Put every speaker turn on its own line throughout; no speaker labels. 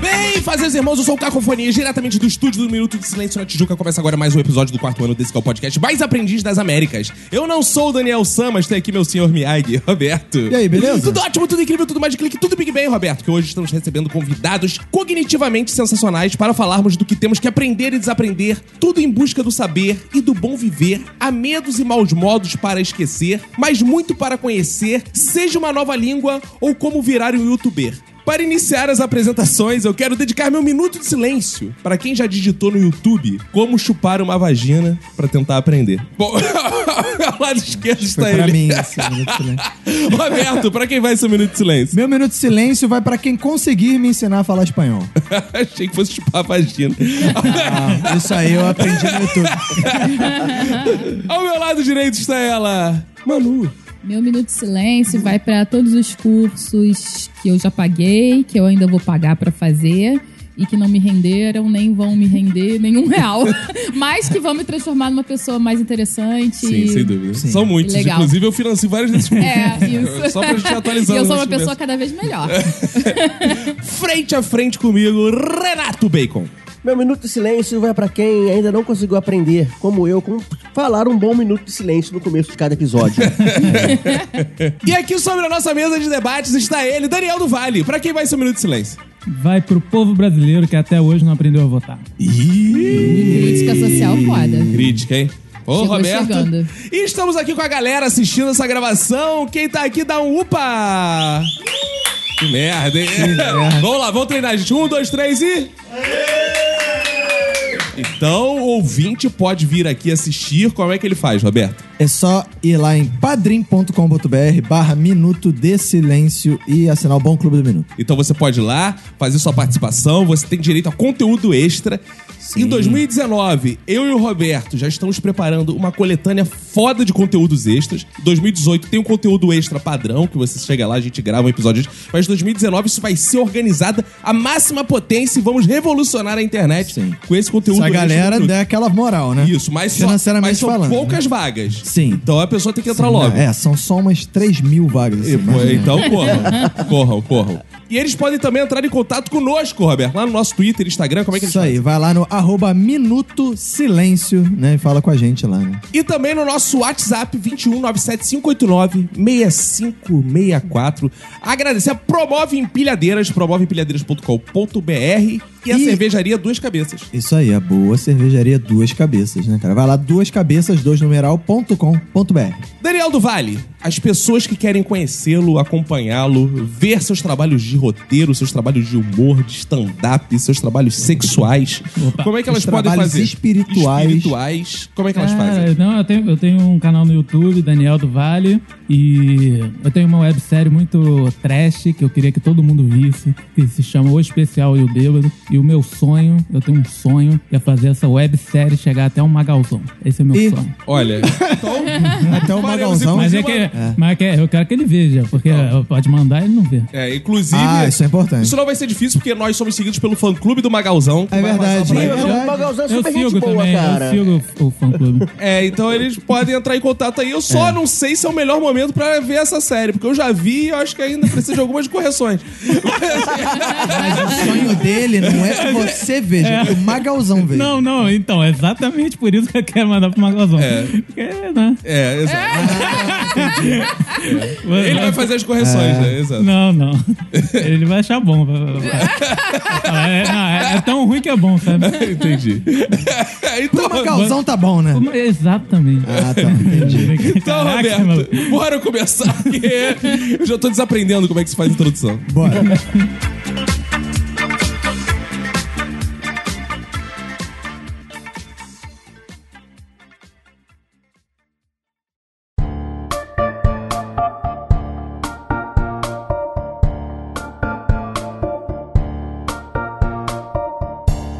Bem, fazeres irmãos, eu sou o Cacofonia, diretamente do estúdio do Minuto de Silêncio na Tijuca. Começa agora mais um episódio do quarto ano desse que é o podcast mais aprendiz das Américas. Eu não sou o Daniel Sam, mas tem aqui meu senhor Miyagi, Roberto. E
aí, beleza?
Tudo ótimo, tudo incrível, tudo mais de clique, tudo Big Bang, Roberto. Que hoje estamos recebendo convidados cognitivamente sensacionais para falarmos do que temos que aprender e desaprender, tudo em busca do saber e do bom viver. Há medos e maus modos para esquecer, mas muito para conhecer, seja uma nova língua ou como virar um youtuber. Para iniciar as apresentações, eu quero dedicar meu minuto de silêncio para quem já digitou no YouTube como chupar uma vagina para tentar aprender. Bom, ao lado esquerdo está
Foi pra
ele.
mim esse minuto de silêncio.
Roberto, para quem vai seu minuto de silêncio?
Meu minuto de silêncio vai pra quem conseguir me ensinar a falar espanhol.
Achei que fosse chupar a vagina.
Ah, isso aí eu aprendi no YouTube.
ao meu lado direito está ela, Manu.
Meu minuto de silêncio vai para todos os cursos que eu já paguei, que eu ainda vou pagar para fazer e que não me renderam, nem vão me render nenhum real, mas que vão me transformar numa pessoa mais interessante. e-
dúvida. São muitos.
Legal.
Inclusive, eu financio vários desses
É, isso.
Só pra gente atualizar
E eu
os
sou uma
meus
pessoa cada vez melhor.
É. Frente a frente comigo, Renato Bacon.
Meu minuto de silêncio vai pra quem ainda não conseguiu aprender, como eu, como falar um bom minuto de silêncio no começo de cada episódio.
É
E aqui sobre a nossa mesa de debates está ele, Daniel do Vale. Pra quem vai seu minuto de silêncio?
Vai pro povo brasileiro que até hoje não aprendeu a votar.
Crítica social foda.
Crítica, hein? Ô,
Chegou
Roberto.
chegando.
E estamos aqui com a galera assistindo essa gravação. Quem tá aqui dá um upa! Que merda, hein? vamos lá, vamos treinar, gente. Um, dois, três e. Então, o ouvinte pode vir aqui assistir. Como é que ele faz, Roberto?
É só ir lá em padrim.com.br barra minuto de silêncio e assinar o Bom Clube do Minuto.
Então você pode ir lá fazer sua participação, você tem direito a conteúdo extra. Em 2019, eu e o Roberto já estamos preparando uma coletânea foda de conteúdos extras. Em 2018 tem um conteúdo extra padrão, que você chega lá, a gente grava um episódio. extra. Mas em 2019 isso vai ser organizada à máxima potência e vamos revolucionar a internet
Sim.
com esse conteúdo
Se a
extra
galera
do-
der aquela moral, né?
Isso, mas, só,
Financeiramente
mas são
falando, né?
poucas vagas.
Sim.
Então a pessoa tem que entrar logo.
É, são só umas 3 mil vagas. assim,
E,
mais
pô,
ou menos.
então corram, corram, corram. E eles podem também entrar em contato conosco, Roberto, lá no nosso Twitter, Instagram, como é que eles
Isso aí, vai lá no arroba Minuto Silêncio, né? E fala com a gente lá, né?
E também no nosso WhatsApp 21975896564. Agradecer a Promove Empilhadeiras, promoveempilhadeiras.com.br e a
E-
cervejaria Duas Cabeças.
Isso aí, a boa cervejaria Duas Cabeças, né, cara? Vai lá, duascabeças2numeral.com.br.
Daniel do Vale, as pessoas que querem conhecê-lo, acompanhá-lo, ver seus trabalhos de roteiro, seus trabalhos de humor, de stand-up, seus trabalhos sexuais, como é que elas
Os
podem
trabalhos
fazer?
espirituais. Ah,
Espirituais, como é que elas fazem?
não, eu tenho, eu tenho um canal no YouTube, Daniel do Vale, e eu tenho uma websérie muito trash que eu queria que todo mundo visse, que se chama O Especial e o Bêbado. E o meu sonho, eu tenho um sonho, que é fazer essa websérie chegar até um Magalzão. Esse é o meu
E-
sonho.
Olha, então,
Até
Faremos
o Magalzão.
Mas é que,
inclusive,
mas é que eu quero que ele veja, porque
Tá
pode mandar e ele não vê.
Tá
é, inclusive,
Ah, isso é importante.
isso não vai ser difícil porque nós somos seguidos pelo fã-clube do Magalzão. que
É
vai
verdade.
passar pra
É
ele.
verdade.
o Magalzão é
Eu
super gente
sigo
boa,
também,
cara.
eu sigo o, o fã-clube.
É, então eles podem entrar em contato aí. Eu só não sei se é o melhor momento pra ver essa série, porque eu já vi e eu acho que ainda precisa de algumas correções.
Mas o sonho dele não é que você veja, é que o Magalzão veja.
Não, não, então, é exatamente por isso que eu quero mandar pro Magalzão.
É.
Porque, né?
É, exato.
É.
Ele vai fazer as correções, né? Exato.
Não, não. Ele vai achar bom. Vai- vai- vai. É, não, é- é tão ruim que é bom, sabe?
Entendi.
Pro
então,
Magalzão tá bom, né?
Como- Exatamente.
Ah, tá, entendi.
então
Caraca,
Roberto,
maluco.
bora começar, porque eu já tô desaprendendo como é que se faz introdução.
Bora.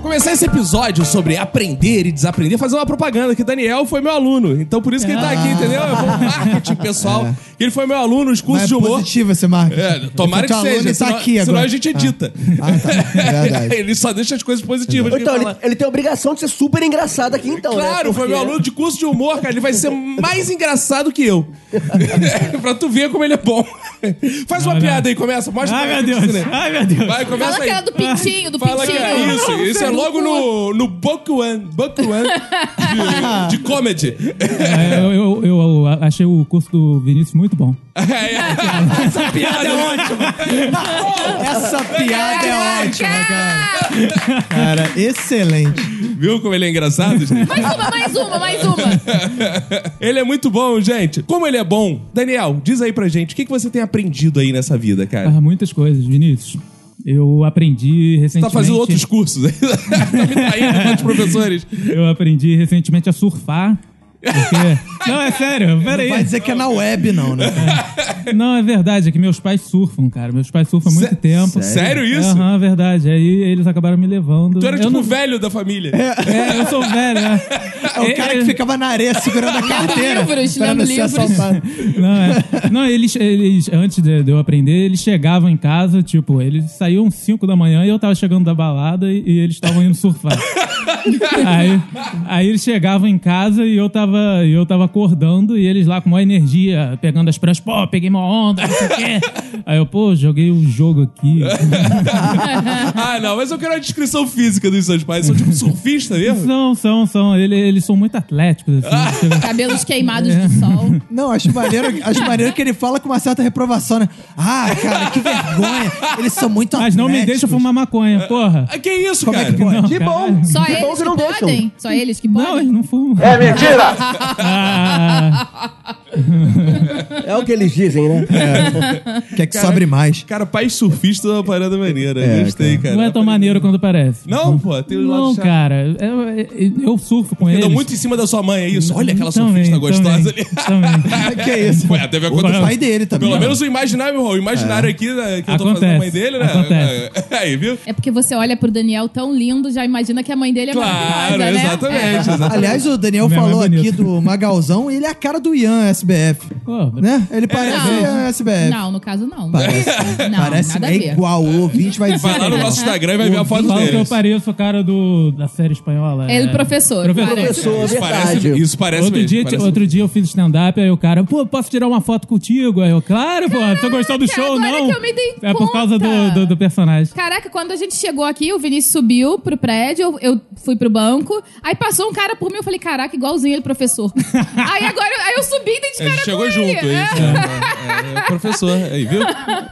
começar esse episódio sobre aprender e desaprender, fazer uma propaganda, que Daniel foi meu aluno. Então por isso que ele tá
Ah.
aqui, entendeu? É bom marketing, pessoal. Ele foi meu aluno nos cursos
É. Mas
de
é
humor.
positivo esse marketing.
É, tomara
Porque
que
o aluno
seja.
tá
senão,
aqui
senão
agora.
a gente edita.
Ah, tá. Verdade.
ele só deixa as coisas positivas. que
Então,
ele
ele,
fala.
ele tem a obrigação de ser super engraçado aqui, então. né?
Claro, foi
Porque-
meu aluno de curso de humor, cara. Ele vai ser mais engraçado que eu. pra tu ver como ele é bom. Faz uma
Não, não.
piada aí, começa. Mostra
Ai,
pra
Ah, meu
mim,
Deus.
Cristina.
Ai, meu Deus.
né? Vai, começa
Fala
aí.
que era do pintinho, do
Fala que
pintinho.
é isso. Isso é logo no, no Book One. Book One de, de comedy.
É, eu, eu- eu achei o curso do Vinícius muito bom.
Essa piada é ótima.
Essa piada é
Caraca!
ótima, cara. Cara, excelente.
Viu como ele é engraçado, gente?
Mais uma, mais uma, mais uma.
Ele é muito bom, gente. Como ele é bom. Daniel, diz aí pra gente, o que, que você tem aprendido aí nessa vida, cara?
Ah, muitas coisas, Vinícius. Eu aprendi
Tá
Ah, recentemente.
fazendo outros cursos. tá me traindo com os professores.
Eu aprendi recentemente a surfar. porque- Não, é sério, peraí.
Vai dizer que é na web, não, né?
Não, é verdade, é que meus pais surfam, cara. Meus pais surfam há muito
Sé-
tempo.
sério isso?
Aham, é verdade. Aí eles acabaram me levando.
Tu era
eu
tipo
não-
o velho da família.
É, eu sou velho, né?
É o cara que ficava na areia segurando a carteira.
livros,
pra não
lendo
ser
livros.
assaltado.
Não, é. Não, eles, eles antes de, de eu aprender, eles chegavam em casa, tipo, eles saíam 5 da manhã e eu tava chegando da balada e, e eles estavam indo surfar. aí, aí eles chegavam em casa e eu tava, e eu tava acordando e eles lá com maior energia, pegando as pranchas, pô, peguei uma onda, não sei o quê. Aí eu, pô, joguei o jogo aqui.
Ah, não, mas eu quero a descrição física dos seus pais. São tipo surfista mesmo?
São, são, são. Ele- eles são muito atléticos, assim.
Cabelos queimados
É.
do sol.
Não, acho maneiro, acho maneiro que ele fala com uma certa reprovação, né? Ah, cara, que vergonha. Eles são muito
Mas não me deixa
atléticos.
fumar maconha, porra.
Ah, que isso,
Como é
cara?
que pode?
Que bom.
Só
que bom
eles
que
que
não deixam.
podem? Só eles que
Não,
podem?
eles não fumam. Ah.
É o que eles dizem, né?
É,
Quer que sobre mais.
Cara, pai surfista é uma parada maneira.
É,
Gostei, cara.
Não é tão maneiro quando parece.
Não, pô, tem um os
Não,
lados chatos.
cara, eu, eu- eu surfo com eles.
Andou muito em cima da sua mãe, é isso? Olha aquela
Também,
surfista gostosa
também,
ali.
Também.
Que é isso?
Ué, deve
O
acontecer.
pai dele também. né? É.
Pelo menos o imaginário, o imaginário aqui né, que eu tô fazendo
Acontece,
a mãe dele, né?
acontece.
Aí, viu?
É porque você olha pro Daniel tão lindo, já imagina que a mãe dele é
Claro,
maravilhosa, né?
exatamente, exatamente.
Aliás, o Daniel
Minha mãe
falou
é
aqui
bonita.
do Magalzão e ele é a cara do Ian SBF.
Pô,
Né? Ele parece
Não.
Ian SBF.
É. Não, no caso não.
Parece.
não,
parece
nada a
é
ver.
igual. O ouvinte vai dizer.
Vai lá no nosso Instagram e vai ver a foto
Fala que eu
deles.
pareço o cara do, da série espanhola.
né?
Ele, É professor,
Professor.
parece.
Pessoa,
Isso
verdade.
parece, isso parece
Outro
mesmo,
dia,
parece
outro dia eu fiz stand-up, aí o cara, pô, posso tirar uma foto contigo? Aí eu, claro, pô, você gostou do show,
agora
não?
que eu me dei
é por
conta.
causa do, do, do personagem.
Caraca, quando a gente chegou aqui, o Vinícius subiu pro prédio, eu eu fui pro banco, aí passou um cara por mim, eu falei, caraca, igualzinho ele, professor. aí agora, eu- aí eu subi e dei de
A
cara
gente chegou
com
junto,
ele.
é isso. É, é, é, é, professor, aí, viu?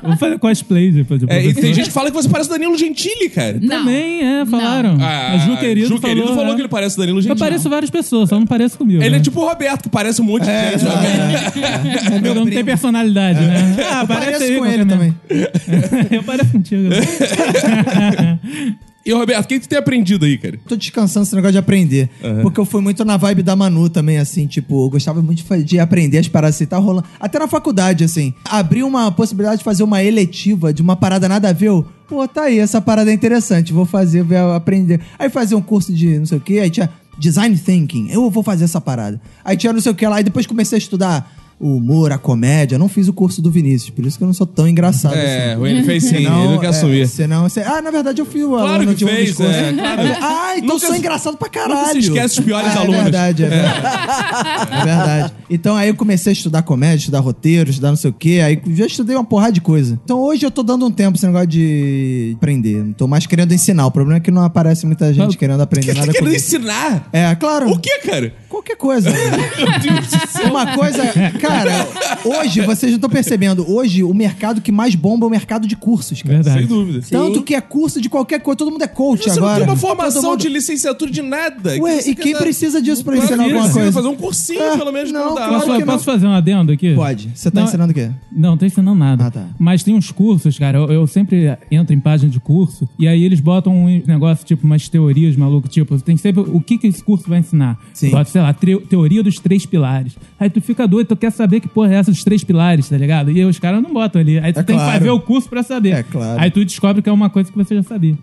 Vou fazer cosplay depois do
É, e tem
professor.
gente que fala que você parece o Danilo Gentili, cara.
Não.
Também, é, falaram.
Ah,
A Ju Querido
Ju Querido falou,
é.
que ele parece o Danilo Gentili.
Eu pareço várias pessoas, só não pareço comigo.
Ele
né?
é tipo o Roberto, que parece um monte de gente.
Meu não tem personalidade, né?
É.
Ah,
Parece
aí
com
qualquer
ele
merda.
também.
Eu pareço contigo.
E, Roberto, o que que tu tem aprendido aí, cara?
Tô descansando esse negócio de aprender. Porque eu fui muito na vibe da Manu também, assim, tipo, eu gostava muito de fa- de aprender as paradas assim, tá rolando. Até na faculdade, assim. Abri uma possibilidade de fazer uma eletiva de uma parada nada a ver. eu, Pô, tá aí, essa parada é interessante, vou fazer, vou aprender. Aí fazer um curso de não sei o quê, aí tinha design thinking, eu vou fazer essa parada. Aí tinha não sei o que lá, e depois comecei a estudar o humor, a comédia. Eu não fiz o curso do Vinícius, por isso que eu não sou tão engraçado assim.
É, ele fez sim,
Senão,
ele não quer
é,
assumir.
senão você- ah, na verdade eu fui o
Claro
aluno
que
de um
fez,
dos cursos.
é, claro.
Ah, então
Nunca
sou
se-
engraçado pra caralho.
nunca se esquece os piores
é,
alunos.
É verdade, é verdade. É verdade. Então aí eu comecei a estudar comédia, estudar roteiro, estudar não sei o quê. Aí já estudei uma porrada de coisa. Então hoje eu tô dando um tempo esse negócio de aprender. Não tô mais querendo ensinar. O problema é que não aparece muita gente
Mas-
querendo aprender
Tá
nada
querendo
comigo.
ensinar?
É, claro.
O que, cara?
Qualquer coisa. Uma coisa. Cara, hoje, vocês não estão percebendo. Hoje, o mercado que mais bomba é o mercado de cursos, cara.
Verdade.
Sem dúvida.
Tanto que é curso de qualquer coisa. Todo mundo é coach
Você não
agora.
tem uma
Todo
formação
mundo-
de licenciatura de nada.
Ué,
Você
e quem
quer- um
precisa disso pra ensinar
Claro que
alguma
precisa
coisa?
fazer um cursinho,
É,
pelo menos, pra
não,
dar
claro
Posso,
que não.
posso fazer um adendo aqui?
Pode. Você tá
Não,
ensinando o quê?
Não, tô ensinando nada.
Ah, tá.
Mas tem uns cursos, cara. Eu, eu sempre entro em página de curso e aí eles botam um negócio, tipo, umas teorias, maluco. Tipo, tem sempre o que, que esse curso vai ensinar.
Sim.
Bota, sei lá, tre- teoria dos três pilares. Aí tu fica doido, tu quer saber que porra é essa dos três pilares, tá ligado? E os caras não botam ali. Aí tu
É
tem
claro.
que fazer o curso pra saber.
É claro.
Aí tu descobre que é uma coisa que você já sabia.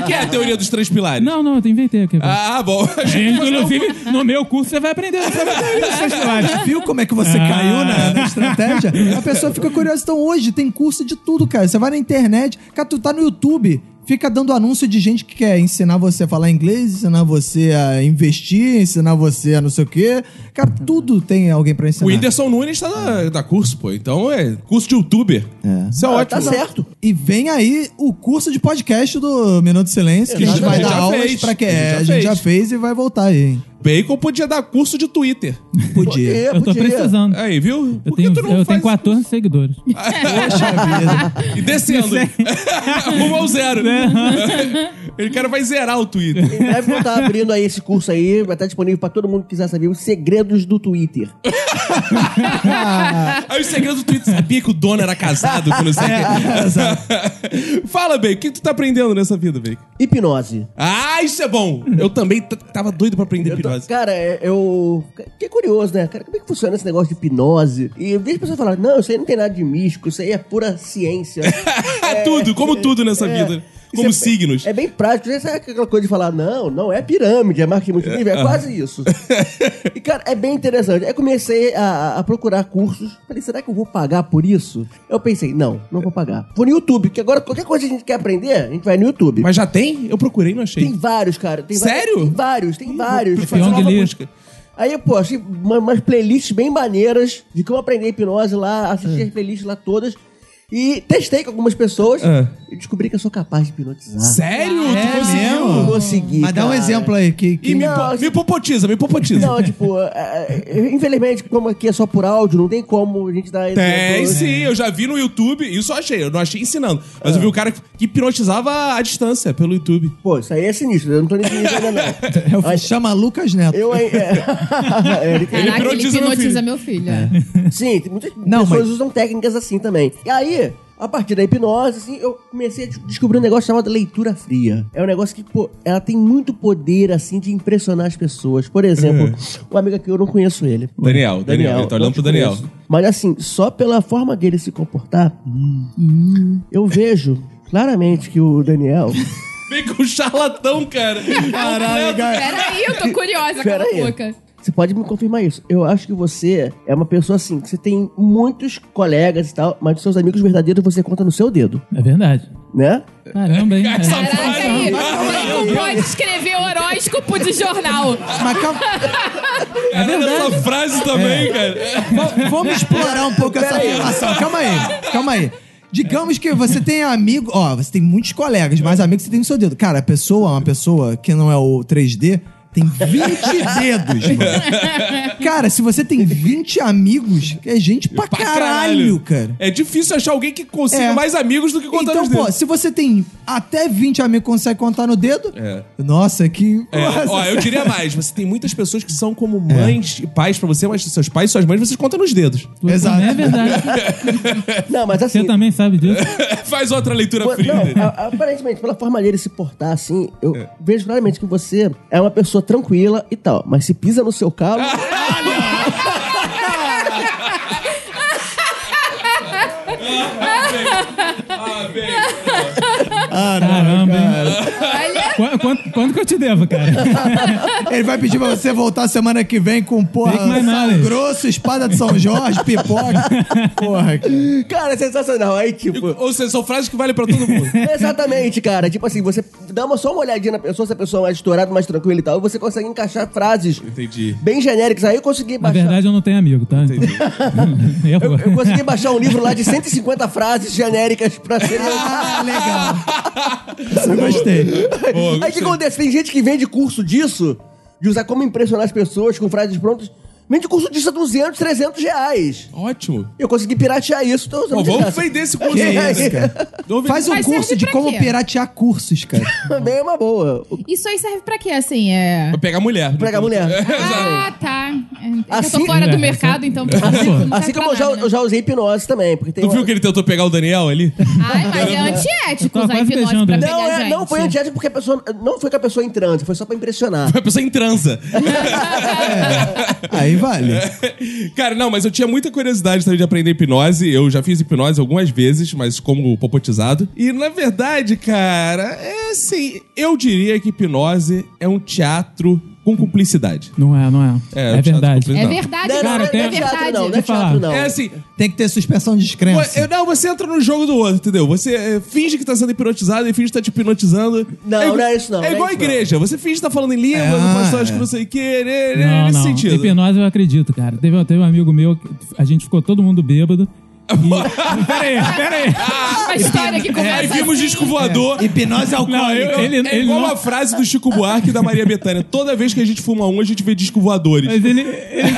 O que é a teoria dos três pilares?
não, não, eu te inventei aqui. agora.
Ah, bom.
Aí, Inclusive, no meu curso você vai aprender sobre a teoria dos três pilares.
Viu como é que você
Ah.
caiu na, na estratégia? A pessoa fica curiosa. Então, hoje tem curso de tudo, cara. Você vai na internet, cara, tu tá no YouTube, fica dando anúncio de gente que quer ensinar você a falar inglês, ensinar você a investir, ensinar você a não sei o quê. Cara, tudo tem alguém pra
né?
ensinar.
O Whindersson Nunes tá da, da curso, pô. Então é curso de youtuber. Isso é
Ah,
ótimo.
tá certo.
E vem aí o curso de podcast do Minuto Silêncio, que a gente vai
Exatamente.
dar
Já
aulas
fez.
pra quem
A gente
é.
já
A gente
fez.
já fez e vai voltar aí, hein?
Bacon podia dar curso de Twitter.
Podia.
Eu tô precisando.
Aí, viu?
Eu tenho, um eu tenho 14 seguidores.
E descendo.
é.
Rumo ao zero.
Né?
Ele cara vai zerar o Twitter.
Em breve eu estar abrindo aí esse curso aí, vai estar disponível pra todo mundo que quiser saber os segredos do Twitter.
Aí o segredo do Twitter sabia que o dono era casado quando você.
É,
Fala, Bacon, o que tu tá aprendendo nessa vida, Bacon?
Hipnose.
Ah, isso é bom! Eu também t- tava doido pra aprender
Eu tô-
hipnose.
cara, é- eu. Que é curioso, né? Cara, como é que funciona esse negócio de hipnose? E eu vejo as pessoas falarem, não, isso aí não tem nada de místico, isso aí é pura ciência.
É, tudo, como tudo nessa
é.
vida.
Isso
Como
é-
signos.
É bem prático. Sabe aquela coisa de falar, não, não é pirâmide, é marketing multinível? É quase isso. e, cara, é bem interessante. Aí comecei a, a procurar cursos. Falei, será que eu vou pagar por isso? Eu pensei, não, não vou pagar. Vou no YouTube, porque agora qualquer coisa que a gente quer aprender, a gente vai no YouTube.
Mas já tem? Eu procurei e não achei.
Tem vários, cara. Tem vários-
Sério?
tem vários, tem vários.
Fazer
Pyong
nova
Lee.
música.
Aí, pô, achei uma- umas playlists bem maneiras de como aprender hipnose lá, assisti as playlists lá todas. E testei com algumas pessoas
Ah.
e descobri que eu sou capaz de hipnotizar.
Sério? Tipo tu
É
conseguiu?
mesmo?
Consegui,
Mas dá um
cara.
exemplo aí. Que, que...
E me,
Não,
po-
assim-
me popotiza, me popotiza.
Não, tipo, é, é, infelizmente, como aqui é só por áudio, não tem como a gente dar
Tem
exemplo. né?
sim, eu já vi no YouTube, isso eu achei, eu não achei ensinando. Mas eu vi o cara que hipnotizava à distância pelo YouTube.
Pô, isso aí é sinistro, eu não tô nesse nível ainda não.
É o- Chama Lucas Neto.
Eu aí. É, é, ele tem-
Caraca, ele
hipnotiza meu
hipnotiza
filho.
meu filho. é.
Sim, tem muitas
Não,
pessoas
mas-
usam técnicas assim também. E aí, a partir da hipnose, assim, eu comecei a des- descobrir um negócio chamado leitura fria. É um negócio que, pô, ela tem muito poder, assim, de impressionar as pessoas. Por exemplo, um amigo aqui, eu não conheço ele.
É. Daniel, Daniel, ele tá
não
olhando
te
pro Daniel.
conheço. Mas assim, só pela forma dele se comportar,
Hum.
eu vejo claramente que o Daniel...
Vem com charlatão, cara.
É.
Caralho,
Peraí, eu tô curiosa, cara
Peraí.
pouca.
Você pode me confirmar isso. Eu acho que você é uma pessoa assim, que você tem muitos colegas e tal, mas os seus amigos verdadeiros você conta no seu dedo,
É verdade.
né?
Caramba, hein? É.
Essa
Caraca, é
frase.
aí, Bacon pode escrever horóscopo de jornal.
Mas calma,
Caralho, É essa frase também, cara.
V- Vamos explorar um pouco essa afirmação. Calma aí, calma aí. Digamos que você tem amigo, ó, você tem muitos colegas, mas amigos você tem no seu dedo. Cara, a pessoa, uma pessoa que não é o 3D, tem 20 dedos, mano. Cara, se você tem 20 amigos, é gente pra,
Pra
caralho, cara.
É difícil achar alguém que consiga
É.
mais amigos do que contar
Então,
nos
pô,
dedos.
se você tem até 20 amigos que consegue contar no dedo,
É.
nossa, que.
É,
nossa.
ó, eu diria mais. Você tem muitas pessoas que são como mães e pais pra você, mas seus pais e suas mães vocês contam nos dedos.
Exato.
É verdade.
Não, mas assim.
Você também sabe disso.
Faz outra leitura
pô-
fria.
não, a- aparentemente, pela forma dele se portar assim, eu
É.
vejo claramente que você é uma pessoa tranquila e tal. Mas se pisa no seu calo.
Tá
é,
Caramba, hein?
Olha,
Qu- Quanto, quanto que eu te devo, cara?
Ele vai pedir pra você voltar semana que vem com, porra,
Drink
sal
my knowledge.
grosso, espada de São Jorge, pipoca. Porra, cara.
cara, é sensacional. Aí, tipo.
Ou seja, são frases que valem pra todo mundo.
Exatamente, cara. Tipo assim, você dá uma, só uma olhadinha na pessoa, se a pessoa é mais estourada, mais tranquila e tal, e você consegue encaixar frases
Entendi.
bem genéricas. Aí eu consegui
Na
baixar.
verdade, eu não tenho amigo, tá? Eu,
Eu, eu consegui baixar um livro lá de 150 frases genéricas pra ser.
Ah, legal. Isso eu gostei.
Boa,
Aí o que
gostei.
acontece? Tem gente que vende curso disso, de usar como impressionar as pessoas com frases prontas. Vende curso disso a 200, 300 reais.
Ótimo.
Eu consegui piratear isso, tô usando
Pô,
de
vamos
graça.
vender esse curso.
É,
aí, né, cara. Vamos vender.
Faz um
Mas
curso
serve
de
pra
como
quê?
piratear cursos, cara.
Também é uma boa.
Isso aí serve pra quê, assim? É.
Pra pegar mulher.
Pra pegar mulher.
É,
Ah, tá. É, é que eu
Assim-
tô fora
É,
do mercado, então.
Assim-
não
Assim
serve pra
como eu já,
nada, né?
eu já usei hipnose também, porque tem
Tu viu
uma-
que ele tentou pegar o Daniel ali?
Ai, mas é antiético
Eu
usar
tava quase
hipnose
beijando
pra
ele.
pegar
Não, é-
gente.
não foi antiético porque a pessoa. Não foi com a pessoa em transe, foi só pra impressionar.
A pessoa em transa.
Aí vale.
É. Cara, não, mas eu tinha muita curiosidade também de aprender hipnose. Eu já fiz hipnose algumas vezes, mas como popotizado. E na verdade, cara, é assim, eu diria que hipnose é um teatro com cumplicidade.
Não é, não é.
É,
É,
eu te-
verdade.
eu
É
Não.
verdade,
Não, não,
Cara,
não,
tem-
é teatro, não, não é
Deixa eu
teatro,
falar.
não.
É assim,
Tem que ter suspensão de descrença.
Ué, eu- não, você entra no jogo do outro, entendeu? Você é, finge que tá sendo hipnotizado e finge que tá te hipnotizando.
Não,
é, igu-
não é isso não,
É
não é
igual a
isso não.
igreja. Você finge que tá falando em línguas,
Ah,
mas só acho
é.
que não sei o que, né, né,
Não,
nesse
não.
sentido.
Hipnose eu acredito, cara. Teve, teve um amigo meu, que a gente ficou todo mundo bêbado. E... peraí, peraí.
a história
É,
que
é
começa
Aí vimos
assim.
disco voador.
Hipnose
Não, eu-
alcoólica.
É. ele,
é
ele
igual
não...
a frase do Chico Buarque e da Maria Bethânia. Toda vez que a gente fuma um, a gente vê disco voadores.
Mas ele, ele,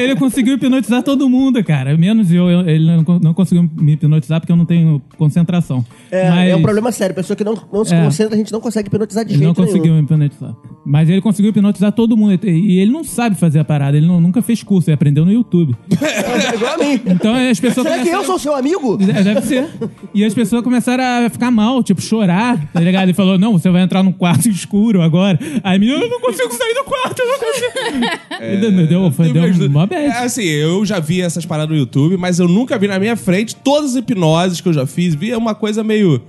ele conseguiu hipnotizar todo mundo, cara. Menos eu. eu- ele não, con- não conseguiu me hipnotizar porque eu não tenho concentração.
É,
Mas
é um problema sério. Pessoa que não, não se
É.
concentra, a gente não consegue hipnotizar de
Ele não
jeito
conseguiu
nenhum.
me hipnotizar. Mas ele conseguiu hipnotizar todo mundo. E e ele não sabe fazer a parada. Ele não- nunca fez curso. Ele aprendeu no YouTube.
É igual a mim.
Então as pessoas...
Será que eu
começaram-
sou seu amigo?
É, Deve ser. E as pessoas começaram a ficar mal, tipo, chorar, tá ligado? Ele falou: não, você vai entrar num quarto escuro agora. Aí a menina, eu não consigo sair do quarto, eu não consigo. Ele me deu, foi, deu uma bad.
É, assim, eu já vi essas paradas no YouTube, mas eu nunca vi na minha frente todas as hipnoses que eu já fiz. Vi uma coisa meio.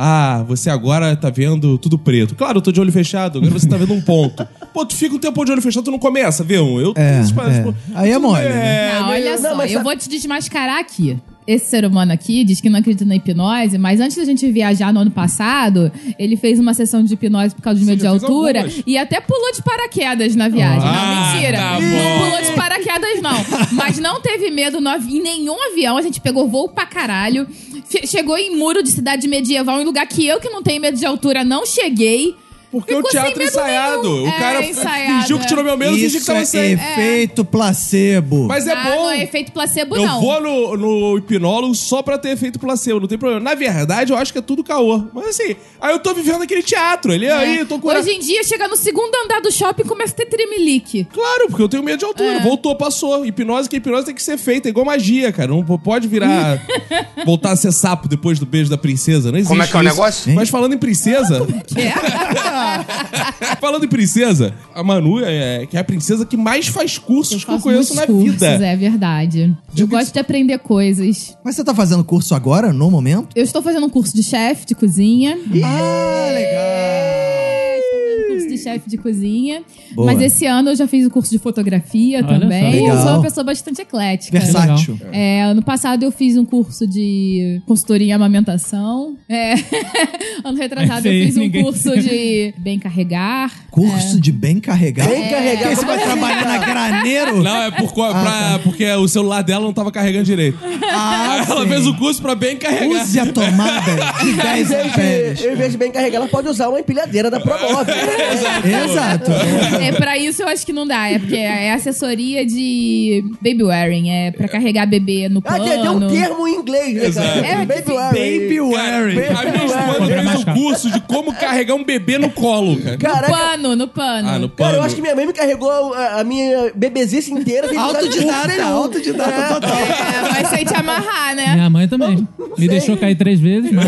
Ah, você agora tá vendo tudo preto. Claro, eu tô de olho fechado, agora você tá vendo um ponto. Pô, tu fica um tempo de olho fechado, tu não começa, viu? Eu
É,
essas paradas,
é.
pô,
Aí é
tudo
mole,
bem,
Não,
é,
olha
não,
só,
mas
eu
sabe-
vou te desmascarar aqui. Esse ser humano aqui diz que não acredita na hipnose, mas antes da gente viajar no ano passado, ele fez uma sessão de hipnose por causa do medo de
já fez
altura
algumas.
e até pulou de paraquedas na viagem.
Ah,
não, mentira.
tá bom.
não pulou de paraquedas, não. Mas não teve medo no avi- em nenhum avião. A gente pegou voo pra caralho. Che- chegou em muro de cidade medieval, em lugar que eu que não tenho medo de altura não cheguei.
Porque o
Ficou sem
teatro é
medo
ensaiado.
nenhum.
O cara
é, ensaiado,
fingiu que
é.
tirou meu medo, fingiu que
Isso
tava
é
sem.
efeito placebo.
Mas é
ah,
bom.
não é efeito placebo,
Eu
não.
vou no, no hipnólogo só pra ter feito placebo, não tem problema. Na verdade, eu acho que é tudo caô. Mas assim, aí eu tô vivendo aquele teatro. Ele aí,
É.
eu tô com.
Hoje em dia, chega no segundo andar do shopping e começa a ter tremelique.
Claro, porque eu tenho medo de altura.
É.
Voltou, passou. Hipnose, que hipnose tem que ser feita. É igual magia, cara. Não pode virar. voltar a ser sapo depois do beijo da princesa. Não existe.
Como é que é o
isso.
negócio?
Mas falando em princesa. falando em princesa, a Manu é, que é a princesa que mais faz cursos que eu
faço
conheço na
muitos cursos,
vida.
É verdade. eu gosto de aprender coisas.
Mas você tá fazendo curso agora, no momento?
Eu estou fazendo um curso de chefe de cozinha.
Ah, legal.
Estou fazendo curso de chefe de cozinha.
Boa.
Mas esse ano eu já fiz o curso de fotografia
Olha
também.
só.
Eu sou
Legal.
uma pessoa bastante eclética.
Versátil.
É, ano passado eu fiz um curso de consultoria em amamentação. É. ano retrasado
É isso aí,
eu fiz um
ninguém-
curso de bem carregar.
Curso de bem carregado.
Bem carregado.
Porque você vai trabalhar na graneiro?
Não, é por, co-
Ah,
pra-
tá.
porque o celular dela não tava carregando direito.
Ah,
Aí ela
sim.
fez o curso pra bem carregar.
Use a tomada de 10 amperes.
Eu, em vez de bem carregar, ela pode usar uma empilhadeira da Promove.
Exato.
É, pra isso eu acho que não dá. É porque é assessoria de baby wearing. É pra carregar bebê no
Ah,
pano.
tem, tem um termo em inglês, né,
Exato.
cara?
É,
baby wearing.
Baby wearing.
A minha esposa
Poderia
fez o
baixar.
curso de como carregar um bebê no colo, cara.
Caraca,
Pano, no pano.
Ah, no pano.
cara, eu acho que minha mãe me carregou a, a minha bebezice inteira. sem precisar de curso
Autodidata,
nenhum.
autodidata total.
É, mas sem te amarrar, né?
Minha mãe também. Me deixou cair três vezes, mas.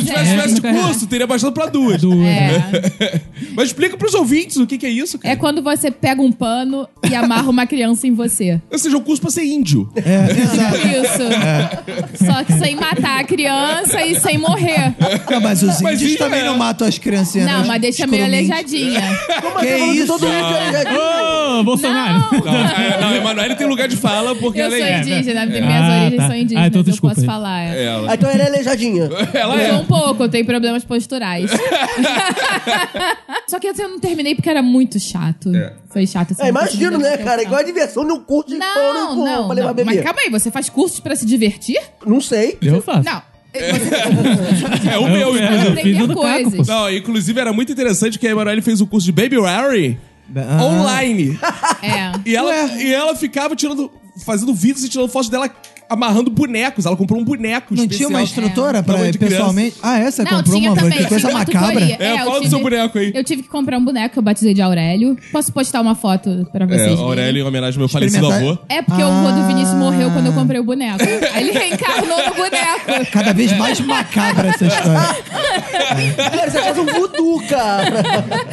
Se tivesse,
É,
tivesse de
nunca errar.
curso, teria baixado pra duas.
Duas.
É.
Mas explica pros ouvintes o que, que é isso, cara.
É quando você pega um pano e amarra uma criança em você.
Ou seja, o curso pra ser índio.
É,
Tipo
exato.
isso. Só que sem matar a criança e sem morrer.
Não, mas os
Mas
índios
isso
também
é-
não matam as criancinhas.
Não,
né?
mas deixa meio
Escuruminhos.
aleijadinha.
Como
Que
assim, falando
isso?
Todo mundo que eu já-
Ô, Bolsonaro!
Não, é, não, Emanuele tem lugar de fala porque
Eu
ela
sou
é.
indígena, minhas
Ah,
origens
tá.
são
Ah,
indígenas,
então
eu
desculpa
posso
aí.
falar. é.
Ela.
Ah, Então ela é aleijadinha.
Ela
Eu sou um
é.
pouco, eu tenho problemas posturais. Só que esse eu não terminei porque era muito chato.
É.
Foi chato. assim,
Ah, imagino,
não
né,
consegui
cara? Igual a
aguentar.
diversão num curso de
Não,
pano com-
não,
pra levar
não.
bebê.
Mas calma aí, você faz cursos pra se divertir?
Não sei.
Eu faço.
Não.
É o meu,
eu,
inclusive.
eu fiz o do
Aprender
Caco, pô.
coisas.
Não, inclusive era muito interessante que a Emanuele fez o curso de Baby Wearing.
Ah.
online.
É.
E ela, e ela ficava tirando. fazendo vídeos e tirando fotos dela amarrando bonecos. Ela comprou um boneco
Não tinha
especial.
uma instrutora pra
Tamanho né? de criança.
pessoalmente? Ah, essa
Não,
comprou
tinha
uma
também.
que coisa
tinha uma tutoria.
macabra.
É,
eu
fala do
tive-
seu boneco aí.
Eu tive que comprar um boneco que eu batizei de Aurélio. Posso postar uma foto pra vocês
É,
verem?
Aurélio, em homenagem ao meu falecido
Experimentar-
avô.
É porque
Ah.
o Rodo Vinícius morreu quando eu comprei o boneco. Aí ele reencarnou no boneco.
Cada vez mais macabra essa história.
Cara, isso é quase um voodoo, cara.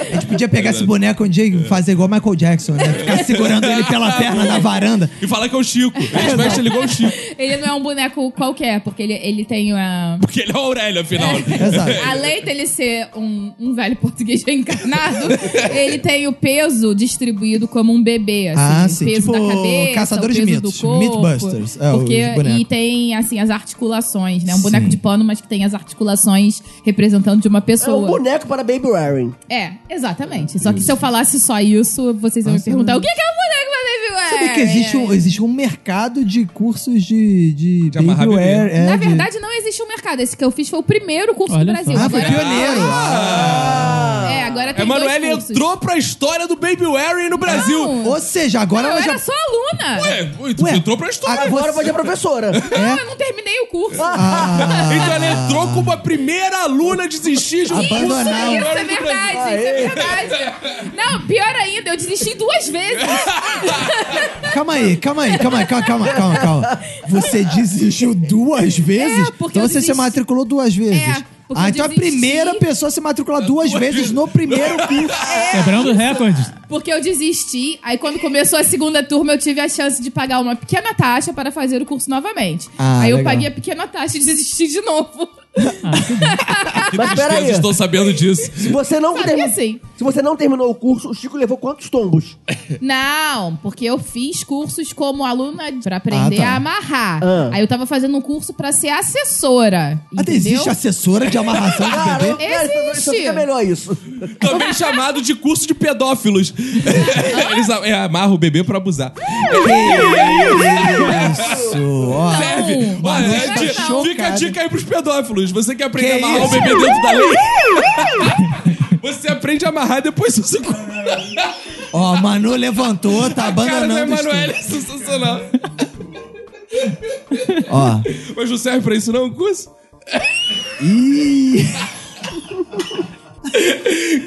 A gente podia pegar esse boneco um dia
É.
e fazer igual Michael Jackson, né? Ficar segurando ele
Tá
pela perna na varanda.
E falar que é o Chico. A gente mexe ele igual o Chico.
Ele não é um boneco qualquer, porque ele, ele tem ah, a.
Porque ele é o Aurélio, afinal.
Exato.
Além dele ser um, um velho português reencarnado, ele tem o peso distribuído como um bebê, assim.
Ah,
o
sim, tipo
Peso da cabeça,
Caçadores
o
de
peso
Mitos,
do corpo.
Mythbusters, é, os
porque,
bonecos.
e tem, assim, as articulações, né? Um
Sim.
boneco de pano, mas que tem as articulações representando de uma
É um
pessoa.
boneco para Baby Warren.
É, exatamente. Só que se eu falasse só isso, vocês iam me perguntar, o que que é um boneco pra baby wear?
Sabia que existe
é.
um, existe um mercado de cursos de, de,
amarrar bebê.
babywear, é,
Na
de-
verdade, não existe um mercado. Esse que eu fiz foi o primeiro curso
Olha
do
só.
Brasil.
Ah, foi
Agora-
pioneiro.
Ah,
É, agora tem
Emanuele
dois cursos.
entrou pra história do Baby Wearing no Brasil.
Hum. Não.
Ou seja, agora
Eu
ela já...
era só aluna.
Ué, tu
Ué,
entrou pra história.
a-
Agora
Você-
pode ser professora.
Não, eu não terminei o curso.
Ah,
Então ela entrou como a primeira aluna a desistir de um curso
Abandonar
de
o-
Isso é
Aurélio do Brasil.
verdade, isso é verdade. Não, pior ainda, eu desisti duas vezes.
calma aí, calma aí, calma aí, calma, calma, calma, calma. Você desistiu duas vezes?
É, porque
então
eu
você se
desisti.
matriculou duas vezes.
É, porque
ah,
eu
então a
desisti.
primeira pessoa a se matricular duas vezes no primeiro curso.
Quebrando recordes.
Porque eu desisti, aí quando começou a segunda turma, eu tive a chance de pagar uma pequena taxa para fazer o curso novamente.
Ah,
aí eu
legal.
paguei a pequena taxa e desisti de novo.
Mas peraí.
Eu estou tá sabendo disso.
Se você não
Sabia
termi-
assim.
Se você não terminou o curso, o Chico levou quantos tombos?
Não, porque eu fiz cursos como aluna pra aprender
Ah, tá.
a amarrar.
Ah.
Aí eu tava fazendo um curso pra ser assessora.
Ah,
entendeu?
existe assessora de amarração de bebê?
cara, isso- isso
Existe.
fica melhor isso.
Também chamado de curso de pedófilos. Eles a- é, amarram o bebê pra abusar.
Isso, ó.
Serve. Olha,
Manu está
di-
chocada.
fica a dica aí pros pedófilos. Você quer aprender
Que
a amarrar
isso?
o bebê dentro da lei? Você aprende a amarrar e depois você
Ó, a Manu levantou, tá
Cara da
abandonando o
Emanuele
estudo.
é sensacional.
Ó.
Mas não serve pra isso não, o curso?
Ih.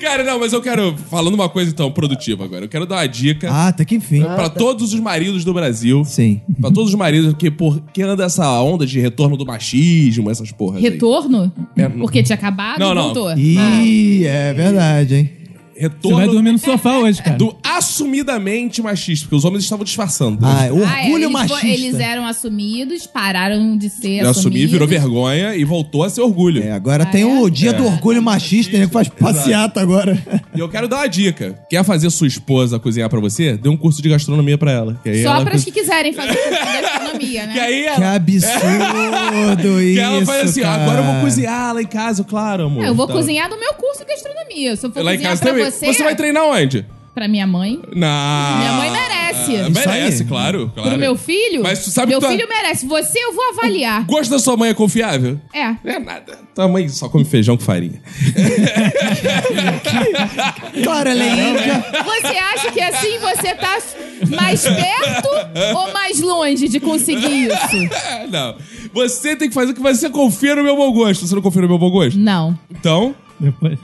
Cara, não, mas eu quero... Falando uma coisa, então, produtiva agora. Eu quero dar uma dica
Ah, tá que enfim.
pra todos os maridos do Brasil.
Sim.
Pra todos os maridos, porque, por, que anda essa onda de retorno do machismo, essas porras aí?
Retorno?
É, não-
Porque tinha acabado
Não,
e
não.
voltou. Ah.
Ih, é verdade, hein?
Você
Retorno
vai dormir no sofá hoje, cara.
do assumidamente machista, porque os homens estavam disfarçando.
Ah, orgulho
Ah, é, eles,
machista.
eles eram assumidos, pararam de ser
Eu
assumidos.
assumi, virou vergonha e voltou a ser orgulho.
É, agora tem
Ah,
o dia do orgulho machista, né? Que faz passeata agora.
E eu quero dar uma dica. Quer fazer sua esposa cozinhar pra você? Dê um curso de gastronomia pra ela. Que aí
Só
ela
para
co-
os que quiserem fazer gastronomia, né?
Que aí
Que
ela...
absurdo isso.
que ela faz assim,
cara.
"Ah, agora eu vou cozinhar lá em casa, claro, amor.
Ah, eu vou
Tá.
cozinhar no meu curso de gastronomia. Se eu for
Lá em
cozinhar
casa
pra
também.
você,
vai treinar onde?
pra minha mãe,
Na...
Minha mãe merece.
Ah,
Isso
merece,
aí.
claro, claro.
pro meu filho,
Mas tu sabe
meu
que tu- é-
filho merece. Você eu vou avaliar.
O gosto da sua mãe é confiável?
É.
Não é nada. Tua mãe só come feijão com farinha.
Claro, ela é índia.
Você acha que assim você tá mais perto ou mais longe de conseguir isso?
Ah, não. Você tem que fazer o que você confia no meu bom gosto. Você não confia no meu bom gosto?
Não.
Então,
Depois-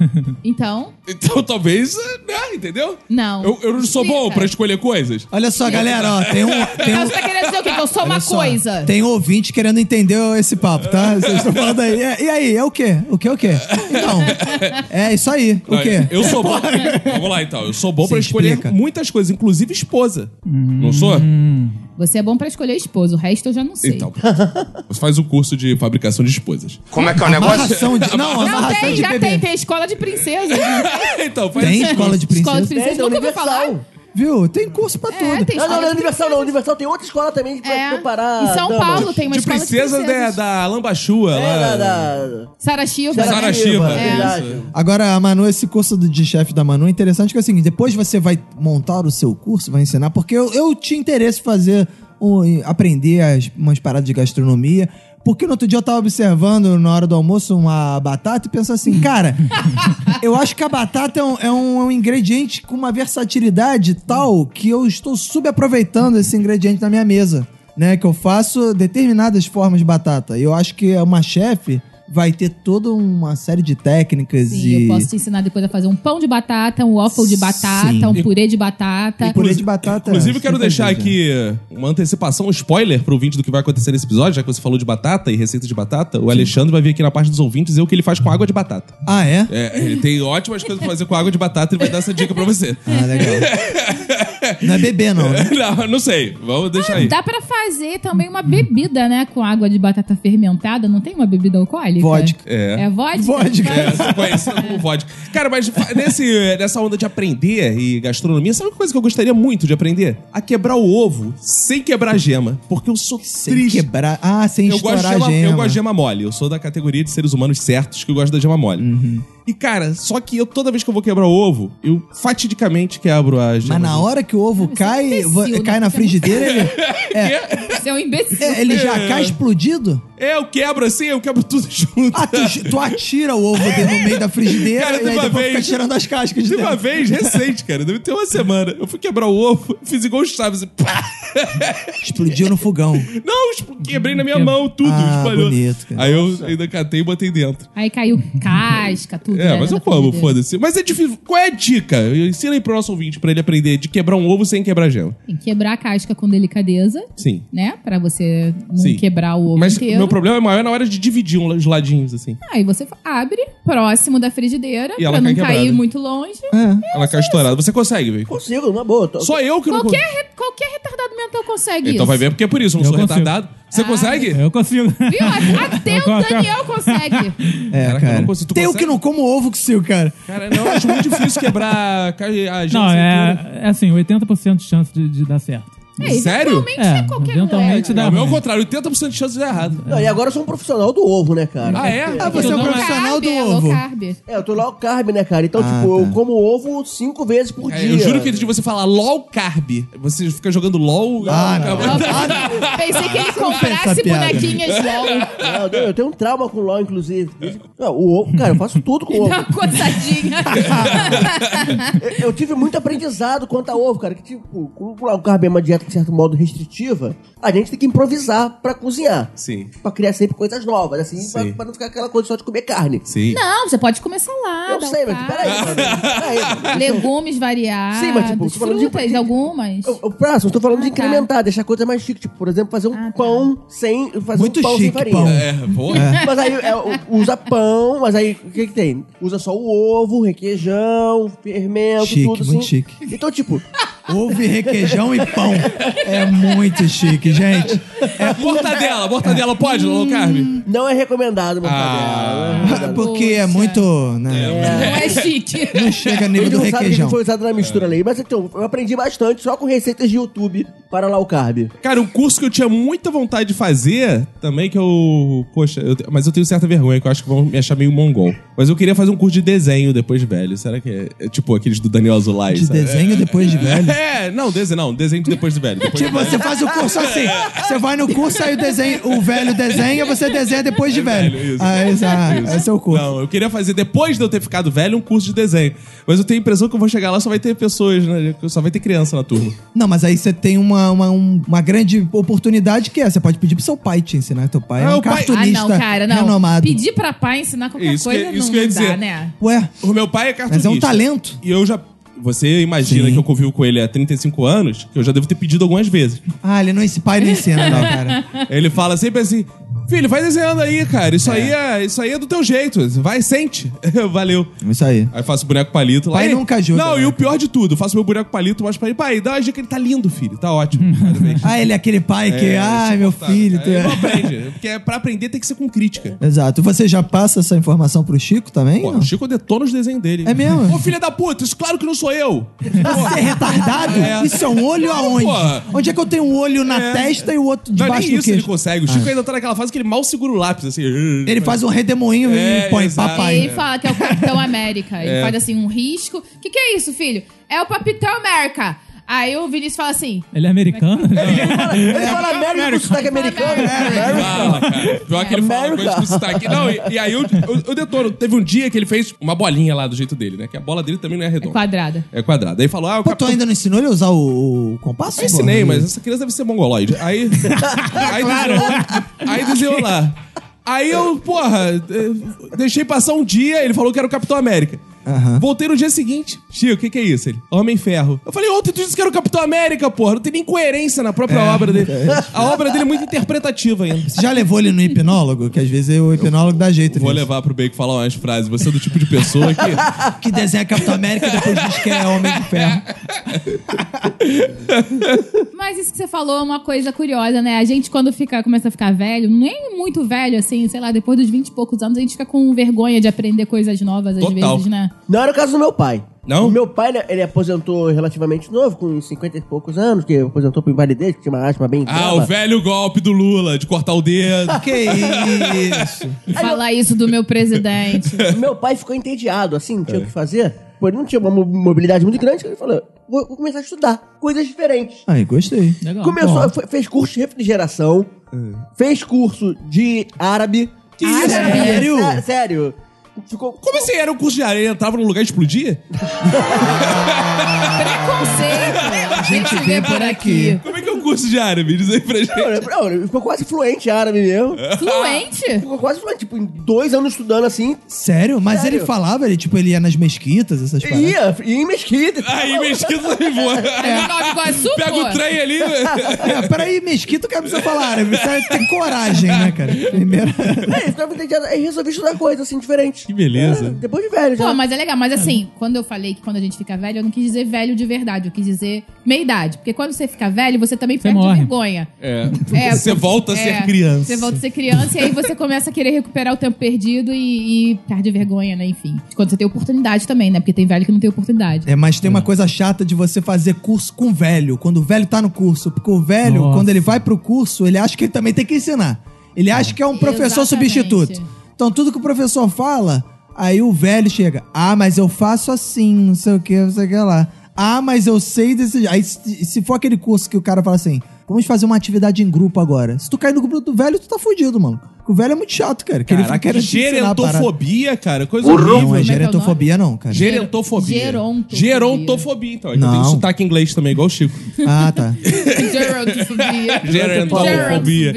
Então,
então talvez, né, entendeu?
Não.
Eu, eu não sou
Explica.
bom pra escolher coisas.
Olha só, galera, ó, tem um. Tem
então
um
você tá querendo dizer o quê? Que eu sou uma
olha só,
coisa.
Tem um ouvinte querendo entender esse papo, tá? Vocês estão falando aí. E e aí, é o quê? O quê, o quê? Então, é isso aí. O
Não,
quê?
Eu sou bom. Vamos lá então. Eu sou bom pra
Sim,
escolher
explica.
muitas coisas, inclusive esposa. Não sou?
Você é bom pra escolher esposo, o resto eu já não sei.
Então. Você faz o curso de fabricação de esposas.
Como é que é o negócio?
Amarração de. Não,
Não
amarração
tem,
de
já
bebê.
tem, tem escola de princesa.
então, faz
Tem
esse
escola de princesa?
Escola de princesa,
da
nunca ouviu falar?
é Universal.
Viu? Tem curso pra tudo.
É, tem
Não,
escola
não, não,
de
Universal não. Universal tem outra escola também pra
É.
preparar.
Em São
damas.
Paulo tem uma
De
escola de
princesa da,
princesas.
da Lambachua
É,
lá.
da, da...
Sara Shiva.
Sara
Sara
Shiva.
Shiva,
É.
verdade.
Agora, a Manu, esse curso do- de chefe da Manu é interessante, que é o seguinte, depois você vai montar o seu curso, vai ensinar, porque eu, eu tinha interesse em fazer, um, em aprender as, umas paradas de gastronomia, Porque no outro dia eu tava observando na hora do almoço uma batata e pensando assim, cara, eu acho que a batata é um, é um- é um ingrediente com uma versatilidade tal que eu estou subaproveitando esse ingrediente na minha mesa. Né, que eu faço determinadas formas de batata. E eu acho que uma chefe vai ter toda uma série de técnicas
Sim,
e.
eu posso te ensinar depois a fazer um pão de batata, um waffle de batata,
Sim.
um purê de batata.
E purê de batata.
Inclusive, eu quero
sem
deixar
dúvida.
aqui uma antecipação, um spoiler pro vídeo do que vai acontecer nesse episódio, já que você falou de batata e receita de batata. O Alexandre vai vir aqui na parte dos ouvintes dizer o que ele faz com água de batata.
Ah, é?
É, ele tem ótimas coisas pra fazer com água de batata e vai dar essa dica pra você.
Ah, legal. Não é bebê, não. Né?
Não, não sei. Vamos deixar aí.
Dá pra fazer também uma bebida, né? Com água de batata fermentada. Não tem uma bebida alcoólica?
Vodka.
É.
É vodka?
Vodka.
Faz-
Essa conhecida como vodka. Cara, mas fa- nesse, nessa onda de aprender e gastronomia, sabe uma coisa que eu gostaria muito de aprender? A quebrar o ovo sem quebrar a gema. Porque eu sou
Sem
triste.
quebrar. Ah, sem
Eu gosto, de
estourar
gema,
a gema.
eu gosto de gema mole. Eu sou da categoria de seres humanos certos que gostam da gema mole.
Uhum.
E, cara, só que eu toda vez que eu vou quebrar o ovo, eu fatidicamente quebro a gema.
Mas na hora que o ovo
Você é
cai,
imbecil,
va-
né?
cai na
Você é
frigideira, ele,
Você é um imbecil.
é, ele já cai explodido.
É, eu quebro assim, eu quebro tudo junto.
Ah, tu, j- tu atira o ovo dentro no meio da frigideira
Cara, de
e aí
uma
depois
vez-
fica tirando as cascas de
Teve uma
dentro.
vez recente, cara, deve ter uma semana. Eu fui quebrar o ovo, fiz igual o Chaves. assim, pá!
Explodiu no fogão.
Não, tipo, quebrei na minha
Que-
mão tudo,
Ah,
espalhou.
bonito, cara.
Aí eu ainda catei e botei dentro.
Aí caiu casca, tudo.
É,
né,
mas
na
eu como,
frigideira.
foda-se. Mas é difícil. Qual é a dica? Ensina aí pro nosso ouvinte pra ele aprender de quebrar um ovo sem quebrar a gema.
Tem que quebrar a casca com delicadeza,
Sim.
né? Pra você não
Sim.
quebrar o ovo
Mas
inteiro.
meu problema é maior na hora de dividir um- os ladinhos, assim.
Aí você abre próximo da frigideira
E ela
pra não
cai
cair
quebrada. Tá
muito longe.
É.
Ela cai estourada. Você consegue, velho.
Consigo, numa boa. Tô-
Só eu que não
Qualquer,
consigo.
re- qualquer retardado mental consegue
Então
isso.
vai ver porque é por isso, eu não
Eu
sou
consigo.
retardado.
Ah,
Você consegue?
Eu consigo.
Viu? Até
Eu
o
consigo.
Daniel consegue.
É,
Caraca, eu
cara.
não consigo. Tu
Tem o
consegue?
que não como ovo que seu, cara.
Cara, não, eu acho muito difícil quebrar a ca- a gema.
Não,
sem
é, é assim, 80% de chance de, de dar certo.
É,
Sério?
Eventualmente é,
É,
qualquer
eventualmente
moleque.
dá.
É o meu ao
ruim.
contrário, 80% de chance de dar errado.
Não, e agora eu sou um profissional do ovo, né, cara?
Ah, é?
Ah, você é
Não,
um
não é.
profissional
Carb,
do
é, low
ovo.
carb.
É, eu tô low carb, né, cara? Então,
Ah,
tipo,
tá.
eu como ovo cinco vezes por
É,
dia.
eu juro que antes de você falar LOL carb, você fica jogando LOL.
Ah, não.
Low
acaba-
carb. Pensei que ele
essa
comprasse
piada.
bonequinhas LOL.
Não, eu tenho- eu tenho um trauma com LOL, inclusive. Não, o ovo, cara, eu faço tudo com ovo.
Dá uma Tá coçadinha.
Eu- Eu tive muito aprendizado quanto a ovo, cara. Que, tipo, como o low carb é uma dieta, de certo modo, restritiva, a gente tem que improvisar pra cozinhar.
Sim.
Pra criar sempre coisas novas, assim, pra,
Sim.
pra não ficar aquela coisa só de comer carne.
Sim.
Não, você pode comer salada.
eu sei, mas
alface,
peraí, mano. Peraí, mano.
Legumes variados.
Sim, mas, tipo, tô falando de-
frutas, algumas.
Eu, eu, próximo, eu tô falando de
Ah, tá.
incrementar, deixar a coisa mais chique. Tipo, por exemplo, fazer um
Ah, tá.
pão sem. Fazer
Muito
um pão
chique,
sem farinha.
pão.
É, porra.
Mas aí é, o- usa pão, mas aí o que que tem? Usa só o ovo, requeijão, fermento,
Chique,
tudo assim.
muito chique.
Então, tipo,
Ovo, e requeijão e pão. É muito chique, gente.
É, Mortadela, mortadela, pode, low carb?
não é recomendado, meu
Ah.
ah.
É porque é
Poxa.
muito.
um-
Né,
Não é chique.
Não chega a nível
Ele
do
não sabe que
requeijão. É.
foi usado na mistura ali, mas então, eu aprendi bastante só com receitas de YouTube para lá o carb.
Cara, um curso que eu tinha muita vontade de fazer também, que eu. Poxa, eu te- mas eu tenho certa vergonha, que eu acho que vão me achar meio mongol. Mas eu queria fazer um curso de desenho depois de velho. Será que é. é tipo aqueles do Daniel Azulay?
De
sabe?
desenho depois de velho.
É, não, desenho não, desenho de depois de velho. Depois de
Tipo, você faz o curso assim. Você vai no curso, aí o desenho, o velho desenha, você desenha depois de velho.
velho, isso.
Ah, esse, ah,
Isso.
esse é o curso.
Não, eu queria fazer, depois de eu ter ficado velho, um curso de desenho. Mas eu tenho a impressão que eu vou chegar lá só vai ter pessoas, né? Só vai ter criança na turma.
Não, mas aí você tem uma, uma, um- uma grande oportunidade que é, você pode pedir pro seu pai te ensinar. Teu pai
Ah,
é
o
um
pai-
Ah,
cartunista
não, cara, não.
renomado.
Pedir pra pai ensinar qualquer
Isso que-
coisa
isso
não,
que eu ia
não dá,
dizer.
né?
Ué,
O meu pai é
mas
cartunista.
é um talento.
E eu já. Você imagina
Sim.
que eu convivo com ele há 35 anos, que eu já devo ter pedido algumas vezes.
Ah, ele não, esse pai não ensina, não, cara.
ele fala sempre assim: Filho, vai desenhando aí, cara. Isso, aí, é, isso aí é do teu jeito. Vai, sente. Valeu.
Isso aí.
Aí faço boneco palito lá.
Pai
Ele-
nunca ajuda,
Não, e
né,
o pior de tudo, eu faço meu boneco palito, mostro pra ele, pai, dá uma dica, ele tá lindo, filho. Tá ótimo. Parabéns.
Ah, ele é aquele pai que,
É,
ai, meu
insuportável,
filho.
cara.
tu
Ele
é-
não aprende. Porque pra aprender tem que ser com crítica.
Exato. Você já passa essa informação pro Chico também?
Pô,
não?
o Chico detona os desenhos dele.
É mesmo?
Ô, filha da puta, isso claro que não sou eu.
Você é retardado?
É.
Isso é um olho aonde?
pô.
Onde é que eu tenho um olho na
É.
testa e o outro
Não, nem
debaixo do
isso ele
queixo? Ah.
consegue. O Chico ainda tá naquela fase que ele mal segura o lápis, assim.
Ele faz um redemoinho
É,
e põe
exato.
E
papai.
ele fala que é o É Capitão América. Ele faz assim um risco. O que, que é isso, filho? É o Capitão América. Aí o Vinícius fala assim:
Ele é americano?
Ele fala, ele fala É, América com sotaque americano.
né?
América.
Fala, cara. Pior que ele fala coisa com sotaque. Não, e, e aí eu, eu, eu detono. Teve um dia que ele fez uma bolinha lá do jeito dele, né? Que a bola dele também não é
é
redonda.
quadrada.
É quadrada. Aí falou, ah, o
Pô, tu ainda não ensinou ele a usar o, o compasso?
Eu ensinei,
pô?
mas essa criança deve ser mongoloide. Aí. aí, desenhou, aí desenhou lá. Aí eu, porra, eh, deixei passar um dia, ele falou que era o Capitão América.
Aham.
Voltei no dia seguinte. Chico, o que, que é isso? Ele, Homem-Ferro. Eu falei, ontem tu disse que era o Capitão América, porra. Não tem nem coerência na própria
É.
obra dele. A obra dele é muito interpretativa ainda.
Você já levou ele no hipnólogo? Que às vezes o hipnólogo dá jeito
Vou
nisso.
levar pro Bacon falar umas frases. Você é do tipo de pessoa que.
Que desenha Capitão América e depois diz que é Homem de Ferro.
Mas isso que você falou é uma coisa curiosa, né? A gente, quando fica, começa a ficar velho, nem muito velho, assim, sei lá, depois dos 20 e poucos anos, a gente fica com vergonha de aprender coisas novas, às
Total.
vezes, né?
Não era o caso do meu pai.
Não?
O meu pai, né, ele aposentou relativamente novo, com 50 e poucos anos, que aposentou por invalidez, que tinha uma asma bem
Ah, o
brava.
velho golpe do Lula, de cortar o dedo.
Que isso?
Falar isso do meu presidente.
Meu pai ficou entediado, assim, não tinha o que fazer. Pô, ele não tinha uma mo- mobilidade muito grande, ele falou, vou, vou começar a estudar coisas diferentes.
Aí, gostei.
Legal.
Começou, fe- fez curso de refrigeração, fez curso de árabe. Que
isso?
Sério?
Sério. Ficou...
Como assim? Era um curso de areia, entrava num lugar e explodia?
Preconceito! A
gente vem por aqui.
Como é que é um curso de árabe? Diz aí pra gente.
Não, ele ficou quase fluente em árabe mesmo.
É. Fluente?
Ficou quase fluente, tipo, em dois anos estudando assim.
Sério? Mas
Sério.
ele falava, ele, tipo, ele ia nas mesquitas, essas paradas.
Ia, ia em mesquita. e tal.
Aí, mesquita me voa.
É Nova Iguaçu,
Pega
pô.
o trem ali.
É, peraí, mesquita, o cara precisa falar árabe. Você tem coragem, né, cara? Primeiro...
Aí, É, ficava muito entediado. Aí resolvi estudar coisas assim, diferentes.
Que beleza.
É, depois de velho, já.
Pô, mas é legal. Mas assim, quando eu falei que quando a gente fica velho, eu não quis dizer velho de verdade, eu quis dizer meia idade. Porque quando você fica velho, você também perde
morre.
vergonha.
É.
É,
Você volta a
é,
ser criança.
Você volta a ser criança e aí você começa a querer recuperar o tempo perdido e, e perde vergonha, né? Enfim. Quando você tem oportunidade também, né? Porque tem velho que não tem oportunidade.
É, mas tem uma coisa chata de você fazer curso com velho, quando o velho tá no curso. Porque o velho,
Nossa.
quando ele vai pro curso, ele acha que ele também tem que ensinar. Ele acha que é um professor
Exatamente.
substituto. Então, tudo que o professor fala, aí o velho chega. Ah, mas eu faço assim, não sei o que, não sei o que lá. Ah, mas eu sei desse. Aí, se se for aquele curso que o cara fala assim, vamos fazer uma atividade em grupo agora. Se tu cair no grupo do velho, tu tá fudido, mano. O velho é muito chato, cara. Que ele
Caraca,
fica querendo te ensinar a parada.
gerentofobia, cara. Coisa
Não, é
Como é
horrível.
que é o nome?
gerentofobia, não, cara.
Gerentofobia.
Gerontofobia.
Gerontofobia, então. É que eu
Não.
tenho sotaque em inglês também, igual o Chico.
Ah, tá.
Gerontofobia.
Gerontofobia.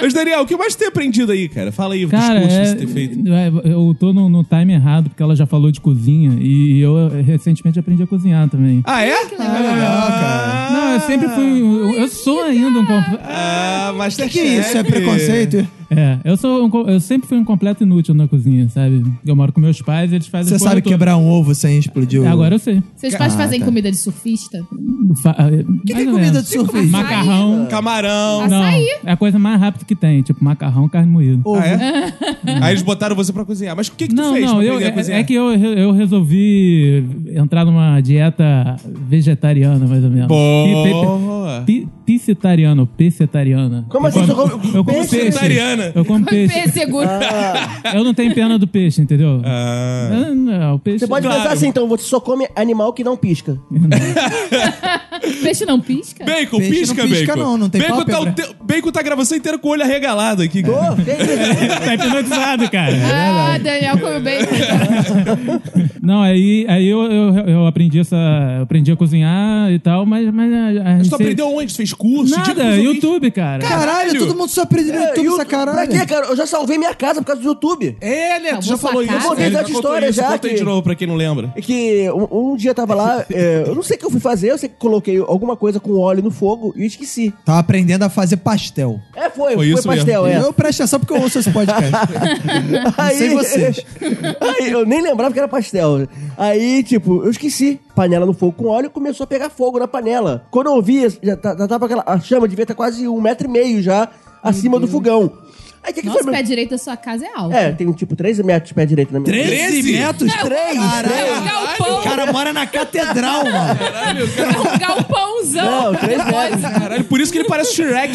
Mas, Daniel, o que mais você tem aprendido aí, cara? Fala aí,
Cara,
discurso que você
é,
tem feito.
é, eu tô no, no time errado, porque ela já falou de cozinha e eu eh, recentemente aprendi a cozinhar também.
Ah, é?
Legal, cara.
Não, eu sempre fui. Eu, eu sou ainda um. completo.
Ah, mas
Que isso? É preconceito?
É, eu, sou um co- eu sempre fui um completo inútil na cozinha, sabe? Eu moro com meus pais e eles fazem.
Você
porra
sabe
toda.
quebrar um ovo sem explodir o.
É, Agora eu sei.
Seus pais fazem
tá.
comida de surfista?
Fa ah,
que é comida de surfista?
Macarrão.
Ah,
Camarão.
Não,
Açaí.
é a coisa mais rápida que tem, tipo macarrão, carne moída.
Ovo.
Ah, é?
Uhum.
Aí eles botaram você pra cozinhar. Mas o que, que tu
Não,
fez
não,
pra
eu,
aprender a
é,
cozinhar?
é que eu, eu resolvi entrar numa dieta vegetariana, mais ou menos.
Boa.
Pi- pi- Piscitariana, ou pescetariana.
Como assim? Você come-
Eu como
peixe?
peixe.
Pescetariana.
Eu como
Pê,
peixe.
seguro.
Eu não tenho pena do peixe, entendeu?
Ah.
Ah, não, o peixe.
Você pode
Claro.
pensar assim, então, você só come animal que não pisca.
Peixe não pisca?
Bacon,
Peixe não
pisca,
pisca,
bacon.
não, não tem né? É.
bacon, tá o
pálpebra.
te- bacon tá a gravação inteira com o olho arregalado aqui.
Pô, que isso?
tá hipnotizado,
É
cara.
Ah, Daniel comeu bem.
Não, aí, aí eu, eu, eu aprendi essa. Eu aprendi a cozinhar e tal, mas. mas a, a
Mas
gente
tu aprendeu onde? Tu fez curso? Diga
Nada,
pros ouvintes.
YouTube, cara.
Caralho, todo mundo só aprende no YouTube
YouTube,
essa
É, Pra
caralho.
quê, cara? Eu já salvei minha casa por causa do YouTube.
É, né? Tu
Acabou
já
sua
falou isso.
casa?
Eu contei
Ele
essa
contou
história
isso.
já
Conta aí
que-
de novo pra quem não lembra.
É que um, um dia eu tava lá, é, eu não sei o que eu fui fazer, eu sei que coloquei alguma coisa com óleo no fogo e esqueci.
Tá aprendendo a fazer pastel.
É,
Foi
foi, foi,
isso
pastel, é.
Eu presto atenção porque eu ouço esse podcast.
Aí,
sei vocês.
Aí, eu nem lembrava que era pastel. Aí, tipo, eu esqueci. Panela no fogo com óleo começou a pegar fogo na panela. Quando tá eu vi, já, tá- já tava aquela, a chama devia estar quase um metro e meio já acima do fogão. Aí o que, que
Nossa,
foi?
o pé
meu-
direito da sua casa é alto.
É, tem tipo 13 metros de pé direito na minha
Treze metros? Três?
É um
O
galpão,
cara mora na catedral, mano.
é um galpãozão.
Não, três metros.
Caralho, por isso que ele parece Shrek.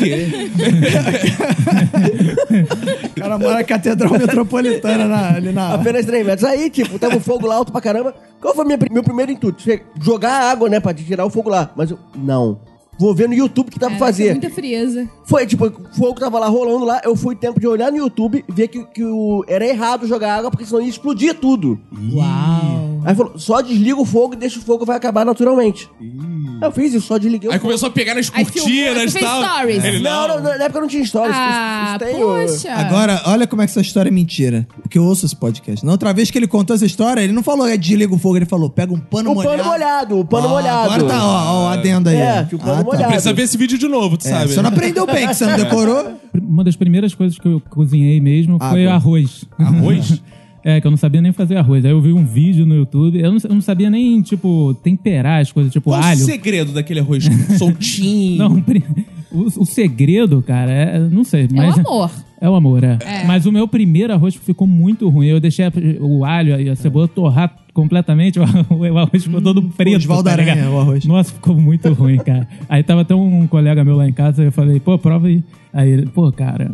O cara mora na catedral metropolitana na- ali na.
Apenas 3 metros. Aí, tipo, tava o fogo lá alto pra caramba. Qual foi minha, pri- meu primeiro intuito? Che- Jogar água, né, pra tirar o fogo lá. Mas eu, não. Vou ver no YouTube o que dá pra
É,
fazer.
tem Muita frieza.
Foi, tipo, o fogo tava lá rolando lá. Eu fui tempo de olhar no YouTube, ver que, que o, era errado jogar água, porque senão ia explodir tudo.
Uau.
Aí falou, só desliga o fogo e deixa o fogo, vai acabar naturalmente. Eu fiz isso, só desliguei o
Aí
fogo.
começou a pegar nas
Aí filmou,
cortinas e
fez
tal.
stories.
Ele,
Não, não, na época não tinha história. Isso-
Ah,
isso tem o-
poxa.
Agora, olha como é que essa história é mentira. Porque eu ouço esse podcast. Na outra vez que ele contou essa história, ele não falou é desliga o fogo, ele falou pega um pano
O
molhado.
pano molhado, o pano
Ah,
molhado.
Agora tá, ó, ó, o adendo aí.
É, tipo, pano molhado.
Precisa ver esse vídeo de novo, tu
É,
sabe? né?
Você não aprendeu bem, que você não decorou.
Uma das primeiras coisas que eu cozinhei mesmo
Ah,
foi
bom.
arroz.
Arroz?
É, que eu não sabia nem fazer arroz. Aí eu vi um vídeo no YouTube. Eu não, eu não sabia nem, tipo, temperar as coisas, tipo
Qual o
alho.
segredo daquele arroz soltinho?
Não, pri- o, o segredo, cara, é, não sei,
É
mas.
um amor.
É o amor, é.
É.
Mas o meu primeiro arroz ficou muito ruim. Eu deixei a- o alho e a cebola torrar completamente. O arroz ficou todo preto.
Oswaldo
tá ligado?
Aranha, o arroz.
Nossa, ficou muito ruim, cara. Aí tava até um colega meu lá em casa. Eu falei, pô, prova aí. Aí ele, pô, cara,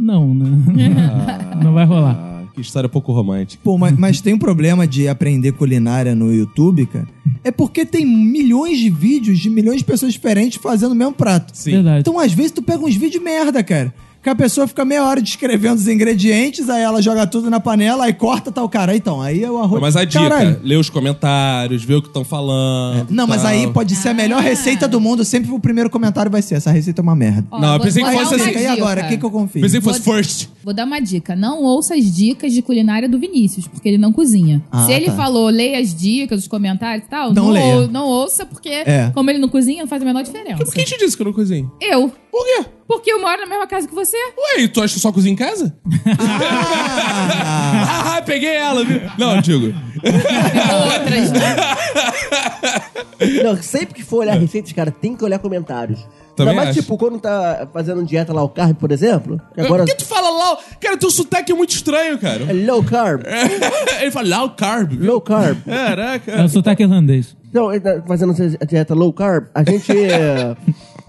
não, né? não vai rolar.
Ah, que história pouco romântica.
Pô, mas, mas tem um problema de aprender culinária no YouTube, cara. É porque tem milhões de vídeos de milhões de pessoas diferentes fazendo o mesmo prato.
Sim.
Verdade.
Então, às vezes, tu pega uns vídeos merda, cara. Que a pessoa fica meia hora descrevendo os ingredientes, aí ela joga tudo na panela, aí corta tal cara. Então, aí é o arroz.
Mas a dica,
Caralho.
lê os comentários, vê o que estão falando.
Não, mas
tal.
aí pode ser a
Ah.
melhor receita do mundo. Sempre o primeiro comentário vai ser: essa receita é uma merda.
Ó, é
Não, eu
vou-
pensei que
vou dar
fosse
uma
assim.
E
dica.
agora, o que, que eu confio? É
Pensei que fosse
Vou-
first.
Vou dar uma dica. Não ouça as dicas de culinária do Vinícius, porque ele não cozinha.
Ah,
Se ele
tá.
falou, leia as dicas, os comentários e tal,
Não leia.
ou- não ouça, porque
É.
como ele não cozinha, não faz a menor diferença.
Por que te disse que eu não cozinho?
Eu.
Por quê?
Porque eu moro na mesma casa que você.
Ué, e tu acha que eu só cozinho em casa? Ah, peguei ela, viu? Não, eu digo.
Outras. né?
Não, sempre que for olhar receitas, cara, tem que olhar comentários.
Também
Ainda mais,
acho.
tipo, quando tá fazendo dieta low carb, por exemplo. Que agora
Por que tu fala lá? Cara, teu sotaque é muito estranho, cara.
é low carb,
Ele fala low carb.
low carb.
Caraca.
É o sotaque irlandês.
Então, ele tá fazendo essa dieta low carb, a gente eh,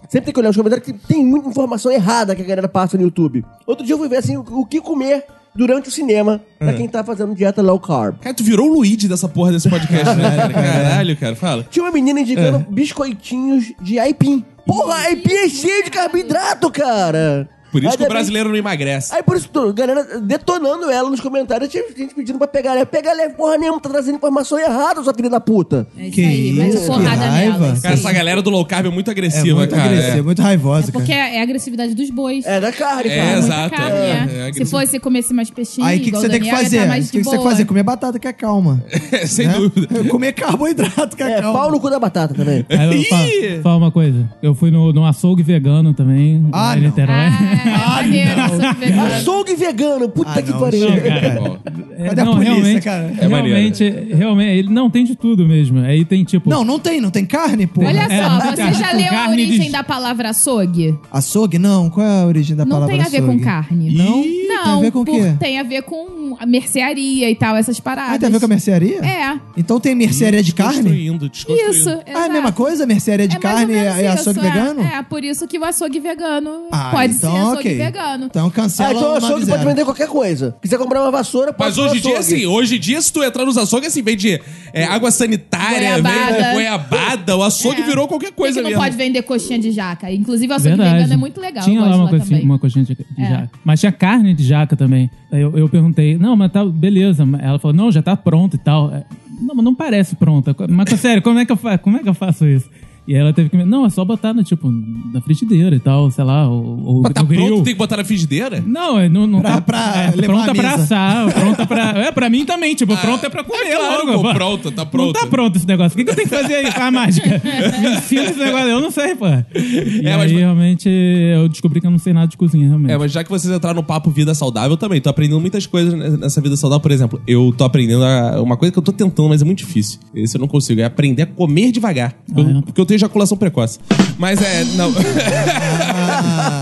sempre tem que olhar os comentários que tem muita informação errada que a galera passa no YouTube. Outro dia eu fui ver, assim, o, o que comer durante o cinema
É.
pra quem tá fazendo dieta low carb.
Cara, tu virou o Luigi dessa porra desse podcast, né? cara? Caralho, cara, fala.
Tinha uma menina indicando
É.
biscoitinhos de aipim. Porra, aipim é cheio de carboidrato, cara!
Por isso
Ainda
que
é
o
bem-
brasileiro não emagrece.
Aí por isso, a galera detonando ela nos comentários, tinha gente pedindo pra pegar leve. Pegar leve porra nenhuma, tá trazendo informação errada, sua filha da puta.
É isso
Que
aí, mete a
isso,
porrada
que
nela.
raiva.
isso
Cara,
aí.
essa galera do low carb é muito
É
agressiva,
muito
cara.
agressiva, muito raivosa,
É porque
cara.
é a agressividade dos bois.
É da carne,
É,
cara.
Muita
exato,
carne,
é,
né?
é
Se
agressivo.
fosse comer esse mais peixinho,
Aí o que, que
assim, igual
você
o
tem que
Daniel, ia
fazer?
tá
O
mais
que, que
de
você tem que
boa.
fazer? Comer batata que é calma.
É, sem
né?
dúvida.
Comer carboidrato que é,
É,
calma.
pau no cu da batata também.
Aí eu falo, falo uma coisa. Eu fui no, num açougue vegano também,
Ah,
lá em
não.
Niterói.
Ah, maneiro, sou
é
vegano.
Açougue vegano, puta
Ah,
que
não,
pariu.
chega,
cara.
Bom,
É,
Cadê a polícia, cara? É
realmente, realmente, ele não tem de tudo mesmo. Aí tem tipo.
Não, não tem, não tem carne, pô.
Olha
É,
só,
muita
você já
carne.
leu a
Carne de-
origem da palavra açougue?
Açougue? Não, qual é a origem da
Não
palavra
tem a ver
açougue?
com carne.
Não?
Não,
tem a ver com o
por-
quê?
Tem a ver com a mercearia e tal, essas paradas.
Ah, tem a ver com a mercearia?
É,
Então tem mercearia de carne?
Desconstruindo, desconstruindo.
isso.
Ah, é a mesma
exato.
coisa? Mercearia de
É mais ou
carne e
menos
e açougue
isso, é.
vegano?
É, por isso que o açougue vegano
Ah,
pode ser
então,
açougue
ok.
vegano.
Então cancela
Ah, então
o
açougue
90.
pode vender qualquer coisa. Quiser comprar uma vassoura, pode
é um Mas hoje em dia,
açougue.
assim, hoje em dia, se tu entrar nos açougues, assim, vem de é, água sanitária,
Goiabada.
vem de goiabada, o açougue
É.
virou qualquer coisa
Por que que
mesmo.
não pode vender coxinha de jaca. Inclusive, o açougue vegano é muito legal.
Tinha
eu
lá
gosto
uma,
lá
assim,
coisinha-
também.
uma coxinha de, de
É.
jaca. Mas tinha carne de jaca também. Aí Eu, eu perguntei, não, mas tá, beleza. Ela falou, não, já tá pronta e tal. É, Não, mas não parece pronta. Mas sério, como é que eu, fa como é que eu faço isso? E aí ela teve que. me- Não, é só botar no, tipo, na frigideira e tal, sei lá, ou, ou
Mas tá
no grill.
pronto, tem que botar na frigideira?
Não, é, não, não
Pra-
tá-
pra
é,
levar
pronta
à
pra
mesa.
assar, pronta pra. É, pra mim também, tipo, pronta é pra comer
é claro,
logo.
pô,
pô.
pronta, tá pronta.
Não tá pronto esse negócio. O que, que eu tenho que fazer aí com a mágica? Me ensina esse negócio, eu não sei, pô. E
É, mas-
aí, realmente, eu descobri que eu não sei nada de cozinha, realmente.
É, mas já que vocês entraram no papo vida saudável também, tô aprendendo muitas coisas nessa vida saudável. Por exemplo, eu tô aprendendo a- uma coisa que eu tô tentando, mas é muito difícil. Esse eu não consigo, é
Ah,
aprender a comer devagar. Eu-
é?
Porque eu tenho ejaculação precoce. Mas é. Não.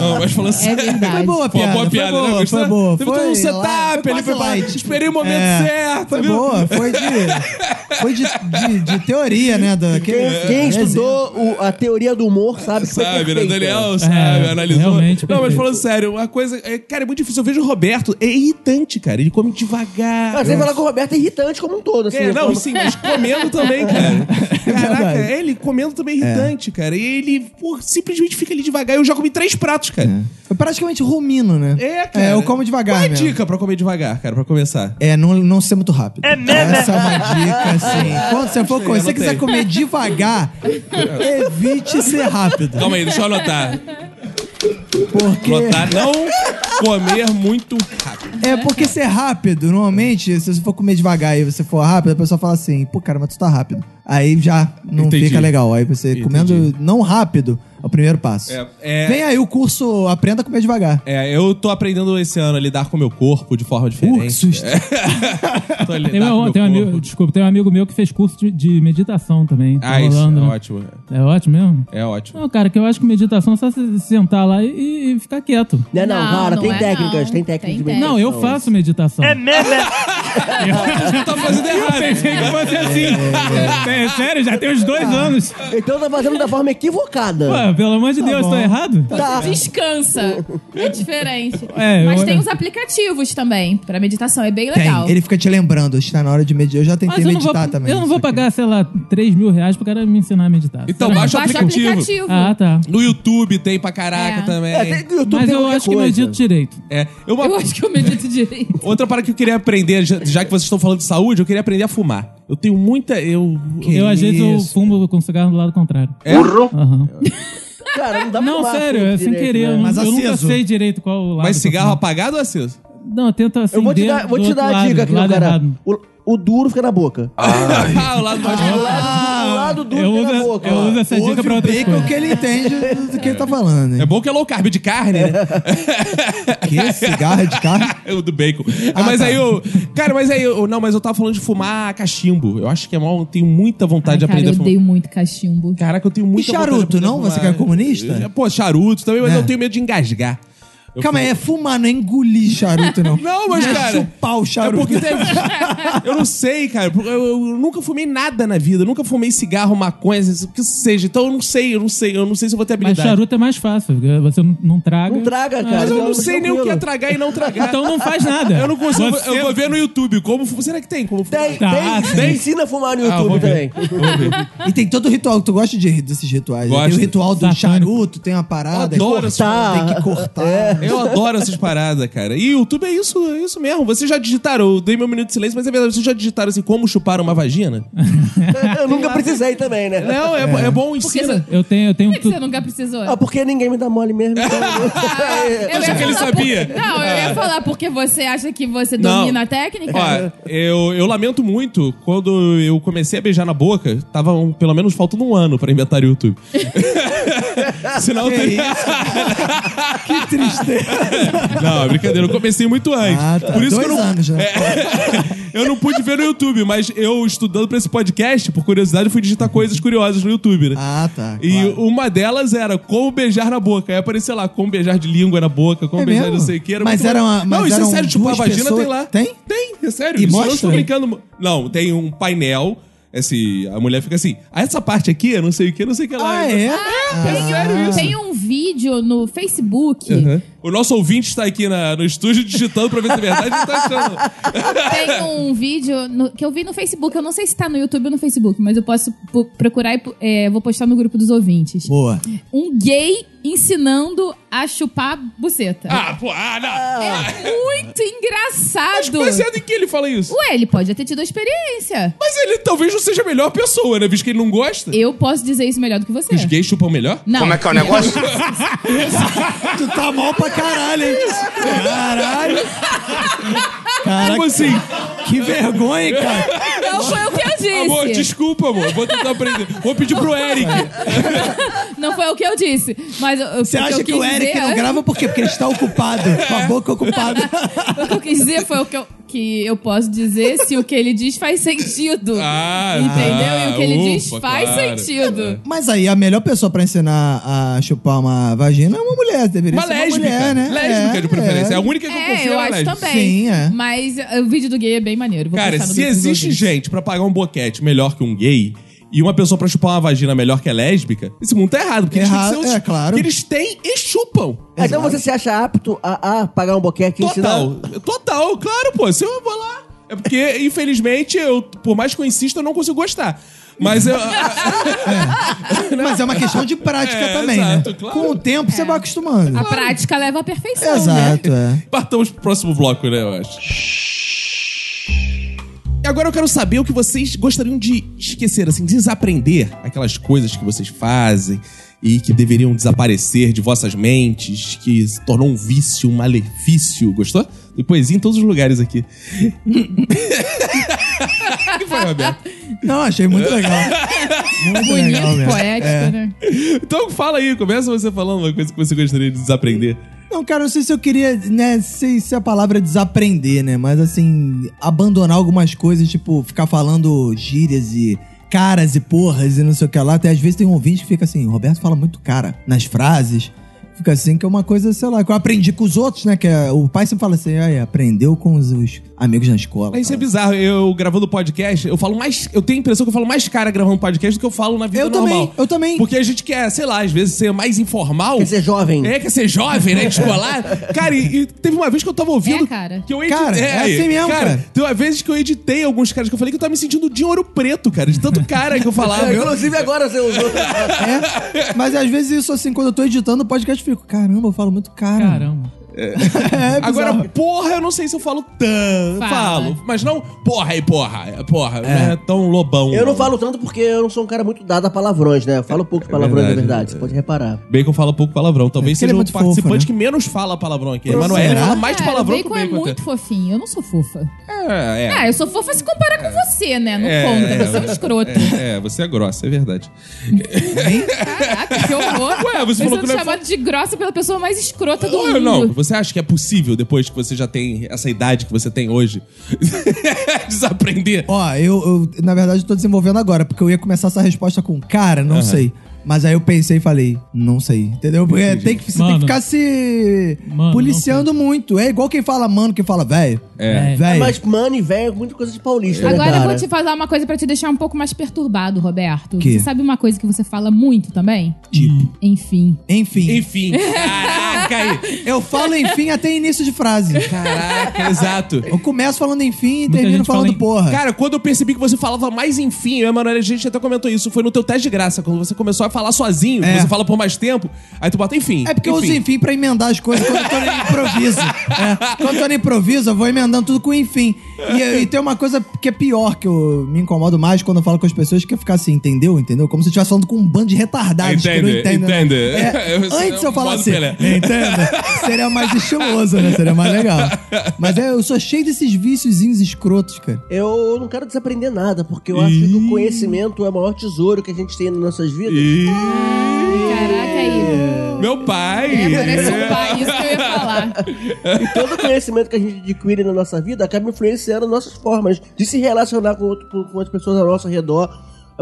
Não, mas falando
É
sério.
verdade.
Foi boa a
Pô,
piada.
boa piada,
foi boa,
né? Gostou?
Foi boa.
Teve todo
foi
um setup
lá, foi
ali,
quase
foi pra-
light. É,
esperei o momento certo,
Foi
viu?
boa, foi de... Foi de, de, de teoria, né? Da,
Quem, quem estudou o- a teoria do humor sabe que foi
É, assim. Sabe, né?
perfeita.
Daniel sabe,
É,
analisou.
realmente
Não, mas
perfeito.
falando sério, uma coisa. é, Cara, é muito difícil. Eu vejo o Roberto, é irritante, cara. Ele come devagar.
Mas você falar com o Roberto é irritante como um todo, assim.
É,
eu
não,
falo-
sim, mas comendo também, cara. Caraca,
verdade.
é, ele comendo também é irritante, cara. E ele pô, simplesmente fica ali devagar. Eu já comi três pratos, cara.
Eu praticamente rumino, né?
É, cara.
eu como devagar
Qual é a
mesmo.
dica pra comer devagar, cara, pra começar?
É, não, não ser muito rápido. É mesmo? Essa é uma dica, assim. Quando você for comer, se você
anotei.
quiser comer devagar, evite ser rápido.
Calma aí, deixa eu anotar.
Porque...
Anotar, não comer muito rápido.
É porque ser rápido, normalmente, se você for comer devagar e você for rápido, a pessoa fala assim, pô, cara, mas tu tá rápido. Aí já não
Entendi.
fica legal. Aí você comendo não rápido é o primeiro passo.
É, é-
Vem aí o curso Aprenda a Comer Devagar.
É, eu tô aprendendo esse ano a lidar com o meu corpo de forma diferente. é.
Uh, que susto.
Tô a lidar
Tem,
tá com
um,
meu
tem um
corpo.
amigo, desculpa, tem um amigo meu que fez curso de, de meditação também. Tá
Ah, isso
rolando,
é
né?
ótimo.
É ótimo mesmo?
É ótimo.
Não, cara, que eu acho que meditação é só se sentar lá e, e ficar quieto.
né? Não, não,
Não,
cara,
não
tem
é,
técnicas,
não.
tem técnicas de
Tem
meditação.
Não, eu faço meditação. É mesmo?
tá fazendo errado.
Pensei que fosse assim. É, sério, já tem uns dois anos. Pô,
Então tá fazendo da forma equivocada.
pelo amor de Deus, tô errado?
Tá.
Descansa. É diferente.
É,
Mas
eu-
tem os aplicativos também pra meditação. É bem legal.
Tem. Ele fica te lembrando, está na hora de meditar. Eu já tentei
Mas eu não
meditar
vou,
também.
eu não
só
vou
que-
pagar, sei lá, 3 mil reais pro cara me ensinar a meditar.
Então,
Sério?
baixa o
Baixa o
aplicativo.
aplicativo.
Ah, tá.
No YouTube tem pra caraca
É.
também.
É, tem, no YouTube
Mas
tem
eu
qualquer
acho que
coisa.
medito direito.
É, eu-
Eu acho que eu medito direito.
Outra parada que eu queria aprender, já, já que vocês estão falando de saúde, eu queria aprender a fumar. Eu tenho muita. Eu.
Que
eu, às vezes, eu
isso.
fumo com cigarro do lado contrário.
É?
Aham.
Cara, não dá pra
Não,
fumar
sério,
assim
é sem
direito,
querer.
né?
Eu,
Mas
eu nunca
aceso.
sei direito qual o lado.
Mas
que eu
cigarro
fumo.
apagado ou aceso?
Não, tenta assim.
Eu vou te dar, vou te dar a dica aqui,
lado,
cara.
errado.
O, o duro fica na boca.
Ah, o lado mais.
O lado, o lado duro
ah, Eu
fica na
uso,
boca.
eu
ó.
uso essa dica
Ouve
pra
o
outras
bacon
coisas.
que ele entende do que ele tá falando.
É
Hein?
bom que é low carb de carne, né?
Que cigarro é de carro?
É o do bacon.
Ah,
mas
tá.
aí eu. Cara, mas aí eu. Não, mas eu tava falando de fumar cachimbo. Eu acho que é mal. Eu tenho muita vontade
Ai,
Tá de
cara,
aprender
eu
a fumar.
odeio muito cachimbo.
Caraca, eu tenho muita
E
vontade
charuto,
de aprender a
não?
fumar.
Você que é comunista?
Pô, charuto também, mas
É.
eu tenho medo de engasgar. Eu
Calma aí, é fumar, não é engolir charuto, não.
Não, mas,
Não é
cara,
chupar o
É
charuto.
porque tem... Eu não sei, cara. porque Eu, eu nunca fumei nada na vida. Eu nunca fumei cigarro, maconha, o que seja. Então eu não sei, eu não sei. Eu não sei se eu vou ter
Mas
habilidade.
charuto é mais fácil. porque Você não, não traga. Ah,
Não traga, cara.
Mas eu não sei nem o que é
Tranquilo.
tragar e não tragar.
Então não faz nada.
eu não consigo.
Você-
Eu vou ver no YouTube como. fu- Será que tem como fumar?
Tem,
Tá,
tem,
sim.
tem. Ensina a fumar no
Ah, vou
YouTube
ver.
também.
E tem todo o ritual. Tu gosta de, desses rituais? né?
Gosto.
Tem o ritual do
Satânico.
charuto, tem uma parada.
Adoro
que-
esse tipo
ritual.
Tem que cortar. É.
Eu adoro essas paradas, cara. E YouTube é isso, é isso mesmo. Vocês já digitaram, eu dei meu minuto de silêncio, mas é verdade, vocês já digitaram assim, como chupar uma vagina?
Eu nunca precisei também, né?
Não, é, bo- é bom, ensina.
você-
Eu tenho, eu tenho
Por que que
tu-
você nunca precisou?
Ah, porque ninguém me dá mole mesmo. então-
Eu
Acha
ia
que ele
falar
sabia? É.
por- Não, eu ia falar porque você acha que você
Não.
domina a técnica.
Ó, eu, eu lamento muito quando eu comecei a beijar na boca, tava um- pelo menos faltando um ano pra inventar o YouTube. Senão eu teria...
Que tristeza.
Não, é brincadeira, eu comecei muito antes.
Ah, tá.
Por isso
Dois
que eu não,
anos já.
eu não pude ver no YouTube, mas eu estudando pra esse podcast, por curiosidade, eu fui digitar coisas curiosas no YouTube, né?
Ah, tá.
E
claro.
uma delas era como beijar na boca. Aí apareceu lá, como beijar de língua na boca, como
É
beijar
mesmo?
não sei o que. Era
Mas
muito
era uma-
Não,
mas
isso é
eram
sério, tipo, a
duas
vagina
pessoas-
tem lá.
Tem?
Tem, é sério.
E
isso eu não
mostra?
estou brincando. Não, tem um painel. Assim, a mulher fica assim, ah, essa parte aqui, eu não sei o que, não sei o que lá.
Ah, é?
tem, um,
sério isso?
tem um vídeo no Facebook.
Uhum. O nosso ouvinte está aqui na- no estúdio digitando pra ver se é verdade não tá achando.
Tem um vídeo no- que eu vi no Facebook. Eu não sei se tá no YouTube ou no Facebook, mas eu posso pu- procurar e pu- é, vou postar no grupo dos ouvintes.
Boa.
Um gay ensinando a chupar buceta.
Ah, pô, ah, não.
É muito engraçado.
Mas é de que ele fala isso?
Ué, ele pode já ter tido a experiência.
Mas ele talvez não seja a melhor pessoa, né? Visto que ele não gosta.
Eu posso dizer isso melhor do que você.
Os gays chupam melhor?
Não. Como é que é o negócio?
Tu tá mal pra caralho, hein? Caralho.
Como
Caraca,
assim?
que vergonha, hein, cara.
Não foi o que eu disse.
é
Amor, desculpa, amor. Vou tentar aprender. Vou pedir pro Eric.
Não foi o que eu disse. Mas eu- eu-
Você
o que
acha
eu
que
quis
o Eric
dizer- é
não grava por quê? Porque ele está ocupado, com a boca ocupada.
O que eu quis dizer foi o que eu, que eu posso dizer se o que ele diz faz sentido.
Ah,
entendeu?
tá.
e o que ele diz
Ufa,
faz
claro.
sentido.
Mas aí, a melhor pessoa pra ensinar a chupar uma vagina é uma mulher. Deveria
Uma
ser
lésbica.
uma mulher, né?
Lésbica,
É,
de preferência. É a única que eu
É,
confio
eu
na
acho
lésbica.
também.
Sim, é.
Mas eh, o vídeo do gay é bem maneiro. Vou
Cara,
postar no
se
grupo dos
existe
ouvintes.
gente pra pagar um boquete melhor que um gay e uma pessoa pra chupar uma vagina melhor que é lésbica, esse mundo tá errado. Porque eles
Errado,
têm que ser os-
é, claro. É,
que eles têm e chupam.
Ah, Então você se acha apto a, a pagar um boquete e
Total.
ensinar?
Total, claro, pô. Se eu vou lá. É porque, infelizmente, eu, por mais que eu insista, eu não consigo gostar. Mas eu.
Mas é uma questão de prática
É,
também,
exato,
né?
claro.
Com o tempo, você vai acostumando.
É. A prática leva à perfeição, né?
Exato, é.
Partamos pro próximo bloco, né, eu acho. E agora eu quero saber o que vocês gostariam de esquecer, assim, desaprender aquelas coisas que vocês fazem e que deveriam desaparecer de vossas mentes, que se tornou um vício, um malefício. Gostou? Tem poesia em todos os lugares aqui. O que foi, Roberto?
Não, achei muito legal. Muito legal
Bonito,
mesmo.
poético,
É.
né?
Então fala aí, começa você falando uma coisa que você gostaria de desaprender.
Não, cara, não sei se eu queria, né, sei se a palavra é desaprender, né, mas assim, abandonar algumas coisas, tipo, ficar falando gírias e caras e porras e não sei o que lá. Até às vezes tem um ouvinte que fica assim, Roberto fala muito cara nas frases. Fica assim, que é uma coisa, sei lá, que eu aprendi com os outros, né, que é- o pai sempre fala assim, aí, aprendeu com os, os amigos na escola.
Mas isso é
Fala.
bizarro. Eu gravando podcast, eu falo mais. Eu tenho a impressão que eu falo mais cara gravando podcast do que eu falo na vida
Eu
normal.
também, eu também.
Porque a gente quer, sei lá, às vezes ser mais informal.
Quer ser jovem.
É, quer ser jovem, né? Escolar. cara, e, e teve uma vez que eu tava ouvindo.
É, cara.
Que eu editei,
Cara, é assim mesmo, cara.
Teve uma vez que eu editei alguns caras que eu falei que eu tava me sentindo de ouro preto, cara. De tanto cara que eu
Ah,
falava.
É, Inclusive agora você usou.
É, mas às vezes isso, assim, quando eu tô editando o podcast, eu fico, caramba, eu falo muito cara.
Caramba.
É bizarro.
Agora, porra, eu não sei se eu falo tão.
Fala.
Falo. Mas não, porra e porra. é Porra, não é tão lobão.
Eu não falo tanto porque eu não sou um cara muito dado a palavrões, né? Eu falo pouco palavrões, na
verdade,
verdade.
é.
Você pode reparar.
Bacon fala pouco palavrão. Talvez seja
É, porque ele é
o
muito fofo,
participante
né? é.
que menos fala palavrão aqui. Emanuel
Será?
fala Tá mais
Cara,
palavrão
o
que o
Bacon é
Bacon.
muito fofinho. Eu não sou fofa.
até. É, é.
Ah, eu sou fofa se comparar com você, né? Não
É,
conta,
é,
você é um escroto.
É, você é grossa, é verdade.
Caraca, que horror.
Ué, você
Eu
falou
sendo
que não é
chamado de grossa pela pessoa mais escrota do
Ou
mundo.
não, você acha que é possível, depois que você já tem essa idade que você tem hoje, desaprender?
Ó, eu, eu, na verdade, eu tô desenvolvendo agora, porque eu ia começar essa resposta com, cara, não sei. Mas aí eu pensei e falei, não sei, entendeu? Porque tem que, você tem
Mano.
que ficar se
Mano,
policiando muito. É igual quem fala, mano, que fala, velho.
É.
Velho.
Mas mano e velho é muita coisa de paulista, né,
Agora eu
cara?
vou te falar uma coisa pra te deixar um pouco mais perturbado, Roberto.
Que?
Você sabe uma coisa que você fala muito também?
Tipo.
Enfim.
Enfim.
Enfim, caraca aí.
Eu falo enfim até início de frase.
Caraca, exato.
Eu começo falando enfim e
Muita
termino
gente fala
falando
em-
porra.
Cara, quando eu percebi que você falava mais enfim, eu, Emanuel, a gente até comentou isso, foi no teu teste de graça. Quando você começou a falar sozinho,
É.
você fala por mais tempo, aí tu bota enfim.
é porque eu uso enfim pra emendar as coisas quando eu tô no improviso. É, quando eu tô no improviso, eu vou emendando tudo com enfim. E, e tem uma coisa que é pior, que eu me incomodo mais quando eu falo com as pessoas, que é ficar assim, entendeu? Entendeu? Como se eu estivesse falando com um bando de retardados que não
Entende,
entendem. nada.
entende.
É,
Eu- um
antes
eu
eu falar
modo
assim,
Pelé.
entenda, seria mais estiloso, né? Seria mais legal. Mas é, eu sou cheio desses viciozinhos escrotos, cara.
Eu não quero desaprender nada, porque eu acho que o conhecimento é o maior tesouro que a gente tem nas nossas vidas.
Ih,
Caraca aí.
Meu pai!
É, parece um pai, isso que eu ia falar.
E todo conhecimento que a gente adquire na nossa vida acaba influenciando nossas formas de se relacionar com, outro, com- com as pessoas ao nosso redor.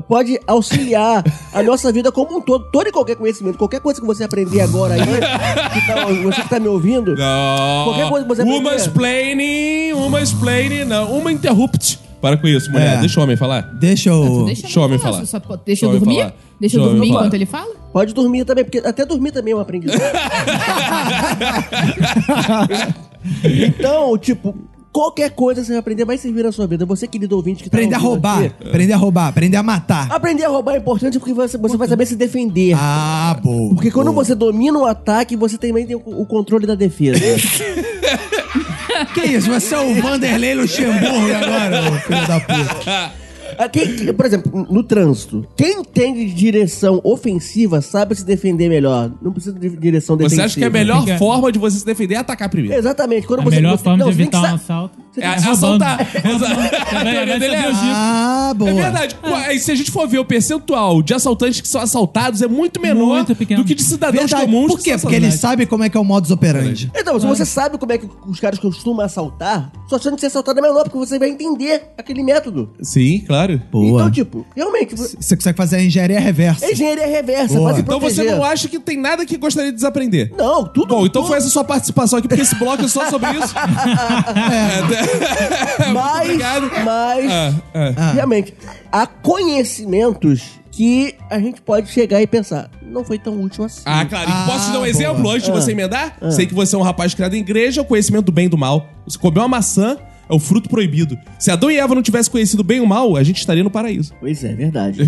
Pode auxiliar a nossa vida como um todo. Todo e qualquer conhecimento, qualquer coisa que você aprender agora aí, que tá- você que tá me ouvindo,
Não.
Qualquer coisa que você
Uma
aprender.
explaining, uma explaining, não. Uma interrupt. Para com isso, mulher.
É.
Deixa o homem falar.
Deixa eu...
Deixa,
Deixa o homem falar.
Só, po- deixa
Deixa o
eu
homem
dormir?
falar.
Deixa
Deixa
eu
o homem
dormir
falar.
enquanto ele fala?
pode dormir também, porque até dormir também é um aprendizado. então, tipo, qualquer coisa que você vai aprender vai servir na sua vida. Você, querido ouvinte, que tá
Aprender a
ouvindo
roubar,
aqui,
aprender a roubar, aprender a matar.
Aprender a roubar é importante porque você, você vai saber se defender.
Ah, boa.
Porque quando
boa.
você domina um ataque, você também tem o- o controle da defesa.
Que isso? Você é o Vanderlei Luxemburgo agora, ô filho da puta.
Ah, quem- quem- por exemplo, no trânsito, quem entende de direção ofensiva sabe se defender melhor. Não precisa de direção defensiva.
Você acha que é a melhor
Fica-
forma de você se defender é atacar primeiro?
Exatamente. Quando
A
você,
melhor
você-
forma
não,
de
você tem que
evitar um
sa-
assalto
É, assaltar.
Também,
A teoria
vai
dele
saber o
é-
giro.
Ah, boa.
É verdade. Aí, se a gente for ver o percentual de assaltantes que são assaltados, é muito menor
Muito pequeno.
do que de cidadãos
Verdade.
comuns.
Por
que
quê?
são
Porque ele
assaltados.
sabe como é que é o modus operandi.
Então, se você sabe como é que os caras costumam assaltar, sua chance de ser assaltado é menor, porque você vai entender aquele método.
Sim, claro.
Boa.
Então, tipo, realmente, você-
Você consegue fazer a engenharia reversa.
é engenharia reversa,
Boa.
pode se
Então você
proteger.
não acha que tem nada que gostaria de desaprender?
Não, tudo.
Bom, então foi essa sua participação aqui, porque esse bloco é só sobre isso. É, né?
tudo. Mas,
obrigado.
mas
tá Ah, ah.
realmente, há conhecimentos que a gente pode chegar e pensar, não foi tão útil assim.
Ah, claro. E posso te dar um
boa.
exemplo antes de você emendar? Sei que você é um rapaz criado em igreja, o conhecimento do bem e do mal. Você comeu uma maçã, é o fruto proibido. Se Adão e Eva não tivessem conhecido o bem e o mal, a gente estaria no paraíso.
Pois é, verdade.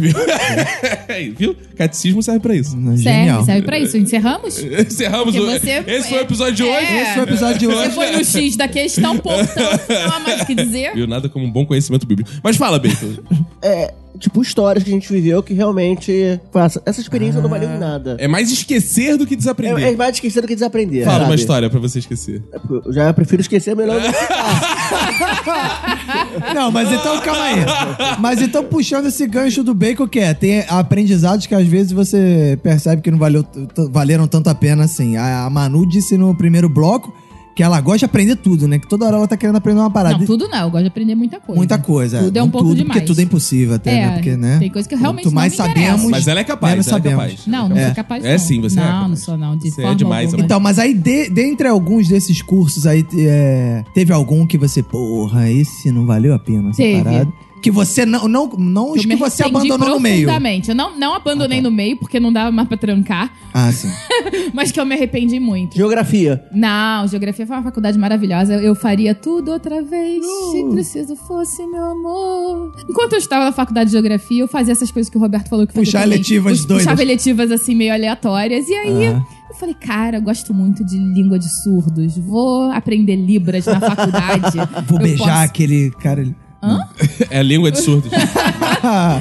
Aí, Viu? Catecismo serve pra isso.
Hum.
Serve, serve pra isso. Encerramos?
Encerramos
Porque
o...
você-
Esse foi o episódio de
É.
hoje.
Esse foi o episódio de
Você
hoje.
foi no X da questão, portanto, não há mais o que dizer.
Viu? Nada como um bom conhecimento bíblico. Mas fala, Bento.
É, tipo, histórias que a gente viveu que realmente. Passa. Essa experiência não
Ah.
valeu nada.
É mais esquecer do que
É,
desaprender.
é mais esquecer do que desaprender.
Fala uma
sabe? É,
história pra você esquecer.
Eu já prefiro esquecer, melhor.
Não, mas então calma aí. Mas então puxando esse gancho do bacon que é, tem aprendizados que às vezes você percebe que não valeu, t- t- valeram tanto a pena assim. A a Manu disse no primeiro bloco que ela gosta de aprender tudo, né? Que toda hora ela tá querendo aprender uma parada.
Não, tudo não. Eu gosto de aprender muita coisa.
Muita coisa.
Tudo é um
Não
pouco
tudo,
demais.
Porque tudo é impossível até,
É,
né? Porque, né?
tem coisa que eu realmente
Quanto
não
mais
me
sabemos.
interessa.
Mas ela é capaz,
menos
ela é
sabemos.
capaz.
Não, não
É.
sou capaz.
É
não.
sim, você é
Não,
capaz.
não sou não. De
Você é
forma
demais,
alguma.
amor.
Então, mas aí, de- dentre alguns desses cursos aí, é, teve algum que você, porra, esse não valeu a pena, essa
Teve.
parada? Que você não, não, não os
Eu
que
me
você
arrependi
abandonou no meio. tá.
profundamente. Eu não, não abandonei no meio, porque não dava mais pra trancar,
Ah, sim.
mas que eu me arrependi muito.
Geografia.
Não, geografia foi uma faculdade maravilhosa. Eu faria tudo outra vez,
Uh!
se preciso fosse, meu amor. Enquanto eu estava na faculdade de geografia, eu fazia essas coisas que o Roberto falou que fazia
Puxar
também.
eletivas
Pux-
doidas.
Puxava eletivas, assim, meio aleatórias. E aí,
Ah.
eu falei, cara, eu gosto muito de língua de surdos. Vou aprender libras na faculdade.
Vou
Eu
beijar
posso-
aquele cara. ali.
É língua de surdos.
Ah,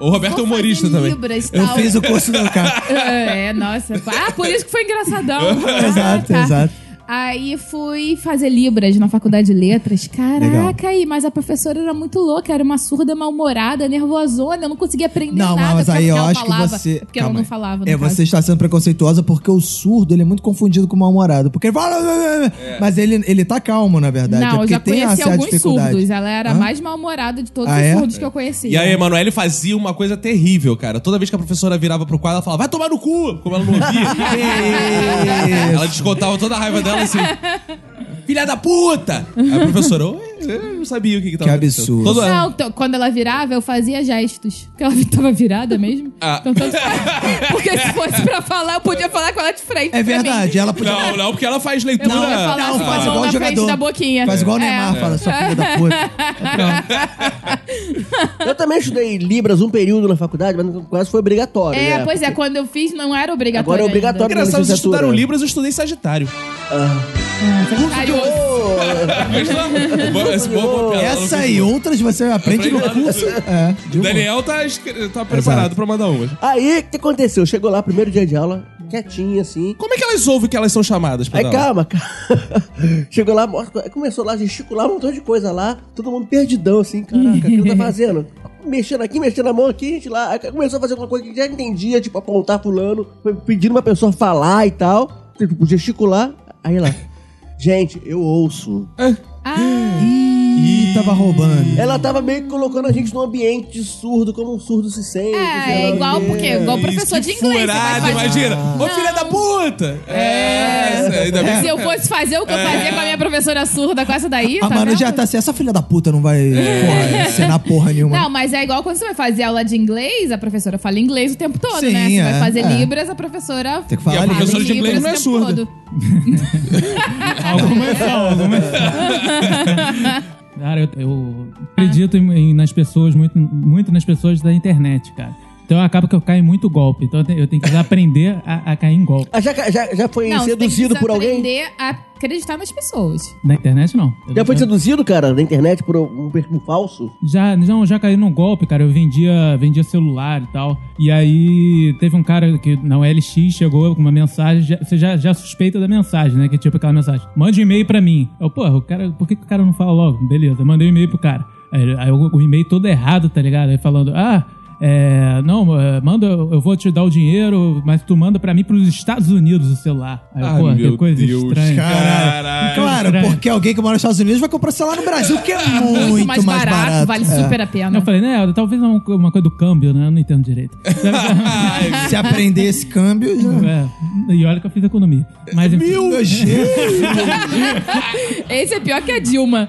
o Roberto é
Vou fazer
humorista também.
Libras,
eu
tal.
fiz o curso do cara.
É, nossa. Ah, por isso que foi engraçadão. Ah,
exato,
tá.
exato.
Aí fui fazer Libras na faculdade de letras. Caraca, aí, mas a professora era muito louca, era uma surda mal-humorada, nervosona, eu não conseguia aprender
Não,
nada.
mas
por causa
aí eu
ela
acho que
falava,
você.
É Porque ela
Calma
não
aí.
falava, no
É,
caso.
você está sendo preconceituosa porque o surdo ele é muito confundido com o mal-humorado. Porque ele fala.
É.
Mas ele, ele tá calmo, na verdade. é
Não, eu
porque
já
tem
conheci
essa
alguns
dificuldade.
surdos. Ela era a
Hã?
mais mal-humorada de todos
Ah,
os
é?
surdos que eu conhecia.
E aí, a Emanuele fazia uma coisa terrível, cara. Toda vez que a professora virava pro quadro, ela falava, vai tomar no cu! Como ela não ouvia. ela descontava toda a raiva dela assim. Filha da puta! Aí a professora, "Oi, eu não sabia o que, que tava
Que
acontecendo."
absurdo.
Todo ano.
Não, então, quando ela virava, eu fazia gestos. Porque ela tava virada mesmo.
Ah.
Então, tanto faz. Porque se fosse pra falar, eu podia falar com ela de frente.
É
pra mim.
verdade, ela podia.
Não, não, porque ela faz leitura.
Eu não, ia falar
não,
assim,
faz
com a
igual
mão
o
na frente
jogador.
da boquinha.
Faz igual o
É.
Neymar, fala, sua filha da puta.
Eu também estudei Libras um período na faculdade, mas não- quase foi obrigatório.
É,
né?
pois é, quando eu fiz não era obrigatório.
Agora é obrigatório
ainda.
na
Engraçado, vocês estudaram
licenciatura.
Libras, eu estudei Sagitário.
é. Carioca.
Ô,
Boa- esse bom papel, ela não
Essa
fez
e
bom.
outras você aprende no
Aprende lá no
curso. É, de
O
humor.
Daniel tá, escre- tá preparado pra mandar umas.
Aí, o que aconteceu? Chegou lá, primeiro dia de aula, quietinho assim.
Como é que elas ouvem que elas são chamadas
É
pra
Aí
dar aula?
calma, calma. Chegou lá, mostra- aí começou lá a gesticular um montão de coisa lá, todo mundo perdidão, assim, caraca, o que ele tá fazendo? Mexendo aqui, mexendo a mão aqui, gente lá. Aí começou a fazer alguma coisa que já entendia, tipo, apontar fulano, pedindo uma pessoa falar e tal, tipo, gesticular. Aí lá, gente, eu ouço.
É?
Ah,
Ih, tava roubando.
Ela tava meio que colocando a gente num ambiente de surdo, como um surdo se sente.
é,
sei lá
é
o
igual
quê.
porque igual professor
Que
de inglês. você tá vai
Furado,
fazer-
imagina. Ô, filha da puta! É. Ainda bem que
Se eu fosse fazer o que eu fazia com a minha professora surda com essa
É.
daí,
A
tá
Manu
vendo?
já tá assim, essa filha da puta não vai
É.
porra, ensinar porra nenhuma.
Não, mas é igual quando você vai fazer aula de inglês, a professora fala inglês o tempo todo,
Sim,
né? Você
é,
vai fazer
é.
Libras, a professora.
Tem que falar
E a
abre
professora de
Libras
inglês não é
o tempo
surda.
todo.
é
Algumas são, algumas são. Cara, eu, eu acredito em- em- nas pessoas, muito, muito nas pessoas da internet, cara. Então acaba que eu caio em muito golpe. Então eu tenho, eu tenho que aprender a, a cair em golpe.
Ah, já, já, já foi
Não, você tem que
seduzido por alguém?
desaprender a acreditar nas pessoas.
Na internet, não.
Já foi seduzido, cara, na internet por um perfil falso?
Já, não, já caí num golpe, cara. Eu vendia, vendia celular e tal. E aí teve um cara que na OLX chegou com uma mensagem. já- Você já, já suspeita da mensagem, né? Que é tipo aquela mensagem: mande um e-mail pra mim. Eu, porra, o cara, por que, que o cara não fala logo? Beleza, mandei um e-mail pro cara. Aí, ele- aí o, o e-mail todo errado, tá ligado? Aí falando: ah. É, não, é, manda, eu vou te dar o dinheiro, mas tu manda pra mim pros Estados Unidos o celular. Aí, eu,
Ah,
porra,
meu
que coisa
Deus,
estranha.
Caralho.
Claro,
Caralho.
porque alguém que mora nos Estados Unidos vai comprar celular no Brasil, que é muito,
Muito, mais, barato, vale
É.
super a pena.
Eu falei, né, talvez é uma co- uma coisa do câmbio, né? Eu não entendo direito.
Se aprender esse câmbio, já...
É, e olha que eu fiz economia. Mas, enfim,
Meu Je-
Esse é pior que a Dilma.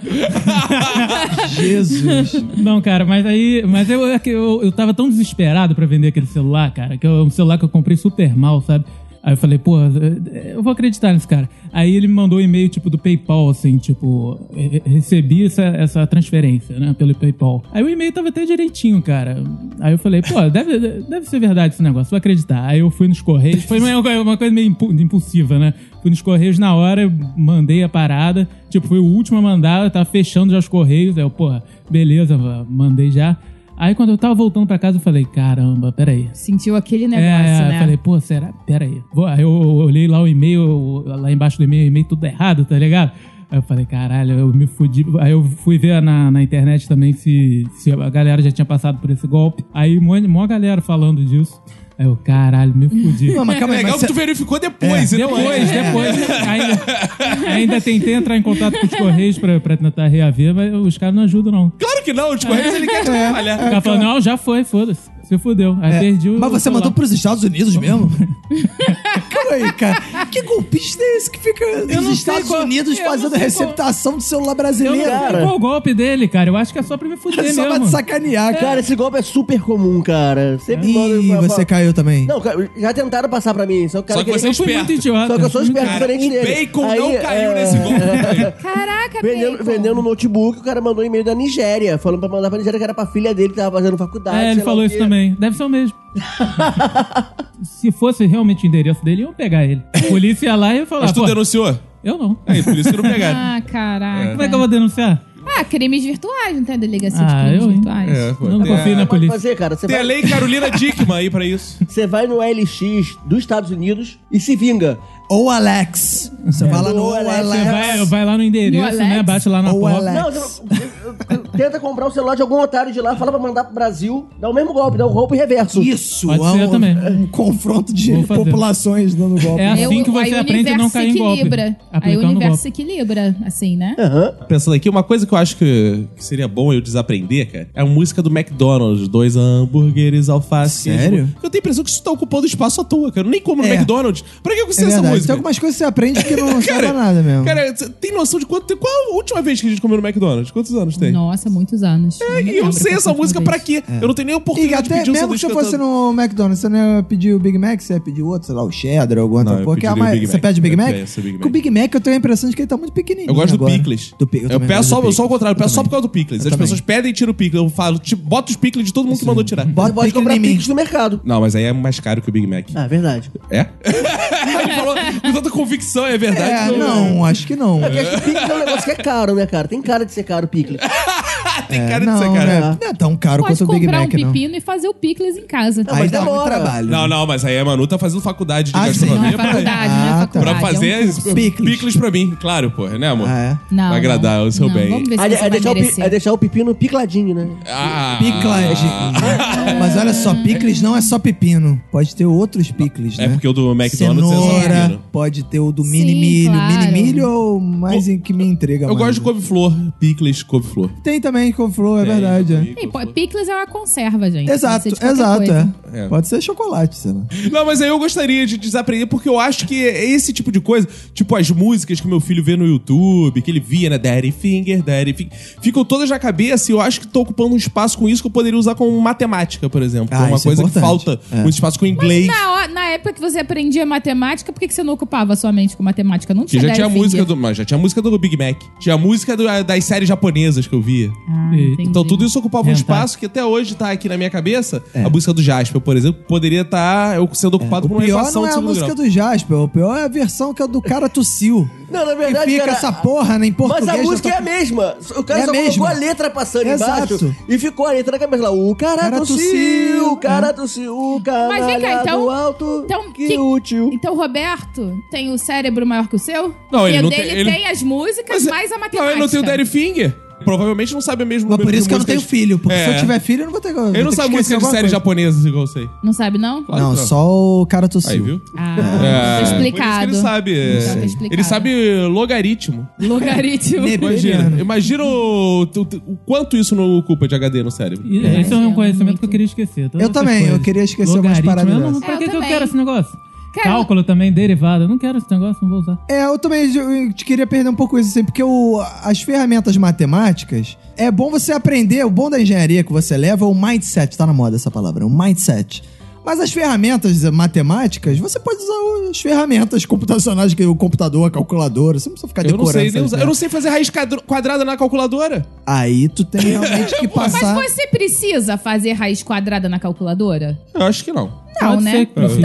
Jesus.
Não, cara, mas aí. Mas eu, é que eu, eu tava tão desesperado pra vender aquele celular, cara, que é um celular que eu comprei super mal, sabe? Aí eu falei, pô, eh, eu vou acreditar nesse cara. Aí ele me mandou um e-mail, tipo, do PayPal, assim, tipo, eh, recebi essa, essa transferência, né, pelo PayPal. Aí o e-mail tava até direitinho, cara. Aí eu falei, pô, deve, deve ser verdade esse negócio, vou acreditar. Aí eu fui nos Correios, foi uma, uma coisa meio impu- impulsiva, né? Fui nos Correios na hora, mandei a parada. Tipo, foi o último a mandar, eu tava fechando já os Correios. Aí eu, porra, beleza, va- mandei já. Aí quando eu tava voltando pra casa, eu falei, caramba, peraí.
Sentiu aquele negócio,
É, eu
né?
falei, pô, será? Peraí. Vou- Aí eu olhei lá o e-mail, lá embaixo do e-mail, o e-mail tudo errado, tá ligado? Aí eu falei, caralho, eu me fudi. Aí eu fui ver na, na internet também se, se a galera já tinha passado por esse golpe. Aí mó, mó galera falando disso. Aí eu, caralho, me fudi.
Não, mas calma aí,
Legal
mas
que tu
cê-
verificou depois. então,
Depois,
é.
depois. Ainda, ainda tentei entrar em contato com os Correios pra, pra tentar reaver, mas os caras não ajudam, não. O
Claro que não, os
É.
Correios ele quer te atrapalhar.
cara falou, não, já foi, foda-se. Você fudeu. Aí
então. é,
perdi o.
mas você
celular.
mandou pros Estados Unidos mesmo? calma aí, cara. Que golpista é esse que fica
não
nos
sei
Estados
qual-
Unidos
eu
fazendo
não sei
receptação do celular
Eu
brasileiro?
não sei qual Então, o golpe dele, cara. Eu acho que é só pra me fuder
Só pra
mesmo.
te sacanear, cara.
Cara, esse golpe é super comum, cara. Sempre manda-
Ih,
fa- fa-
você caiu também.
Não, cara, já tentaram passar pra mim. Só que, o cara
Só que
queria-
você é
eu fui muito
esperto.
idiota.
Só que eu sou
Fui muito-
esperto, diferente
O
dele.
bacon
Aí,
não caiu
é,
nesse golpe.
Caraca,
Vendendo,
Bacon.
vendendo um notebook, o cara mandou um e-mail da Nigéria, falando pra mandar pra Nigéria que era pra filha dele que tava fazendo faculdade.
É,
sei
ele
lá
falou
o
isso
quê.
também. Deve ser o mesmo. Se fosse realmente o endereço dele, iam pegar ele. A polícia ia lá e ia falar.
Mas tu
Ah, "Pô,
denunciou?
Eu não.
É,
Aí, por isso que não pegaram.
Ah, caraca.
né?
Como é que eu vou denunciar?
Ah, crimes virtuais, não tem a delegacia
Ah,
de crimes
eu, hein?
virtuais?
É, pô.
né?
Não confio na
Pode
polícia.
fazer, cara. Você
Tem a
vai,
lei Carolina Dickman aí pra isso.
você vai no LX dos Estados Unidos e se vinga.
Ou Alex. Você fala no
Ou
ou
Alex.
um Alex.
É. Você vai, vai lá no
No
endereço,
Alex?
né? Bate lá na
Ou
porta.
Alex.
Não, não, tenta comprar o celular de algum otário de lá, fala pra mandar pro Brasil, dá o mesmo golpe, dá o golpe reverso.
Isso,
Pode
é
ser
um,
também.
um confronto de
Vou fazer.
populações dando golpe.
É assim
Eu-
que
aí
você
o
aprende a não
universo
cair em golpe.
equilibra. Aí o
Aplicando
universo
golpe.
se equilibra, assim, né?
Aham.
Pensando aqui, uma coisa que eu acho que, que seria bom eu desaprender, cara, é a música do McDonald's. Dois hambúrgueres, alface.
Sério?
queijo. Eu tenho a impressão que isso tá ocupando espaço à toa, cara. Eu nem como no
É.
McDonald's. Pra que eu
É
consigo essa
verdade.
música?
Tem algumas coisas que você aprende que não serve pra nada mesmo.
Cara, você tem noção de quanto. Qual a última vez que a gente comeu no McDonald's? Quantos anos tem?
Nossa, muitos anos. Não me
E eu
lembro
sei
qual foi
essa
a última
música
vez.
pra quê? Eu não tenho nem
É. e
oportunidade de
até
pedir um
mesmo
sanduíche
se fosse
cantando.
no McDonald's, você não ia pedir o Big Mac, você ia pedir outro, sei lá, o cheddar ou alguma
Não,
outra
eu
porra. que é a
pediria o
mais-
Big
Você
Mac.
pede o Big
Eu
Mac?
peço o Big
Porque o
Mac.
Big Mac eu tenho a impressão de que ele tá muito pequenininho
Eu gosto
agora.
do picles.
Do pi- eu
eu
também
peço
gosto do
só, eu
picles.
só ao contrário, eu peço só por causa do picles.
Eu
As
também.
pessoas pedem e tiram o picles. Eu falo, tipo, bota os picles de todo mundo que mandou tirar.
Você pode
picles
comprar
em mim.
pix no mercado.
Não, mas aí é mais caro que o Big Mac.
Ah, verdade.
É? Ele falou com tanta convicção, é verdade.
É, não, acho que não.
Porque acho que pix é um negócio que é caro, né, cara? Tem cara de ser caro o picles.
Tem
É,
cara de
não,
ser cara.
né? Não é tão caro
Pode
quanto o Big
comprar um
Mac, não.
pepino e fazer o picles em casa.
mas
Aí dá muito
demora.
trabalho.
Não, não, mas aí a Manu tá fazendo faculdade de
Ah, sim.
Não é
gastronomia pra,
faculdade, não
Ah,
é
tá.
faculdade.
pra
é
fazer
um
as-
curso.
Picles.
picles. pra mim. Claro, porra, né, amor?
Ah, é?
Não,
Pra agradar
não.
o seu
Não,
bem.
Vamos ver se
Aí,
você
aí
vai
deixar o, pi-
merecer.
aí deixar o pepino picladinho, né?
Ah,
Picles. Mas olha só, picles não é só pepino. Pode ter outros picles,
É
né?
porque o do McDonald's é só
Cenoura,
pepino.
pode ter o do mini
Sim,
milho.
claro.
Mini milho ou mais em que me entrega
Eu
mais. né?
gosto de couve-flor, picles, couve-flor.
Tem também couve-flor, é verdade. é.
Ei, pô, Picles é uma conserva, gente.
Exato,
Pode ser de qualquer
exato,
coisa.
É.
é. Pode ser chocolate, sei lá.
Não, mas aí eu gostaria de desaprender, porque eu acho que esse tipo de coisa, tipo as músicas que meu filho vê no YouTube, que ele via, né? Daddy Finger, Daddy Finger, ficam todas na cabeça e eu acho que tô ocupando um espaço com isso que eu poderia usar como matemática, por exemplo.
Ah,
que é uma
isso é
coisa que
importante.
falta,
É.
um espaço com inglês.
Na, hora- na época que você aprendia matemática, por que, que você não ocupava a sua mente com matemática? Não
Que
tinha
já tinha a
Dairy
música
Finger.
do. Mas já tinha a música do Big Mac. Tinha a música do- das séries japonesas que eu via.
entendi.
Então tudo isso ocupava um
Rentar.
espaço que até hoje tá aqui na minha cabeça. A música do Jasper, por exemplo, poderia estar sendo ocupado
O
por uma
pior
equação de
não É. é a
segundo
música
grau.
do Jasper, o pior é a versão que é do cara tossiu.
Não, na
Que
verdade,
fica
cara,
essa porra né, em português.
Mas a
já
música
tá-
é a mesma. O cara
É a
só colocou
mesma.
a letra passando
Exato.
embaixo e ficou a letra na cabeça lá. O cara,
Cara
tossiu,
tossiu, né?
o cara tossiu, o cara
Mas vem cá, então-
do alto,
então,
que,
que-
útil.
Então, o Roberto tem o cérebro maior que o seu?
Não, ele
e o
não
dele
tem- ele-
as músicas,
Mas- é-
mais a
Não,
matemática.
ele não tem o Daddy Finger. Provavelmente não sabe o mesmo
Mas
número
por isso
de
que eu não tenho
músicas.
filho, porque se
É.
eu tiver filho, eu não vou ter.
Ele não sabe música de série japonesa, igual eu sei.
Não sabe, não?
Claro
Não,
que não.
só o cara tossiu.
Aí, viu?
Ah,
É,
tá
por isso que
explicado.
Ele sabe. é,
Então tá explicado.
Ele sabe logaritmo.
Logaritmo.
Imagina. Imagina o, o- o quanto isso não ocupa de HD no cérebro.
E Esse é um
Entendo
conhecimento
muito.
que eu queria esquecer. todas
Eu
essas
também, eu
coisas.
queria esquecer umas
Logaritmo,
paradas
eu não-
dessas.
Pra
Eu
que, que eu
também.
quero esse negócio?
Cara,
Cálculo também, derivada. Eu não quero esse negócio, não vou usar.
É, eu também eu queria perder um pouco isso, assim, porque o- as ferramentas matemáticas. É bom você aprender, o bom da engenharia que você leva é o mindset, tá na moda essa palavra, o mindset. Mas as ferramentas matemáticas, você pode usar as ferramentas computacionais, que é o computador, a calculadora, você não precisa ficar
Eu não
decorando.
sei nem
essas
usar. Eu não sei fazer raiz quadro- quadrada na calculadora.
Aí tu tem realmente que passar.
Mas você precisa fazer raiz quadrada na calculadora?
Eu acho que não.
Não,
Pode
né?
ser que precise.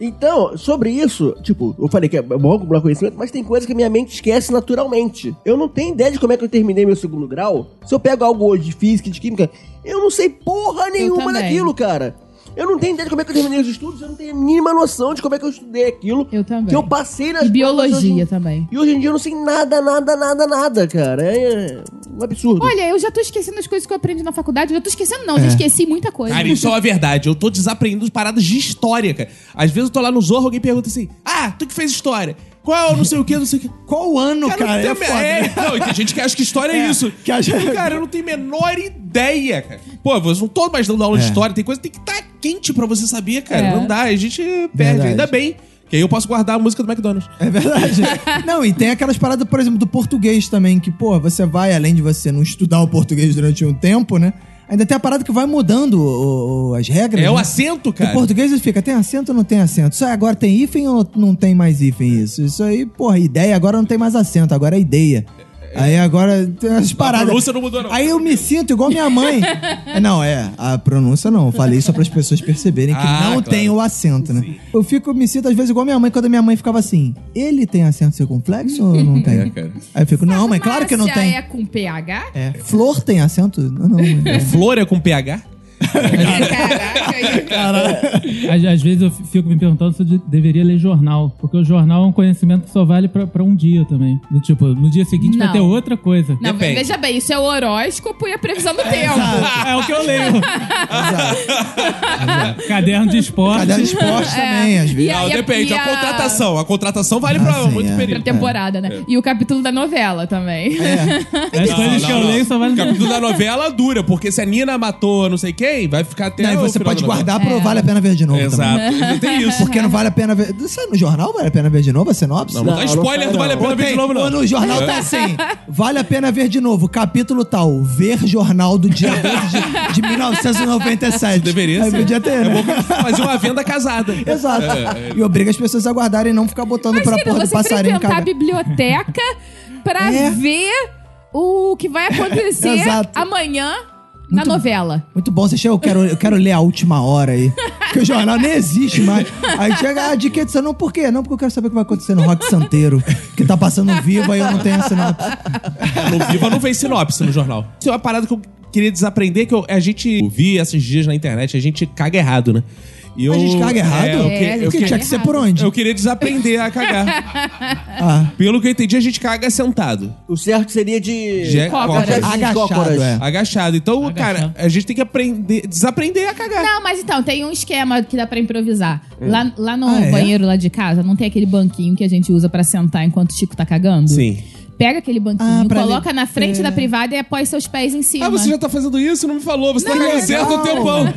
Então, sobre isso, tipo, eu falei que é bom acumular conhecimento, mas tem coisas que a minha mente esquece naturalmente. Eu não tenho ideia de como é que eu terminei meu segundo grau. Se eu pego algo hoje de física, de química, eu não sei porra nenhuma
também.
daquilo, cara. Eu não tenho ideia de como é que eu terminei os estudos, eu não tenho a mínima noção de como é que eu estudei aquilo.
Eu também.
Que eu passei nas
E
provas hoje
biologia
em-
também.
E hoje em dia eu não sei nada, nada, nada, nada, cara. É um absurdo.
Olha, eu já tô esquecendo as coisas que eu aprendi na faculdade. Eu já tô esquecendo, não. Já esqueci muita coisa.
É. Cara, isso é uma verdade. Eu tô desaprendendo as paradas de história, cara. Às vezes eu tô lá no Zorro, alguém pergunta assim: Ah, tu que fez história? Qual, não sei o que, não sei o que.
Qual o ano, cara?
não,
é
tem-
foda,
é,
né?
não, e tem gente que acha que história é,
É,
isso.
que a gente-
Cara, eu não tenho a menor ideia, cara. Pô, eu não tô mais dando aula de
É.
história, tem coisa que tem que estar quente pra você saber, cara.
É.
Não dá, a gente perde,
Verdade.
ainda bem. Que aí eu posso guardar a música do McDonald's.
É verdade. não, e tem aquelas paradas, por exemplo, do português também, que, pô, você vai, além de você não estudar o português durante um tempo, né? Ainda tem a parada que vai mudando o- o- as regras.
É o
né?
acento,
Em
cara.
português ele fica, tem acento ou não tem acento? Isso aí agora tem hífen ou não tem mais hífen isso? Isso aí, porra, ideia agora não tem mais acento, agora é ideia. Aí agora tem as paradas.
pronúncia não mudou, não.
Aí eu me sinto igual minha mãe. É, não, é, a pronúncia não. Eu falei só para as pessoas perceberem que
Ah,
não
claro.
tem o acento, né? Eu fico, me sinto às vezes igual minha mãe, quando minha mãe ficava assim: ele tem acento circunflexo ou não tem?
É, cara.
Aí eu fico, não, mãe, claro que não
Márcia
tem.
é com PH?
É, Flor tem acento? Não, não, mãe.
Flor é com PH?
É, Caraca, aí-
Às, às vezes eu fico me perguntando se eu de- deveria ler jornal. Porque o jornal é um conhecimento que só vale pra, pra um dia também. Do Tipo, no dia seguinte vai
Não.
ter outra coisa.
Não,
Depende.
veja bem, isso é o horóscopo e a previsão do tempo.
Ah,
É o que eu leio. Caderno de esporte.
Cadê esporte também, às vezes.
E a-
Não,
e a-
depende.
e
A
a-
contratação. A contratação vale pra
sim,
muito
é.
Pra
período.
temporada, né? E o capítulo da novela também.
As coisas que eu leio só
O
valem pra
capítulo da novela dura, porque se a Nina matou não sei quem, vai ficar até.
Não, e
o
você
final
pode
da novela.
guardar pro Vale a
É.
Pena Ver de novo também. né?
Exato. Não tem isso.
Porque não vale a pena ver. Isso é no jornal vale a pena ver de novo a sinopse?
Não, não, dá
Não,
spoiler
não
do É. Vale a Pena
Ou
Ver de
tem-
novo, não.
ou no jornal tá assim. Vale a pena ver de novo. Capítulo tal. Ver jornal do dia 12 de, de 1997.
Deveria
Aí
ser. É
podia ter, né?
Fazer uma venda casada.
Exato.
É,
E obriga as pessoas a guardarem e não ficar botando
Mas,
pra
querido,
porra do
você frequentar
passarinho
a
cagar.
biblioteca pra
É.
ver o que vai acontecer
Exato.
amanhã na novela.
Muito bom, você chega, eu quero, eu quero ler a última hora aí. Porque o jornal nem existe mais. Aí chega a dica de não, por quê? Não, porque eu quero saber o que vai acontecer no Rock Santeiro. Que tá passando vivo, aí eu não tenho sinopse.
No Viva não vem sinopse no jornal. Isso é uma parada que eu queria desaprender, que eu- a gente vi esses dias na internet, a gente caga errado, né? E eu,
A gente caga errado?
É, eu, que-
É, a gente
eu que-
Porque tinha que ser por onde?
eu queria desaprender a cagar.
Ah,
Pelo que eu entendi, a gente caga sentado.
O certo seria de.
Je- cócoras.
de
agachado,
cócoras.
né? é.
Agachado. Então, cara, a gente tem que aprender, desaprender a cagar.
Não, mas então, tem um esquema que dá pra improvisar. Lá, lá no
Ah, é?
banheiro lá de casa, não tem aquele banquinho que a gente usa pra sentar enquanto o Chico tá cagando?
Sim.
Pega aquele banquinho,
Ah, pra
coloca
ele-
na frente
É.
da privada e após seus pés em cima.
Ah, você já tá fazendo isso? Não me falou. Você tá cagando
legal.
certo há um tempão.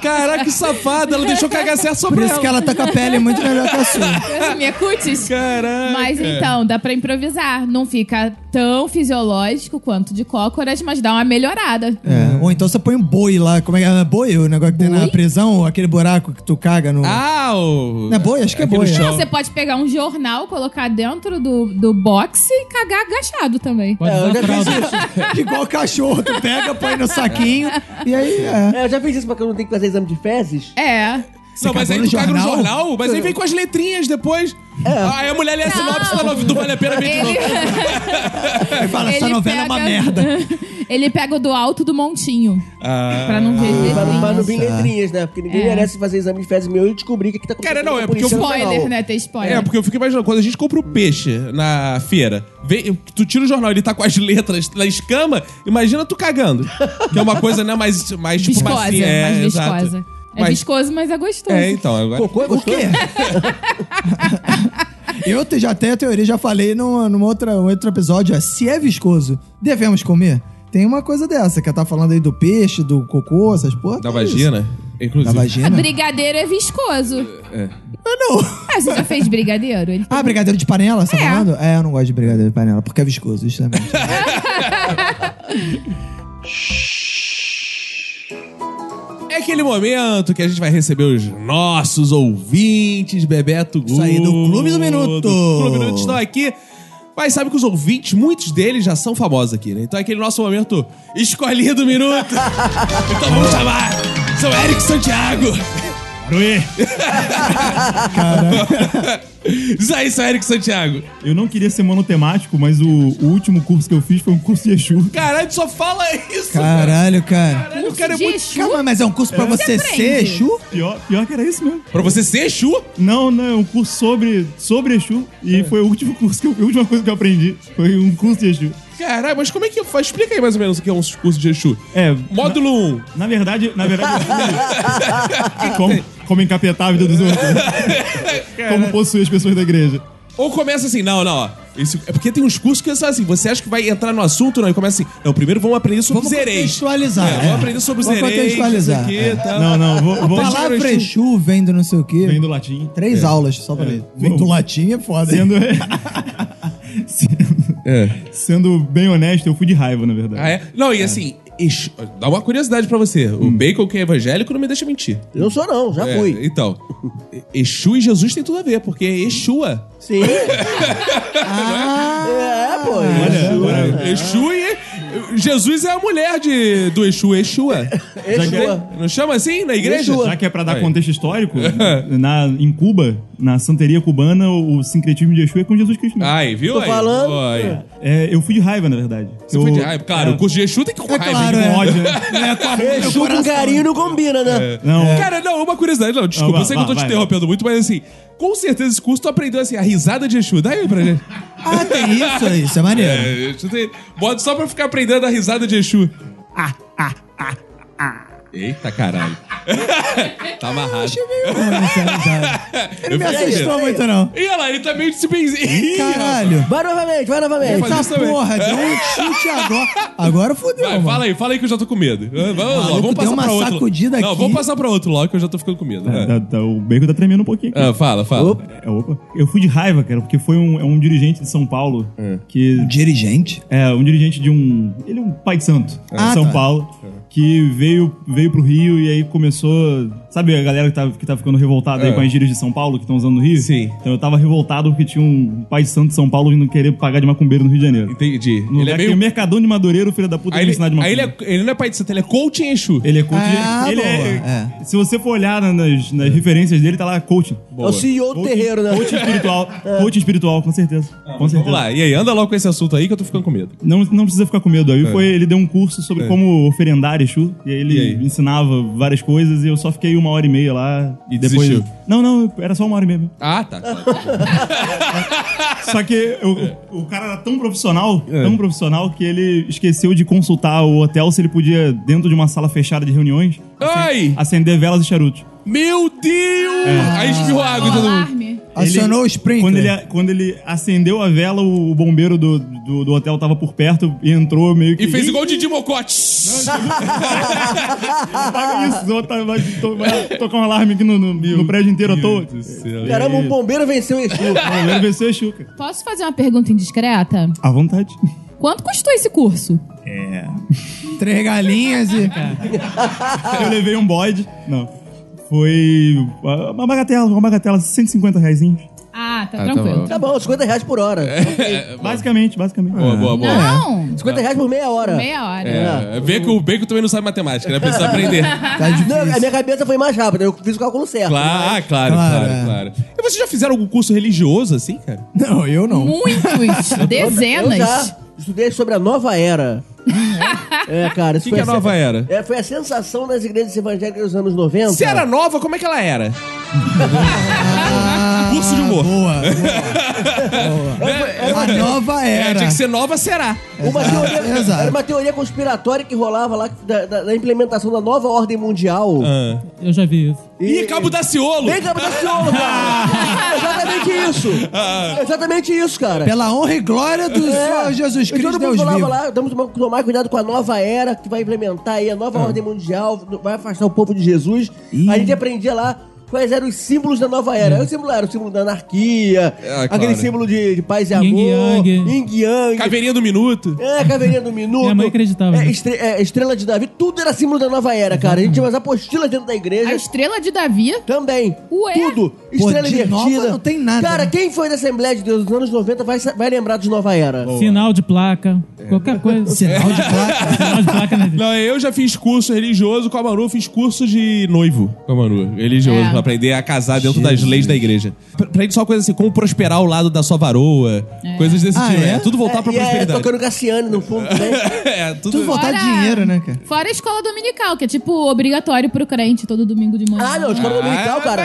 Caraca, que safada. Ela deixou cagar certo só
por
pra
isso
ela.
que ela tá com a pele muito melhor que a sua.
é Minha cutis.
tá Caraca.
Mas então, dá pra improvisar. Não fica tão fisiológico quanto de cócoras, mas dá uma melhorada.
É, Ou então você põe um boi lá. Como é que é? Boi? O negócio que tem na
Boi?
prisão? Aquele buraco que tu caga no.
Ah, o...
Não é boi? Acho que é
Aqui no
boi.
chão.
é.
Não, você pode pegar um jornal, colocar dentro do, do box e cagar agachado também.
Pode
eu já
usar
fiz
fralda.
é. Igual cachorro. Tu pega, põe no saquinho. E aí, é.
É, eu já fiz isso porque eu não tenho que fazer exame de fezes.
É.
Não, mas aí
cagou
tu
no
caga no
jornal? É.
jornal, mas aí vem com as letrinhas depois. Aí a mulher lê a sinopse da novela, do Vale a Pena ver de novo.
Aí fala, essa novela é uma merda.
ele pega o do alto do montinho.
Ah.
Pra não ver
Pra não- pra não
letrinhas.
vir letrinhas, né? Porque
É.
ninguém merece fazer exame de fezes meu e descobrir o que, que tá acontecendo.
Cara, não,
com a
é porque eu-
Polícia
Spoiler,
Federal.
né? Tem spoiler.
É, porque eu fico imaginando, quando a gente compra o peixe na feira, vem- tu tira o jornal, ele tá com as letras na escama, imagina tu cagando. Que é uma coisa, né, mais, mais tipo,
Viscosa,
macia. É,
mais
exato.
viscosa. É
Mas-
viscoso, mas é gostoso.
É, então, agora...
Cocô é
O
gostoso?
quê? Eu te- já tenho a teoria, já falei num num outra, um outro episódio. É, se é viscoso, devemos comer? Tem uma coisa dessa, que tá falando aí do peixe, do cocô, essas porra.
Da
que é isso?
vagina,
Da
inclusive.
A
vagina?
brigadeiro é viscoso.
Ah, não.
Ah, você já fez brigadeiro? Ele
Ah, brigadeiro de panela, você tá
É.
falando? É, eu não gosto de brigadeiro de panela, porque é viscoso, justamente.
É aquele momento que a gente vai receber os nossos ouvintes, Bebeto Gordo.
Isso aí, do Clube do Minuto.
O Clube do Minuto estão aqui. Mas sabe que os ouvintes, muitos deles já são famosos aqui, né? Então é aquele nosso momento escolha do minuto. então vamos chamar. São Eric Santiago.
Aruê,
Diz aí, seu Eric Santiago.
eu não queria ser monotemático, mas o, o último curso que eu fiz foi um curso de Exu.
Caralho, só fala isso. cara.
Caralho, cara.
Caralho, o cara é
de
muito...
Exu?
Calma, mas é um curso pra você
aprende.
ser Exu?
Pior, pior que era isso mesmo.
Pra você ser Exu?
Não, não, é um curso sobre, sobre Exu. E foi o último curso que eu, a última coisa que eu aprendi. Foi um curso de Exu.
Caralho, mas como é que... faz? Explica aí mais ou menos o que é um curso de Exu.
É,
Módulo 1.
Na verdade, na verdade, como, como encapetar a vida dos outros. como possuir as pessoas da igreja.
Ou começa assim, não, não, ó. Isso, é porque tem uns cursos que são assim, você acha que vai entrar no assunto, não, e começa assim, não, primeiro vamos aprender sobre
Vamos
os hereis.
contextualizar,
É,
é.
Vamos aprender sobre os
Vamos
hereis,
contextualizar,
isso aqui,
é.
tal.
Não, não, vou, vou
Palavra
Exu.
Exu vem do não sei o quê.
vem do latim.
Três
É.
aulas só pra ler. Vem do latim é foda. hein?
Sendo, sendo, sendo bem honesto, eu fui de raiva, na verdade.
É. Ah, é? Não, e assim, Exu- dá uma curiosidade pra você. O Bacon, que é evangélico, não me deixa mentir.
Não sou não, já
É,
fui.
Então, E- Exu e Jesus tem tudo a ver, porque é Exua.
Sim. é, pô. Exu,
É. Exu e. Jesus é a mulher de, do Exu, Exua.
Exu.
Não chama assim na igreja?
Exua.
Já que é pra dar
Aí.
contexto histórico, na, em Cuba, na santeria cubana, o, o sincretismo de Exu é com Jesus Cristo. mesmo.
Ai, viu?
Tô
aí?
falando.
Ó, aí.
É, eu fui de raiva, na verdade.
Você
eu,
foi de raiva. Claro, o curso de Exu tem que ir com raiva.
claro,
hein?
é. ódio, né?
Exu com carinho não combina,
É.
né?
Não,
Cara, não, uma curiosidade, não, desculpa,
É. Não,
eu sei que eu tô
vai,
te
vai,
interrompendo muito, mas assim, com certeza esse curso tu aprendeu assim, a risada de Exu. Dá aí pra gente.
Ah, tem isso aí, isso é maneiro.
É, Exu tem- Bota só pra ficar aprendendo a risada de Exu. Eita caralho. tá amarrado.
Não me
fiquei
assustou muito, não.
E olha lá, ele tá também se fez. Ih,
Caralho.
Vai novamente, vai novamente. É
fazer
Essa
isso também.
porra, deu um chute agora. Agora fodeu,
Vai,
mano.
fala aí, fala aí que eu já tô com medo. Vamos, lá,
Maluco,
vamos
deu
passar
uma
pra outro.
sacudida
não,
aqui.
vamos passar pra outro logo que eu já tô ficando com medo.
Tá-
É.
tá- tá- o bacon tá tremendo um pouquinho aqui.
Ah, fala, fala.
É, opa. Eu fui de raiva, cara, porque foi um, é um dirigente de São Paulo
É. Um
que.
Dirigente?
É, um dirigente de um. Ele é um pai de santo de
Ah,
São
tá.
Paulo.
É.
Que veio, veio pro Rio e aí começou. Sabe a galera que tá, que tá ficando revoltada aí com as gírias de São Paulo que estão usando no Rio?
É. Sim.
Então eu tava revoltado porque tinha um pai de santo de São Paulo não querer pagar de macumbeiro no Rio de Janeiro.
Entendi.
No
ele é
lugar que tem
meio.
o Mercadão de Madureiro, filho da puta,
Aí
que me
ele,
ensinar de macumba.
aí ele, é, ele não é pai de santo, ele é coaching Exu.
Ele é coach.
Ah,
ele
boa,
é, Se você for olhar na- nas,
É.
nas referências dele, tá lá coaching.
É o CEO do terreiro, né?
Coaching espiritual. Coaching espiritual, com certeza. com certeza.
Vamos lá, e aí, anda logo com esse assunto aí que eu tô ficando com medo.
Não, não precisa ficar com medo. Aí foi, ele deu um curso sobre como oferendar Exu. E aí ele
É. E aí?
me ensinava várias coisas e eu só fiquei uma hora e meia lá. E depois.
Desistiu.
Não, não, era só uma hora e meia. mesmo.
Ah, tá. claro.
Só que eu-
É.
o cara era tão profissional, tão profissional, que ele esqueceu de consultar o hotel se ele podia, dentro de uma sala fechada de reuniões,
Ai!
acender velas e charutos.
Meu Deus! Aí espirrou água em todo mundo.
alarme.
Acionou o sprinkler.
Quando ele, quando ele acendeu a vela, o bombeiro do, do, do hotel tava por perto e entrou meio que.
E fez
"Ih,
igual o Didi Mocote.
Paga isso, senão tá- vai, to- vai tocar um alarme aqui no, no, no prédio inteiro à toa.
Caramba, um bombeiro venceu o Exu.
É.
O bombeiro venceu a Xuca.
Posso fazer uma pergunta indiscreta?
À vontade.
Quanto custou esse curso?
Três galinhas e.
Eu levei um bode. Não. Foi ah, uma bagatela, uma bagatela, 150 reais.
Ah, tá
Ah, tá
tranquilo.
Tá bom, 50 reais por hora.
É.
Basicamente, basicamente.
Boa, boa, boa.
Não!
50 reais por meia hora.
Meia hora.
É, vê que o Bacon também não sabe matemática, né? Precisa aprender.
Tá
Não, a
difícil.
minha cabeça foi mais rápida, eu fiz o cálculo certo.
É,
né?
Claro, ah, claro,
Claro,
claro,
é.
claro. E vocês já fizeram algum curso religioso assim, cara?
Não, eu não.
Muitos!
Eu
dezenas!
já estudei sobre a nova era. é, cara,
O
isso
que,
foi
que é
a
nova era?
É, foi a sensação das igrejas evangélicas dos anos 90.
Se era nova, como é que ela era? curso de humor.
Ah, Boa.
Era
A nova
É,
era.
tinha que ser nova, será?
uma, teoria,
exato.
era uma teoria conspiratória que rolava lá da, da- da implementação da nova ordem mundial.
Ah.
Eu já vi isso.
Ih, Cabo Daciolo!
Vem cá pro Daciolo, cara! É Exatamente isso! É Exatamente isso, cara!
Pela honra e glória
É.
do Ah. Senhor Jesus
E
Cristo,
todo mundo
Deus
falava
vivo.
lá, temos que tomar cuidado com a nova era que vai implementar aí, a
Ah.
nova ordem mundial, vai afastar o povo de Jesus. A gente aprendia lá quais eram os símbolos da nova era. Aí O símbolo era o símbolo da anarquia,
É,
Ah,
aquele
claro.
símbolo de, de paz e amor,
Yin yang.
yin yang,
Caveirinha do Minuto.
é, Caveirinha do Minuto.
Minha mãe acreditava.
É, estre- é, estrela de Davi, tudo era símbolo da nova era, cara. A gente tinha umas apostilas dentro da igreja.
A estrela de Davi.
Também.
Ué?
Tudo. Estrela
de
invertida.
nova não tem nada,
Cara,
né?
quem foi da Assembleia de Deus dos anos 90 vai, sa- vai lembrar de Nova Era.
Sinal de placa, qualquer coisa.
Sinal de placa.
Sinal É. de placa na
Não, eu já fiz curso religioso com a Manu, eu fiz curso de noivo com a Manu, religioso,
É.
pra aprender a casar dentro das leis da igreja. Pra, pra ele só coisa assim, como prosperar ao lado da sua varoa, coisas desse
Ah,
tipo.
é?
É? Tudo voltar pra
e é,
prosperidade.
tocando Cassiane no fundo né? também.
É, tudo.
Tu voltar
Fora-
dinheiro, né, cara?
Fora a escola dominical, que é tipo obrigatório pro crente todo domingo de manhã.
ah, não, escola dominical, cara.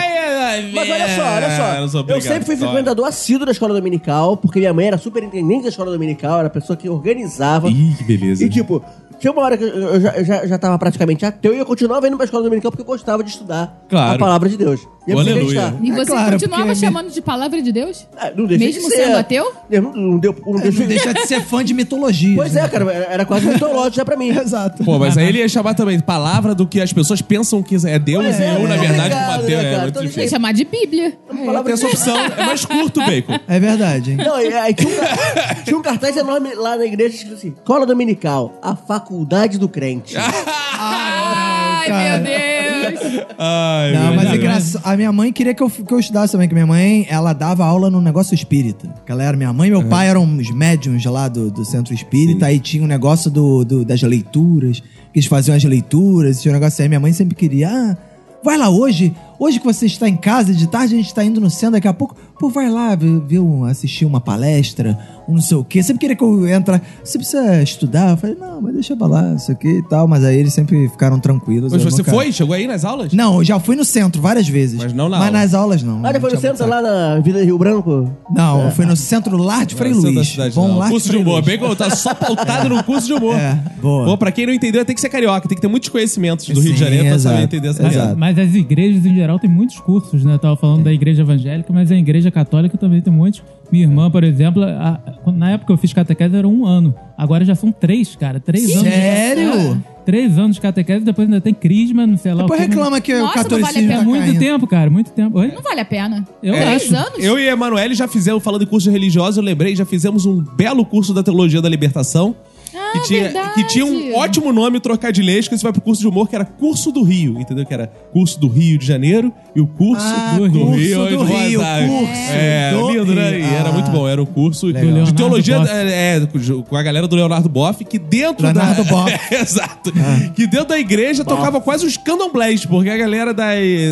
Mas olha só,
É,
olha só. Eu sempre fui frequentador assíduo da escola dominical, porque minha mãe era superintendente da escola dominical, era a pessoa que organizava.
Ih, que beleza.
Uhum.
E tipo, tinha uma hora que eu, eu já, eu já, já tava praticamente ateu e eu continuava indo pra escola dominical porque eu gostava de estudar
Claro.
a palavra de Deus. E eu
Aleluia.
precisei estudar.
E
É
você
claro,
continuava
porque-
chamando de palavra de Deus?
Ah, não deixa
Mesmo
de ser.
sendo ateu?
Não, não deu, não
Não
deixa de
deixa de ser fã de mitologia. né?
Pois é, cara, era era quase mitológico já pra mim.
Exato.
é. Pô, mas aí ele ia chamar também palavra do que as pessoas pensam que é Deus
Pois
e
é,
eu, na verdade,
é complicado,
combateu. É,
né, cara?
muito
Todo
Vai
difícil.
chamar de Bíblia.
É, tem essa opção. É mais curto, Bacon.
É verdade, hein?
Não, e aí tinha um, car- tinha um cartaz enorme lá na igreja escrito assim: Cola Dominical, a faculdade do crente.
Ah,
Ai, meu Deus!
Ai,
Não,
meu
mas
Deus.
é engraçado. A minha mãe queria que eu, que eu estudasse também, que minha mãe, ela dava aula num negócio espírita. Que ela era minha mãe e meu pai eram uns médiums lá do, do centro espírita, aí tinha um negócio do, do- das leituras, que eles faziam as leituras, tinha um negócio aí. Minha mãe sempre queria, ah, vai lá hoje, hoje que você está em casa, de tarde a gente está indo no centro, daqui a pouco, pô, vai lá ver, ver um- assistir uma palestra, um não sei o quê. Sempre queria que eu entrasse, você precisa estudar? Eu falei, não, mas deixa pra lá, não sei o quê e tal. Mas aí eles sempre ficaram tranquilos.
Mas
eu
você
nunca-
foi? Chegou aí nas aulas?
não, eu já fui no centro várias vezes.
Mas não na aula.
nas aulas não.
Ah,
Não
depois no
tinha
centro
muito
lá na Vila de Rio Branco?
saco. Não,
É.
eu fui no centro Lar de Frei
Não, é centro da
Luiz.
cidade,
Bom
não.
Lar
curso de
Frei
humor.
Luiz.
Bem, como tá só pautado no curso de humor.
É, boa.
Pô, pra quem não entendeu, tem que ser carioca, tem que ter muitos conhecimentos do Rio de
Sim,
Janeiro pra saber
exato,
entender essa
exato.
merda.
Mas as igrejas em geral têm muitos cursos, né? Eu tava falando da igreja evangélica, mas a igreja católica também tem muitos. Minha irmã, por exemplo, a- quando- na época que eu fiz catequese era um ano. Agora já são três, cara. Três anos.
Sério?
Três anos de catequese, depois ainda tem crisma, não sei lá
Depois
o que.
reclama que
Nossa,
o
né? não vale a
catolicismo
pena.
É
tá
muito
caindo.
tempo, cara. Muito tempo. Oi?
Não vale a pena.
Eu
Três
acho.
anos?
Eu e a Emanuele já fizemos, falando em curso religioso, eu lembrei, já fizemos um belo curso da Teologia da Libertação.
Ah,
que, tinha,
verdade.
que tinha um ótimo nome trocadilhesco, que você vai pro curso de humor, que era Curso do Rio, entendeu? Que era Curso do Rio de Janeiro e o Curso
Ah,
do,
Curso
Rio.
do
de Buenos
Rio,
Aires.
curso
é,
do
lindo, né? E
Rio.
era
Ah.
muito bom, era um curso
Legal.
de teologia
Leonardo
é, é, com a galera do Leonardo Boff, que dentro
Leonardo
da... É,
Boff. Ah.
Exato. Que dentro da igreja tocava quase os candomblés, porque a galera da,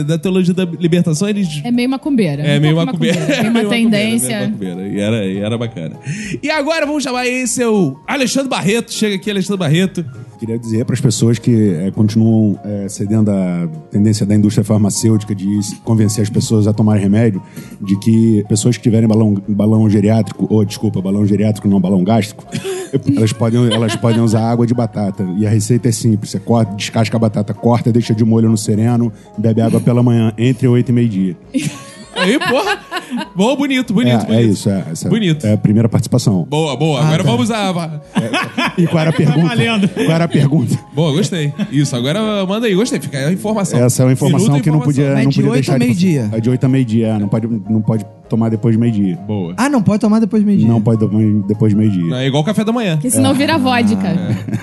da Teologia da Libertação, eles
É meio macumbeira.
é
Um
meio
pouco
macumbeira.
Tem uma
Meio macumbeira, meio
tendência.
macumbeira. E era, e era bacana. E agora vamos chamar esse é o Alexandre Barreto. Chega aqui, Alexandre Barreto.
Queria dizer para as pessoas que eh, continuam eh, cedendo à tendência da indústria farmacêutica de se- convencer as pessoas a tomar remédio, de que pessoas que tiverem balão, balão geriátrico, ou desculpa, balão geriátrico não balão gástrico, elas podem, elas podem usar água de batata. E a receita é simples: você corta, descasca a batata, corta, deixa de molho no sereno, bebe água pela manhã, entre 8 e meio-dia.
Aí, porra. Bom, bonito,
É,
bonito, bonito.
é isso, é, essa
Bonito.
é Ah, tá. a primeira participação.
Boa, boa. Agora vamos a.
E qual
tá
era a pergunta? Qual era a pergunta?
Boa, gostei. Isso, agora manda aí, gostei. Fica aí a informação.
Essa é uma informação
Minuto e
que não
informação.
podia,
É
não
de
podia
oito
deixar.
a
de-
meio-dia.
É de 8 a meio-dia, não pode, não pode
tomar depois de meio-dia.
Boa.
Ah, não pode tomar depois de meio-dia.
Não pode tomar depois de meio-dia.
Né?
É igual café da manhã.
Porque senão vira vodka.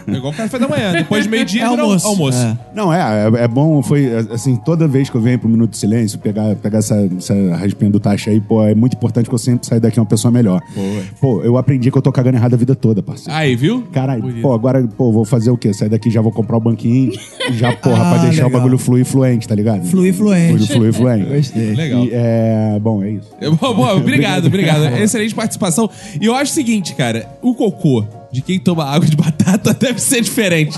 É igual café da manhã. Depois de meio-dia
É
vira
almoço.
almoço.
É.
Não, é, é, é bom, foi assim, toda vez que eu venho pro Minuto de Silêncio, pegar, pegar essa, essa raspinha do taxa aí, pô, é muito importante que eu sempre saia daqui uma pessoa melhor. Pô, eu aprendi que eu tô cagando errado a vida toda, parceiro.
Aí,
Ah,
viu?
Caralho, pô, agora, pô, vou fazer o quê? Sair daqui já vou comprar o banquinho e já, porra,
Ah,
pra deixar o
legal.
bagulho fluir fluente, tá ligado?
Fluir fluente.
Fluir fluente.
Gostei.
Legal.
E, é, bom, é isso.
É, bom, bom, obrigado, obrigado. Excelente participação. E eu acho o seguinte, cara: o cocô de quem toma água de batata deve ser diferente.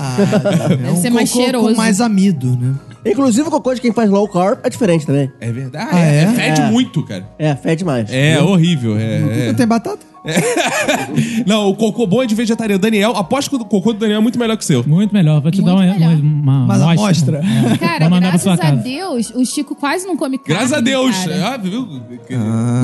É um
ser mais
cocô
cheiroso.
Com mais amido, né?
Inclusive, o cocô de quem faz low carb é diferente também.
É verdade.
Ah,
é,
é?
fede
É.
muito, cara.
É, fede mais.
É, horrível. É,
Não tem batata?
é. Não, o cocô bom é de vegetariano. Daniel, aposto que o cocô do Daniel é muito melhor que o seu.
Muito melhor. Vou te
Muito
dar uma,
melhor.
uma,
Mas
uma
amostra.
É.
Cara,
Vou mandar pra
graças
sua
a
casa.
Deus, o Chico quase não come carne.
Graças a Deus. É.
cara.
Ah, viu?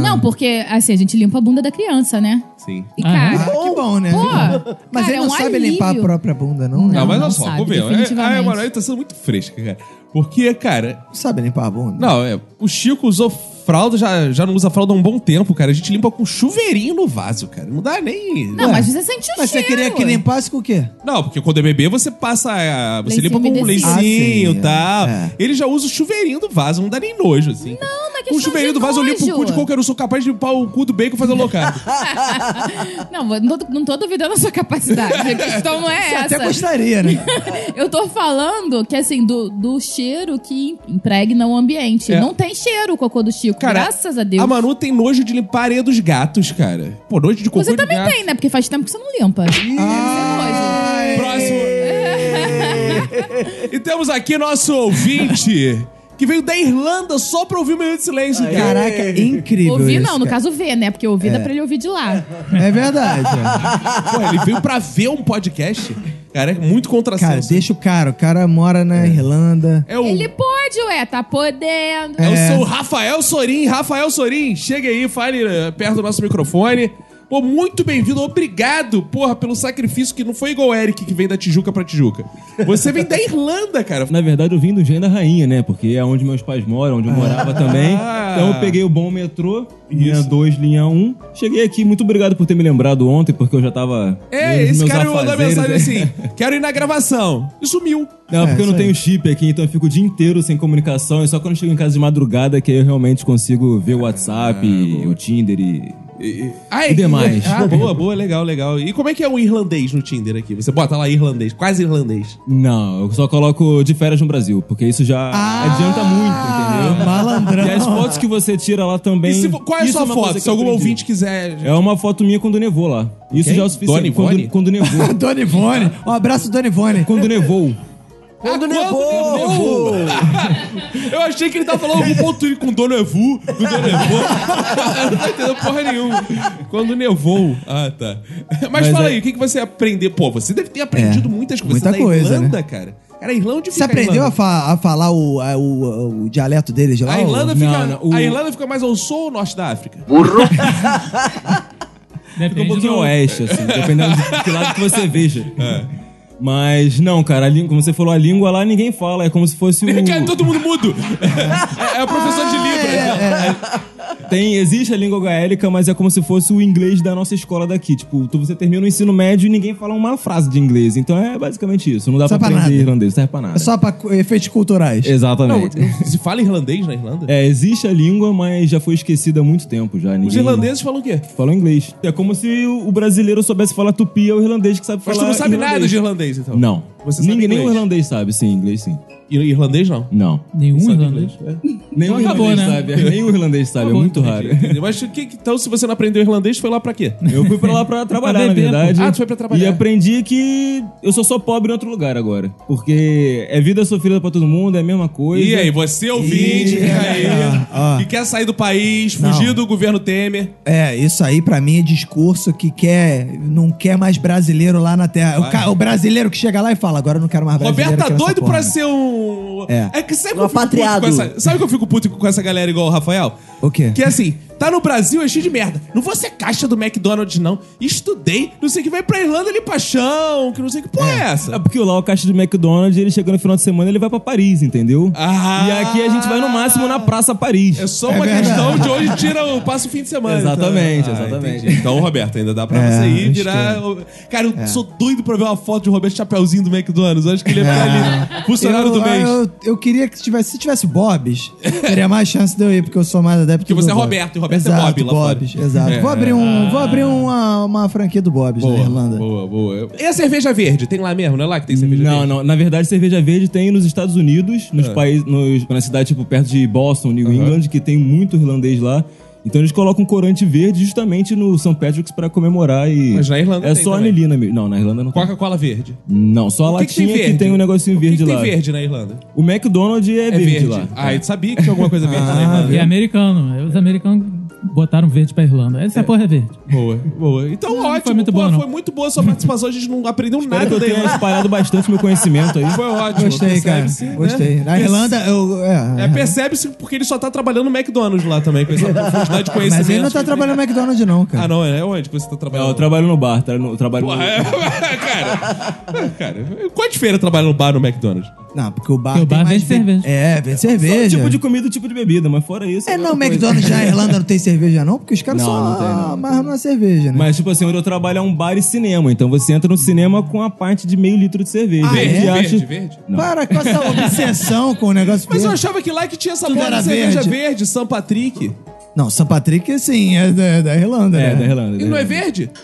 Não, porque assim, a gente limpa a bunda da criança, né?
Sim.
E,
Ah,
cara,
Ah, que bom, né?
Pô,
Mas
cara,
ele não
é um
sabe
alívio.
limpar a própria bunda, não? né?
Não, mas olha
não
só,
sabe,
convenhamos. É- Ah,
definitivamente.
a Emanuel tá sendo muito fresca, cara. Porque, cara,
Não sabe limpar a bunda.
Não, é. O Chico usou fralda, já, já não usa fralda há um bom tempo, cara. A gente limpa com chuveirinho no vaso, cara. Não dá nem.
Não,
É.
mas você sente o
Mas você
cheiro.
queria que limpasse com o quê?
Não, porque quando é bebê, você passa. ah, Você
Lencinho
limpa com um
umedecido.
lencinho
Ah,
e
sim,
tal.
é.
Ele já usa o chuveirinho do vaso, não dá nem nojo, assim. Não,
não é
Com
questão
o chuveirinho
de
do vaso, eu limpo o
nojo.
cu de qualquer um. Sou capaz de limpar o cu do bacon e fazer locado.
Não, vou- não tô, não tô duvidando da sua capacidade. A questão não é
Você
essa.
até gostaria, né?
Eu tô falando que, assim, do, do cheiro que impregna o ambiente.
É.
Não tem cheiro o cocô do Chico,
Cara,
graças a Deus.
A Manu tem nojo de limpar a areia dos gatos, cara. Pô, nojo de cocô
Você
de
também
gato.
tem, né? Porque faz tempo que você não limpa. é Deve ser nojo.
Próximo. e temos aqui nosso ouvinte que veio da Irlanda só pra ouvir o Minuto de Silêncio, cara.
Caraca, incrível. isso,
Ouvir não, no
cara.
caso ver, né? Porque ouvir dá pra ele ouvir de lá.
É verdade. ó.
Pô, ele veio pra ver um podcast. Cara, é muito
Cara,
contrassenso.
deixa o cara. O cara mora na Irlanda.
É o,
Ele pode, ué, tá podendo.
é o seu Rafael Sorin. Rafael Sorin, chega aí, fale eh, perto do nosso microfone. Pô, muito bem-vindo. Obrigado, porra, pelo sacrifício que não foi igual o Eric, que vem da Tijuca pra Tijuca. Você vem da Irlanda, cara.
Na verdade, eu vim do Engenho da Rainha, né? Porque é onde meus pais moram,
Ah.
onde eu morava também. Então eu peguei o bom metrô, linha 2, linha 1. Um. Cheguei aqui, muito obrigado por ter me lembrado ontem, porque eu já tava.
É,
nos
esse
meus
cara me mandou
afazeres,
mensagem
né?
assim: É, quero ir na gravação. E sumiu.
Não, porque eu não
isso aí.
tenho chip aqui, então eu fico o dia inteiro sem comunicação. E só quando eu chego em casa de madrugada que aí eu realmente consigo ver o WhatsApp, o Tinder e.
Ah,
E demais.
Ah, boa, boa, legal, legal. E como é que é o irlandês no Tinder aqui? Você bota lá irlandês, quase irlandês.
Não, eu só coloco de férias no Brasil, porque isso já adianta muito,
É.
entendeu?
Malandrão.
E as fotos que você tira lá também.
E se, vo- qual é a
isso
sua
uma coisa
foto?
que
Se
eu
algum
aprendi.
ouvinte quiser.
É uma foto minha quando nevou lá. Isso
Quem?
já é o suficiente.
Dona
quando,
Ivone?
quando nevou.
Dona Ivone. Um abraço, Dona Ivone.
quando nevou.
Quando
Ah,
nevou!
Eu achei que ele tava falando algum ponto com Dona Evu, com Dona Evu. não tá entendendo porra nenhuma. Quando nevou. Ah, tá. Mas, fala aí, o que, que você aprendeu? Pô, você deve ter aprendido
É,
muitas coisas.
muita
Você tá
coisa,
na Irlanda, cara. Cara, a Irlanda onde
Você
fica
aprendeu
a
a,
Irlanda?
fa- a falar o, a- o- o dialeto deles lá?
A Irlanda,
Não,
fica,
não, o-
a Irlanda fica mais ao sul ou norte da África?
Fica um
Depende
pouquinho
do...
oeste, assim, dependendo de que lado que você veja. Mas não, cara, a língua, como você falou, a língua lá ninguém fala, é como se fosse o.
Cara, todo mundo mudo. É, é o professor de né? Libras.
Tem, existe a língua gaélica, mas é como se fosse o inglês da nossa escola daqui. Tipo, tu, você termina o ensino médio e ninguém fala uma frase de inglês. Então é basicamente isso. Não dá
Serve
pra
pra
aprender
nada.
irlandês, não serve pra nada. É.
É só pra cu- efeitos culturais.
Exatamente.
Se fala irlandês na Irlanda?
É, existe a língua, mas já foi esquecida há muito tempo já.
É,
Os
Ninguém...
irlandeses falam o quê?
falam inglês. É como se o brasileiro soubesse falar tupi ao irlandês que sabe
Mas
falar.
tu não sabe
irlandês.
nada de irlandês, então?
Não.
Você sabe
Ninguém, nem o
inglês?
irlandês sabe, sim, inglês sim.
Ir- Irlandês, não.
Não.
Nenhum
Sabe
irlandês.
inglês, é.
Então
Nem o
acabou,
irlandês
né?
sabe. é. Nem o irlandês sabe, é
Acabou,
muito raro.
Entendeu? Mas o que, que- então, se você não aprendeu irlandês, foi lá pra quê?
Eu fui pra lá pra trabalhar, na
beber, pô.
verdade.
Ah, tu foi pra
é
trabalhar.
E aprendi que eu sou só pobre em outro lugar agora. Porque é vida sofrida pra todo mundo, é a mesma coisa.
E aí, você é ouvinte, fica aí,
ah,
que quer sair do país, fugir do governo Temer.
É, isso aí pra mim é discurso que quer, não quer mais brasileiro lá na terra. É O, ca- o brasileiro que chega lá e fala, agora eu não quero mais brasileiro.
Roberto tá
aqui nessa
doido
porra.
pra ser um.
É.
que sabe
Um
que eu fico puto
apatriado.
com essa- Sabe que eu fico puto com essa galera igual o Rafael?
O quê?
Que é assim, Tá no Brasil, é cheio de merda. Não vou ser caixa do McDonald's, não. Estudei, não sei o que, vai pra Irlanda ali paixão, que não sei o que porra é,
É
essa.
porque lá o caixa do McDonald's, ele chega no final de semana, ele vai pra Paris, entendeu?
Ah.
E aqui a gente vai no máximo na Praça Paris.
É só uma questão de onde tira o passa o fim de semana.
Exatamente,
então.
exatamente.
entendi. Então, Roberto, ainda dá pra
Ah, É,
você ir
acho
virar. Cara, eu sou doido pra ver uma foto de Roberto Chapeuzinho do McDonald's. Eu Acho que ele é, ali. Funcionário
eu,
do mês.
Eu, eu queria que tivesse. Se tivesse Bob's, teria mais chance de eu ir, porque eu sou mais adepto
Porque
do
você é
Bob.
Roberto, e Roberto é
exato,
Bob lá fora.
Bob's, exato.
É. Ah.
Vou abrir, um, vou abrir uma, uma franquia do Bob's na Irlanda.
Boa, boa. E a cerveja verde? Tem lá mesmo, não é lá que tem cerveja
Não,
verde?
não. Na verdade, cerveja verde tem nos Estados Unidos,
Ah.
nos países, nos, na cidade tipo perto de Boston, New England, que tem muito irlandês lá. Então eles colocam corante verde justamente no St. Patrick's pra comemorar e
Mas na Irlanda
é
tem
só
também.
anilina mesmo. Não, na Irlanda não. Tem.
Coca-Cola verde.
Não, só a
O que que
latinha que tem, um negocinho
O que
verde
que
lá.
tem verde na Irlanda?
O McDonald's é,
É
verde,
verde.
lá. Ah,
Ah, eu sabia que tinha alguma coisa verde na Irlanda.
E é americano. Aí Os americanos botaram verde pra Irlanda. Essa porra é verde.
Boa, boa. Então, ótimo.
foi muito
Pô,
boa, não.
foi muito boa a sua participação. A gente não aprendeu
Espero que
nada
eu
da
tenha
Irlanda.
espalhado bastante meu conhecimento aí.
Foi ótimo.
Gostei, cara.
percebe-se, né?
Gostei. Na Irlanda, eu. É,
É, percebe-se porque ele só tá trabalhando no McDonald's lá também, com essa profundidade de conhecimento.
Mas ele não tá trabalhando no McDonald's, não, cara.
Ah, não, é onde que você tá
É,
trabalhando?
Eu trabalho no bar, tra- no- trabalho
Porra,
no...
é, cara, cara, qual a diferença trabalhar no bar no McDonald's?
Não, porque o bar.
Porque o
tem
bar
mais
vende cerveja.
É, vende
um
Só o
cerveja.
tipo de comida, o tipo de bebida, mas fora isso.
É,
outra
não,
coisa.
McDonald's na Irlanda não tem cerveja, não, porque os caras
Não,
só
não tem, não.
amarram na cerveja, né?
Mas, tipo assim, onde eu trabalho é um bar e cinema. Então você entra no cinema com a parte de meio litro de cerveja.
Ah, é?
E acha-
Verde, verde?
Não.
Para com essa obsessão com o negócio
Mas eu
verde.
achava que lá que tinha essa
Tudo
bola
era
de cerveja
verde.
verde, São Patrick.
Não, São Patrick, sim, é da, da Irlanda,
É,
né?
da Irlanda.
E
da
não é
Irlanda.
verde? não,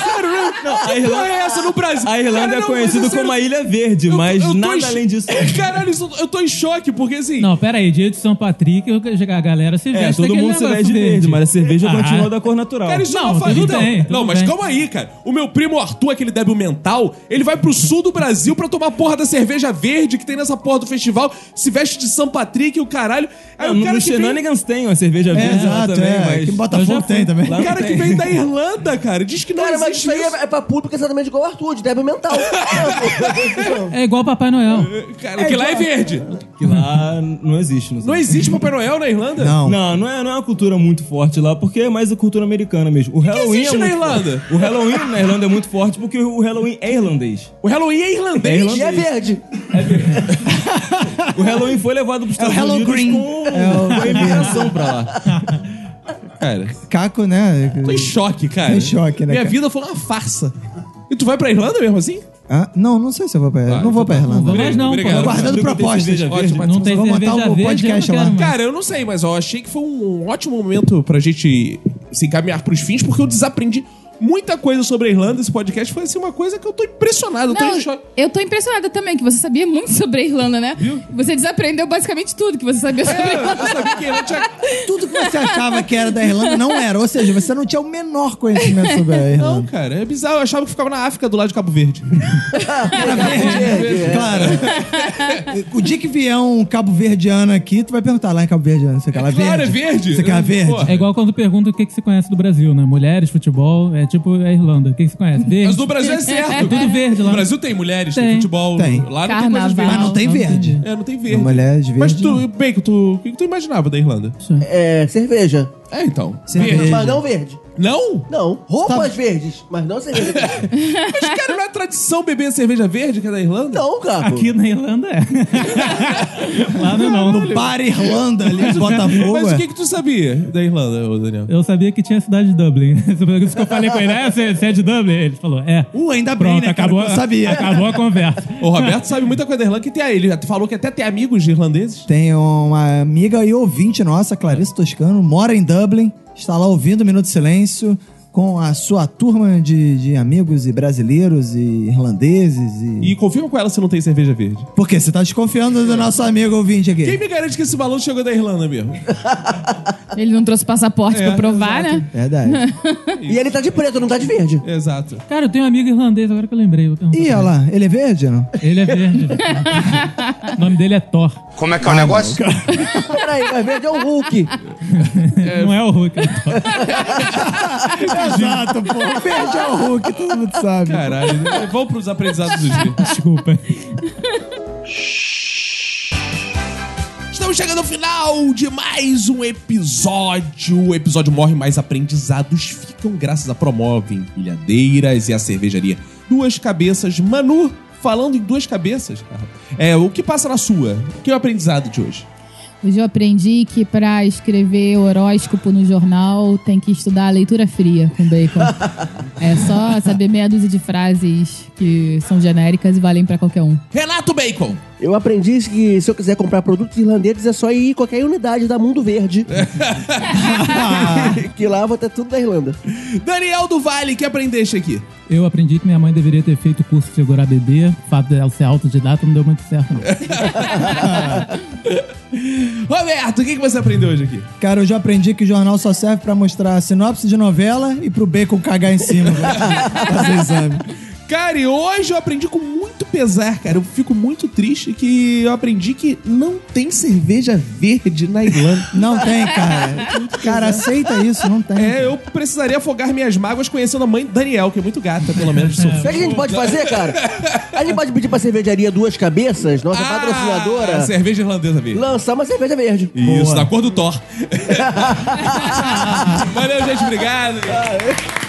sério, não.
a
Que
Irlanda-
porra é essa no Brasil?
A Irlanda
Cara,
é
não,
conhecida
mas isso
como
eu-
a Ilha Verde,
eu-
mas
eu tô
nada
em-
além disso.
Caralho, isso- eu tô em choque, porque assim...
Não, pera aí. Dia de São Patrick, eu- a galera se veste
É, todo
daquele
mundo se
negócio
veste de verde, mas a cerveja
Ah.
continua da cor natural.
Cara, isso não,
Não,
é uma fa-
tudo
Então,
bem, tudo
não, mas
bem.
calma aí, cara. O meu primo Arthur, aquele débil mental, ele vai pro sul do Brasil pra tomar a porra da cerveja verde que tem nessa porra do festival, se veste de São Patrick e o caralho. Aí
Ah,
o cara
no
que vem,
Shenanigans tem uma cerveja
É,
verde
exato,
lá também,
é.
mas...
Que Botafogo tem também.
Lá
o
não
cara que
tem.
vem da Irlanda, cara, diz que não
Cara, mas
existe
isso aí
isso.
é, é pra público exatamente igual o Arthur, de débil mental. Não,
É igual Papai Noel.
Cara, que lá é verde.
Que lá não existe.
Não existe Papai Noel na Irlanda?
Não.
Não, não é, não é uma cultura muito forte lá, porque é mais a cultura americana mesmo. O Halloween
existe
é
na
muito
Irlanda?
forte. O Halloween na Irlanda é muito forte porque o Halloween é irlandês.
O Halloween é
É
irlandês. É
irlandês.
e é verde.
O Halloween foi levado para os Estados
Hello
Unidos
Green.
com
É o-
com a imigração pra lá.
Cara,
Caco, né?
tô em choque, cara.
Tô em choque, né,
Minha
cara?
vida foi uma farsa. E tu vai pra Irlanda mesmo assim?
Ah, não, não sei se eu vou pra Irlanda.
Ah,
não vou pra Irlanda.
Não vou mais não,
Obrigado.
pô.
Guardando
Não tem
propostas.
cerveja
Ótimo,
verde?
mas
Não tem
Vamos montar
cerveja
um
verde,
podcast
eu não
lá.
quero mais.
Cara, eu não sei, mas eu achei que foi um ótimo momento pra gente se encaminhar pros fins, porque eu desaprendi muita coisa sobre a Irlanda. Esse podcast foi assim, uma coisa que eu tô impressionado. Então Eu tô
Não,
em choque.
eu tô impressionada também, que você sabia muito sobre a Irlanda, né? Você desaprendeu basicamente tudo que você sabia
é.
sobre a Irlanda.
Eu sabia que a Irlanda tinha.
Tudo que você achava que era da Irlanda não era. Ou seja, você não tinha o menor conhecimento sobre a
Não,
Irlanda.
cara, é bizarro. Eu achava que ficava na África do lado de Cabo Verde.
É. Claro. O dia que vier um cabo-verdiano aqui, tu vai perguntar lá em cabo-verdiano. Você quer lá verde?
Claro, é verde.
Você quer verde?
Porra.
É igual quando pergunta o que, que se conhece do Brasil, né? Mulheres, futebol, é tipo a Irlanda. O que, que se conhece? Verde.
Mas no Brasil é certo.
É tudo verde lá.
No Brasil tem mulheres, tem,
Tem.
futebol.
Tem.
Lá não tem coisas
Carnaval.
verdes.
Mas não tem
Não tem
verde.
É, não tem verde.
Mulheres verdes.
Mas tu, Bacon, tu, o que que tu imaginava da Irlanda?
É, cerveja.
É, então.
Cerveja.
Verde.
Mas não verde.
Não?
Não. Roupas
Tá.
verdes, mas não cerveja.
Mas, cara, não é tradição beber cerveja verde que é da Irlanda?
não, cara.
Aqui na Irlanda é. lá não, é não.
No bar Irlanda, ali em Botafogo.
Mas o
é.
que, que tu sabia da Irlanda, ô Daniel?
Eu sabia que tinha a cidade de Dublin. Isso que eu falei com ele. É, você você é de Dublin? Ele falou, é.
Uh, ainda bem,
Pronto,
né, cara,
acabou,
que eu sabia.
acabou a conversa.
O Roberto sabe muita coisa da Irlanda que tem aí. Ele já falou que até tem amigos irlandeses.
Tem uma amiga e ouvinte nossa, Clarice Toscano, mora em Dublin, está lá ouvindo Minuto de Silêncio com a sua turma de, de amigos e brasileiros e irlandeses e...
E confirma com ela se não tem cerveja verde.
Por quê? Você tá desconfiando do nosso amigo ouvinte aqui.
Quem me garante que esse maluco chegou da Irlanda mesmo?
Ele não trouxe passaporte
É,
pra provar, né?
Verdade.
E ele tá de preto, não tá de verde.
Exato.
Cara, eu tenho um amigo irlandês, agora que eu lembrei. Vou perguntar
Ih, olha lá, ele é verde, não?
pra ele. Ele é verde. o nome dele é Thor.
Como é
um
que é o negócio?
Peraí, mas verde é o Hulk.
Não é o Hulk. é o Thor.
Exato, pô. Verde é o Hulk, todo mundo sabe.
Caralho. né? Vamos pros aprendizados do dia.
Desculpa.
Estamos Estamos chegando ao final de mais um episódio. O episódio morre, mas aprendizados ficam graças a Promovem Ilhadeiras e a cervejaria Duas Cabeças. Manu, falando em duas cabeças, cara, é, o que passa na sua? O que é o aprendizado de hoje?
Hoje eu aprendi que pra escrever horóscopo no jornal tem que estudar a leitura fria com bacon. é só saber meia dúzia de frases que são genéricas e valem pra qualquer um.
Renato Bacon!
Eu aprendi que se eu quiser comprar produtos irlandeses é só ir em qualquer unidade da Mundo Verde. que lá vai ter tudo da Irlanda.
Daniel do Vale, que aprendeste aqui?
Eu aprendi que minha mãe deveria ter feito o curso de segurar bebê. O fato dela ser autodidata não deu muito certo, não.
Roberto, o que, que você aprendeu hoje aqui?
Cara, eu já aprendi que jornal só serve pra mostrar sinopse de novela e pro bacon cagar em cima. fazer exame.
Cara, e hoje eu aprendi com muito pesar, cara. Eu fico muito triste que eu aprendi que não tem cerveja verde na Irlanda.
Não tem, cara. Cara, aceita isso, não tem.
É, eu precisaria afogar minhas mágoas conhecendo a mãe do Daniel, que é muito gata, pelo menos. Sou
É
Sabe o que a gente pode fazer, cara? A gente pode pedir pra cervejaria Duas Cabeças, nossa é
Ah,
patrocinadora,
Ah, Cerveja irlandesa verde.
lançar uma cerveja é verde.
Isso, da cor do Thor. Valeu, gente. Obrigado.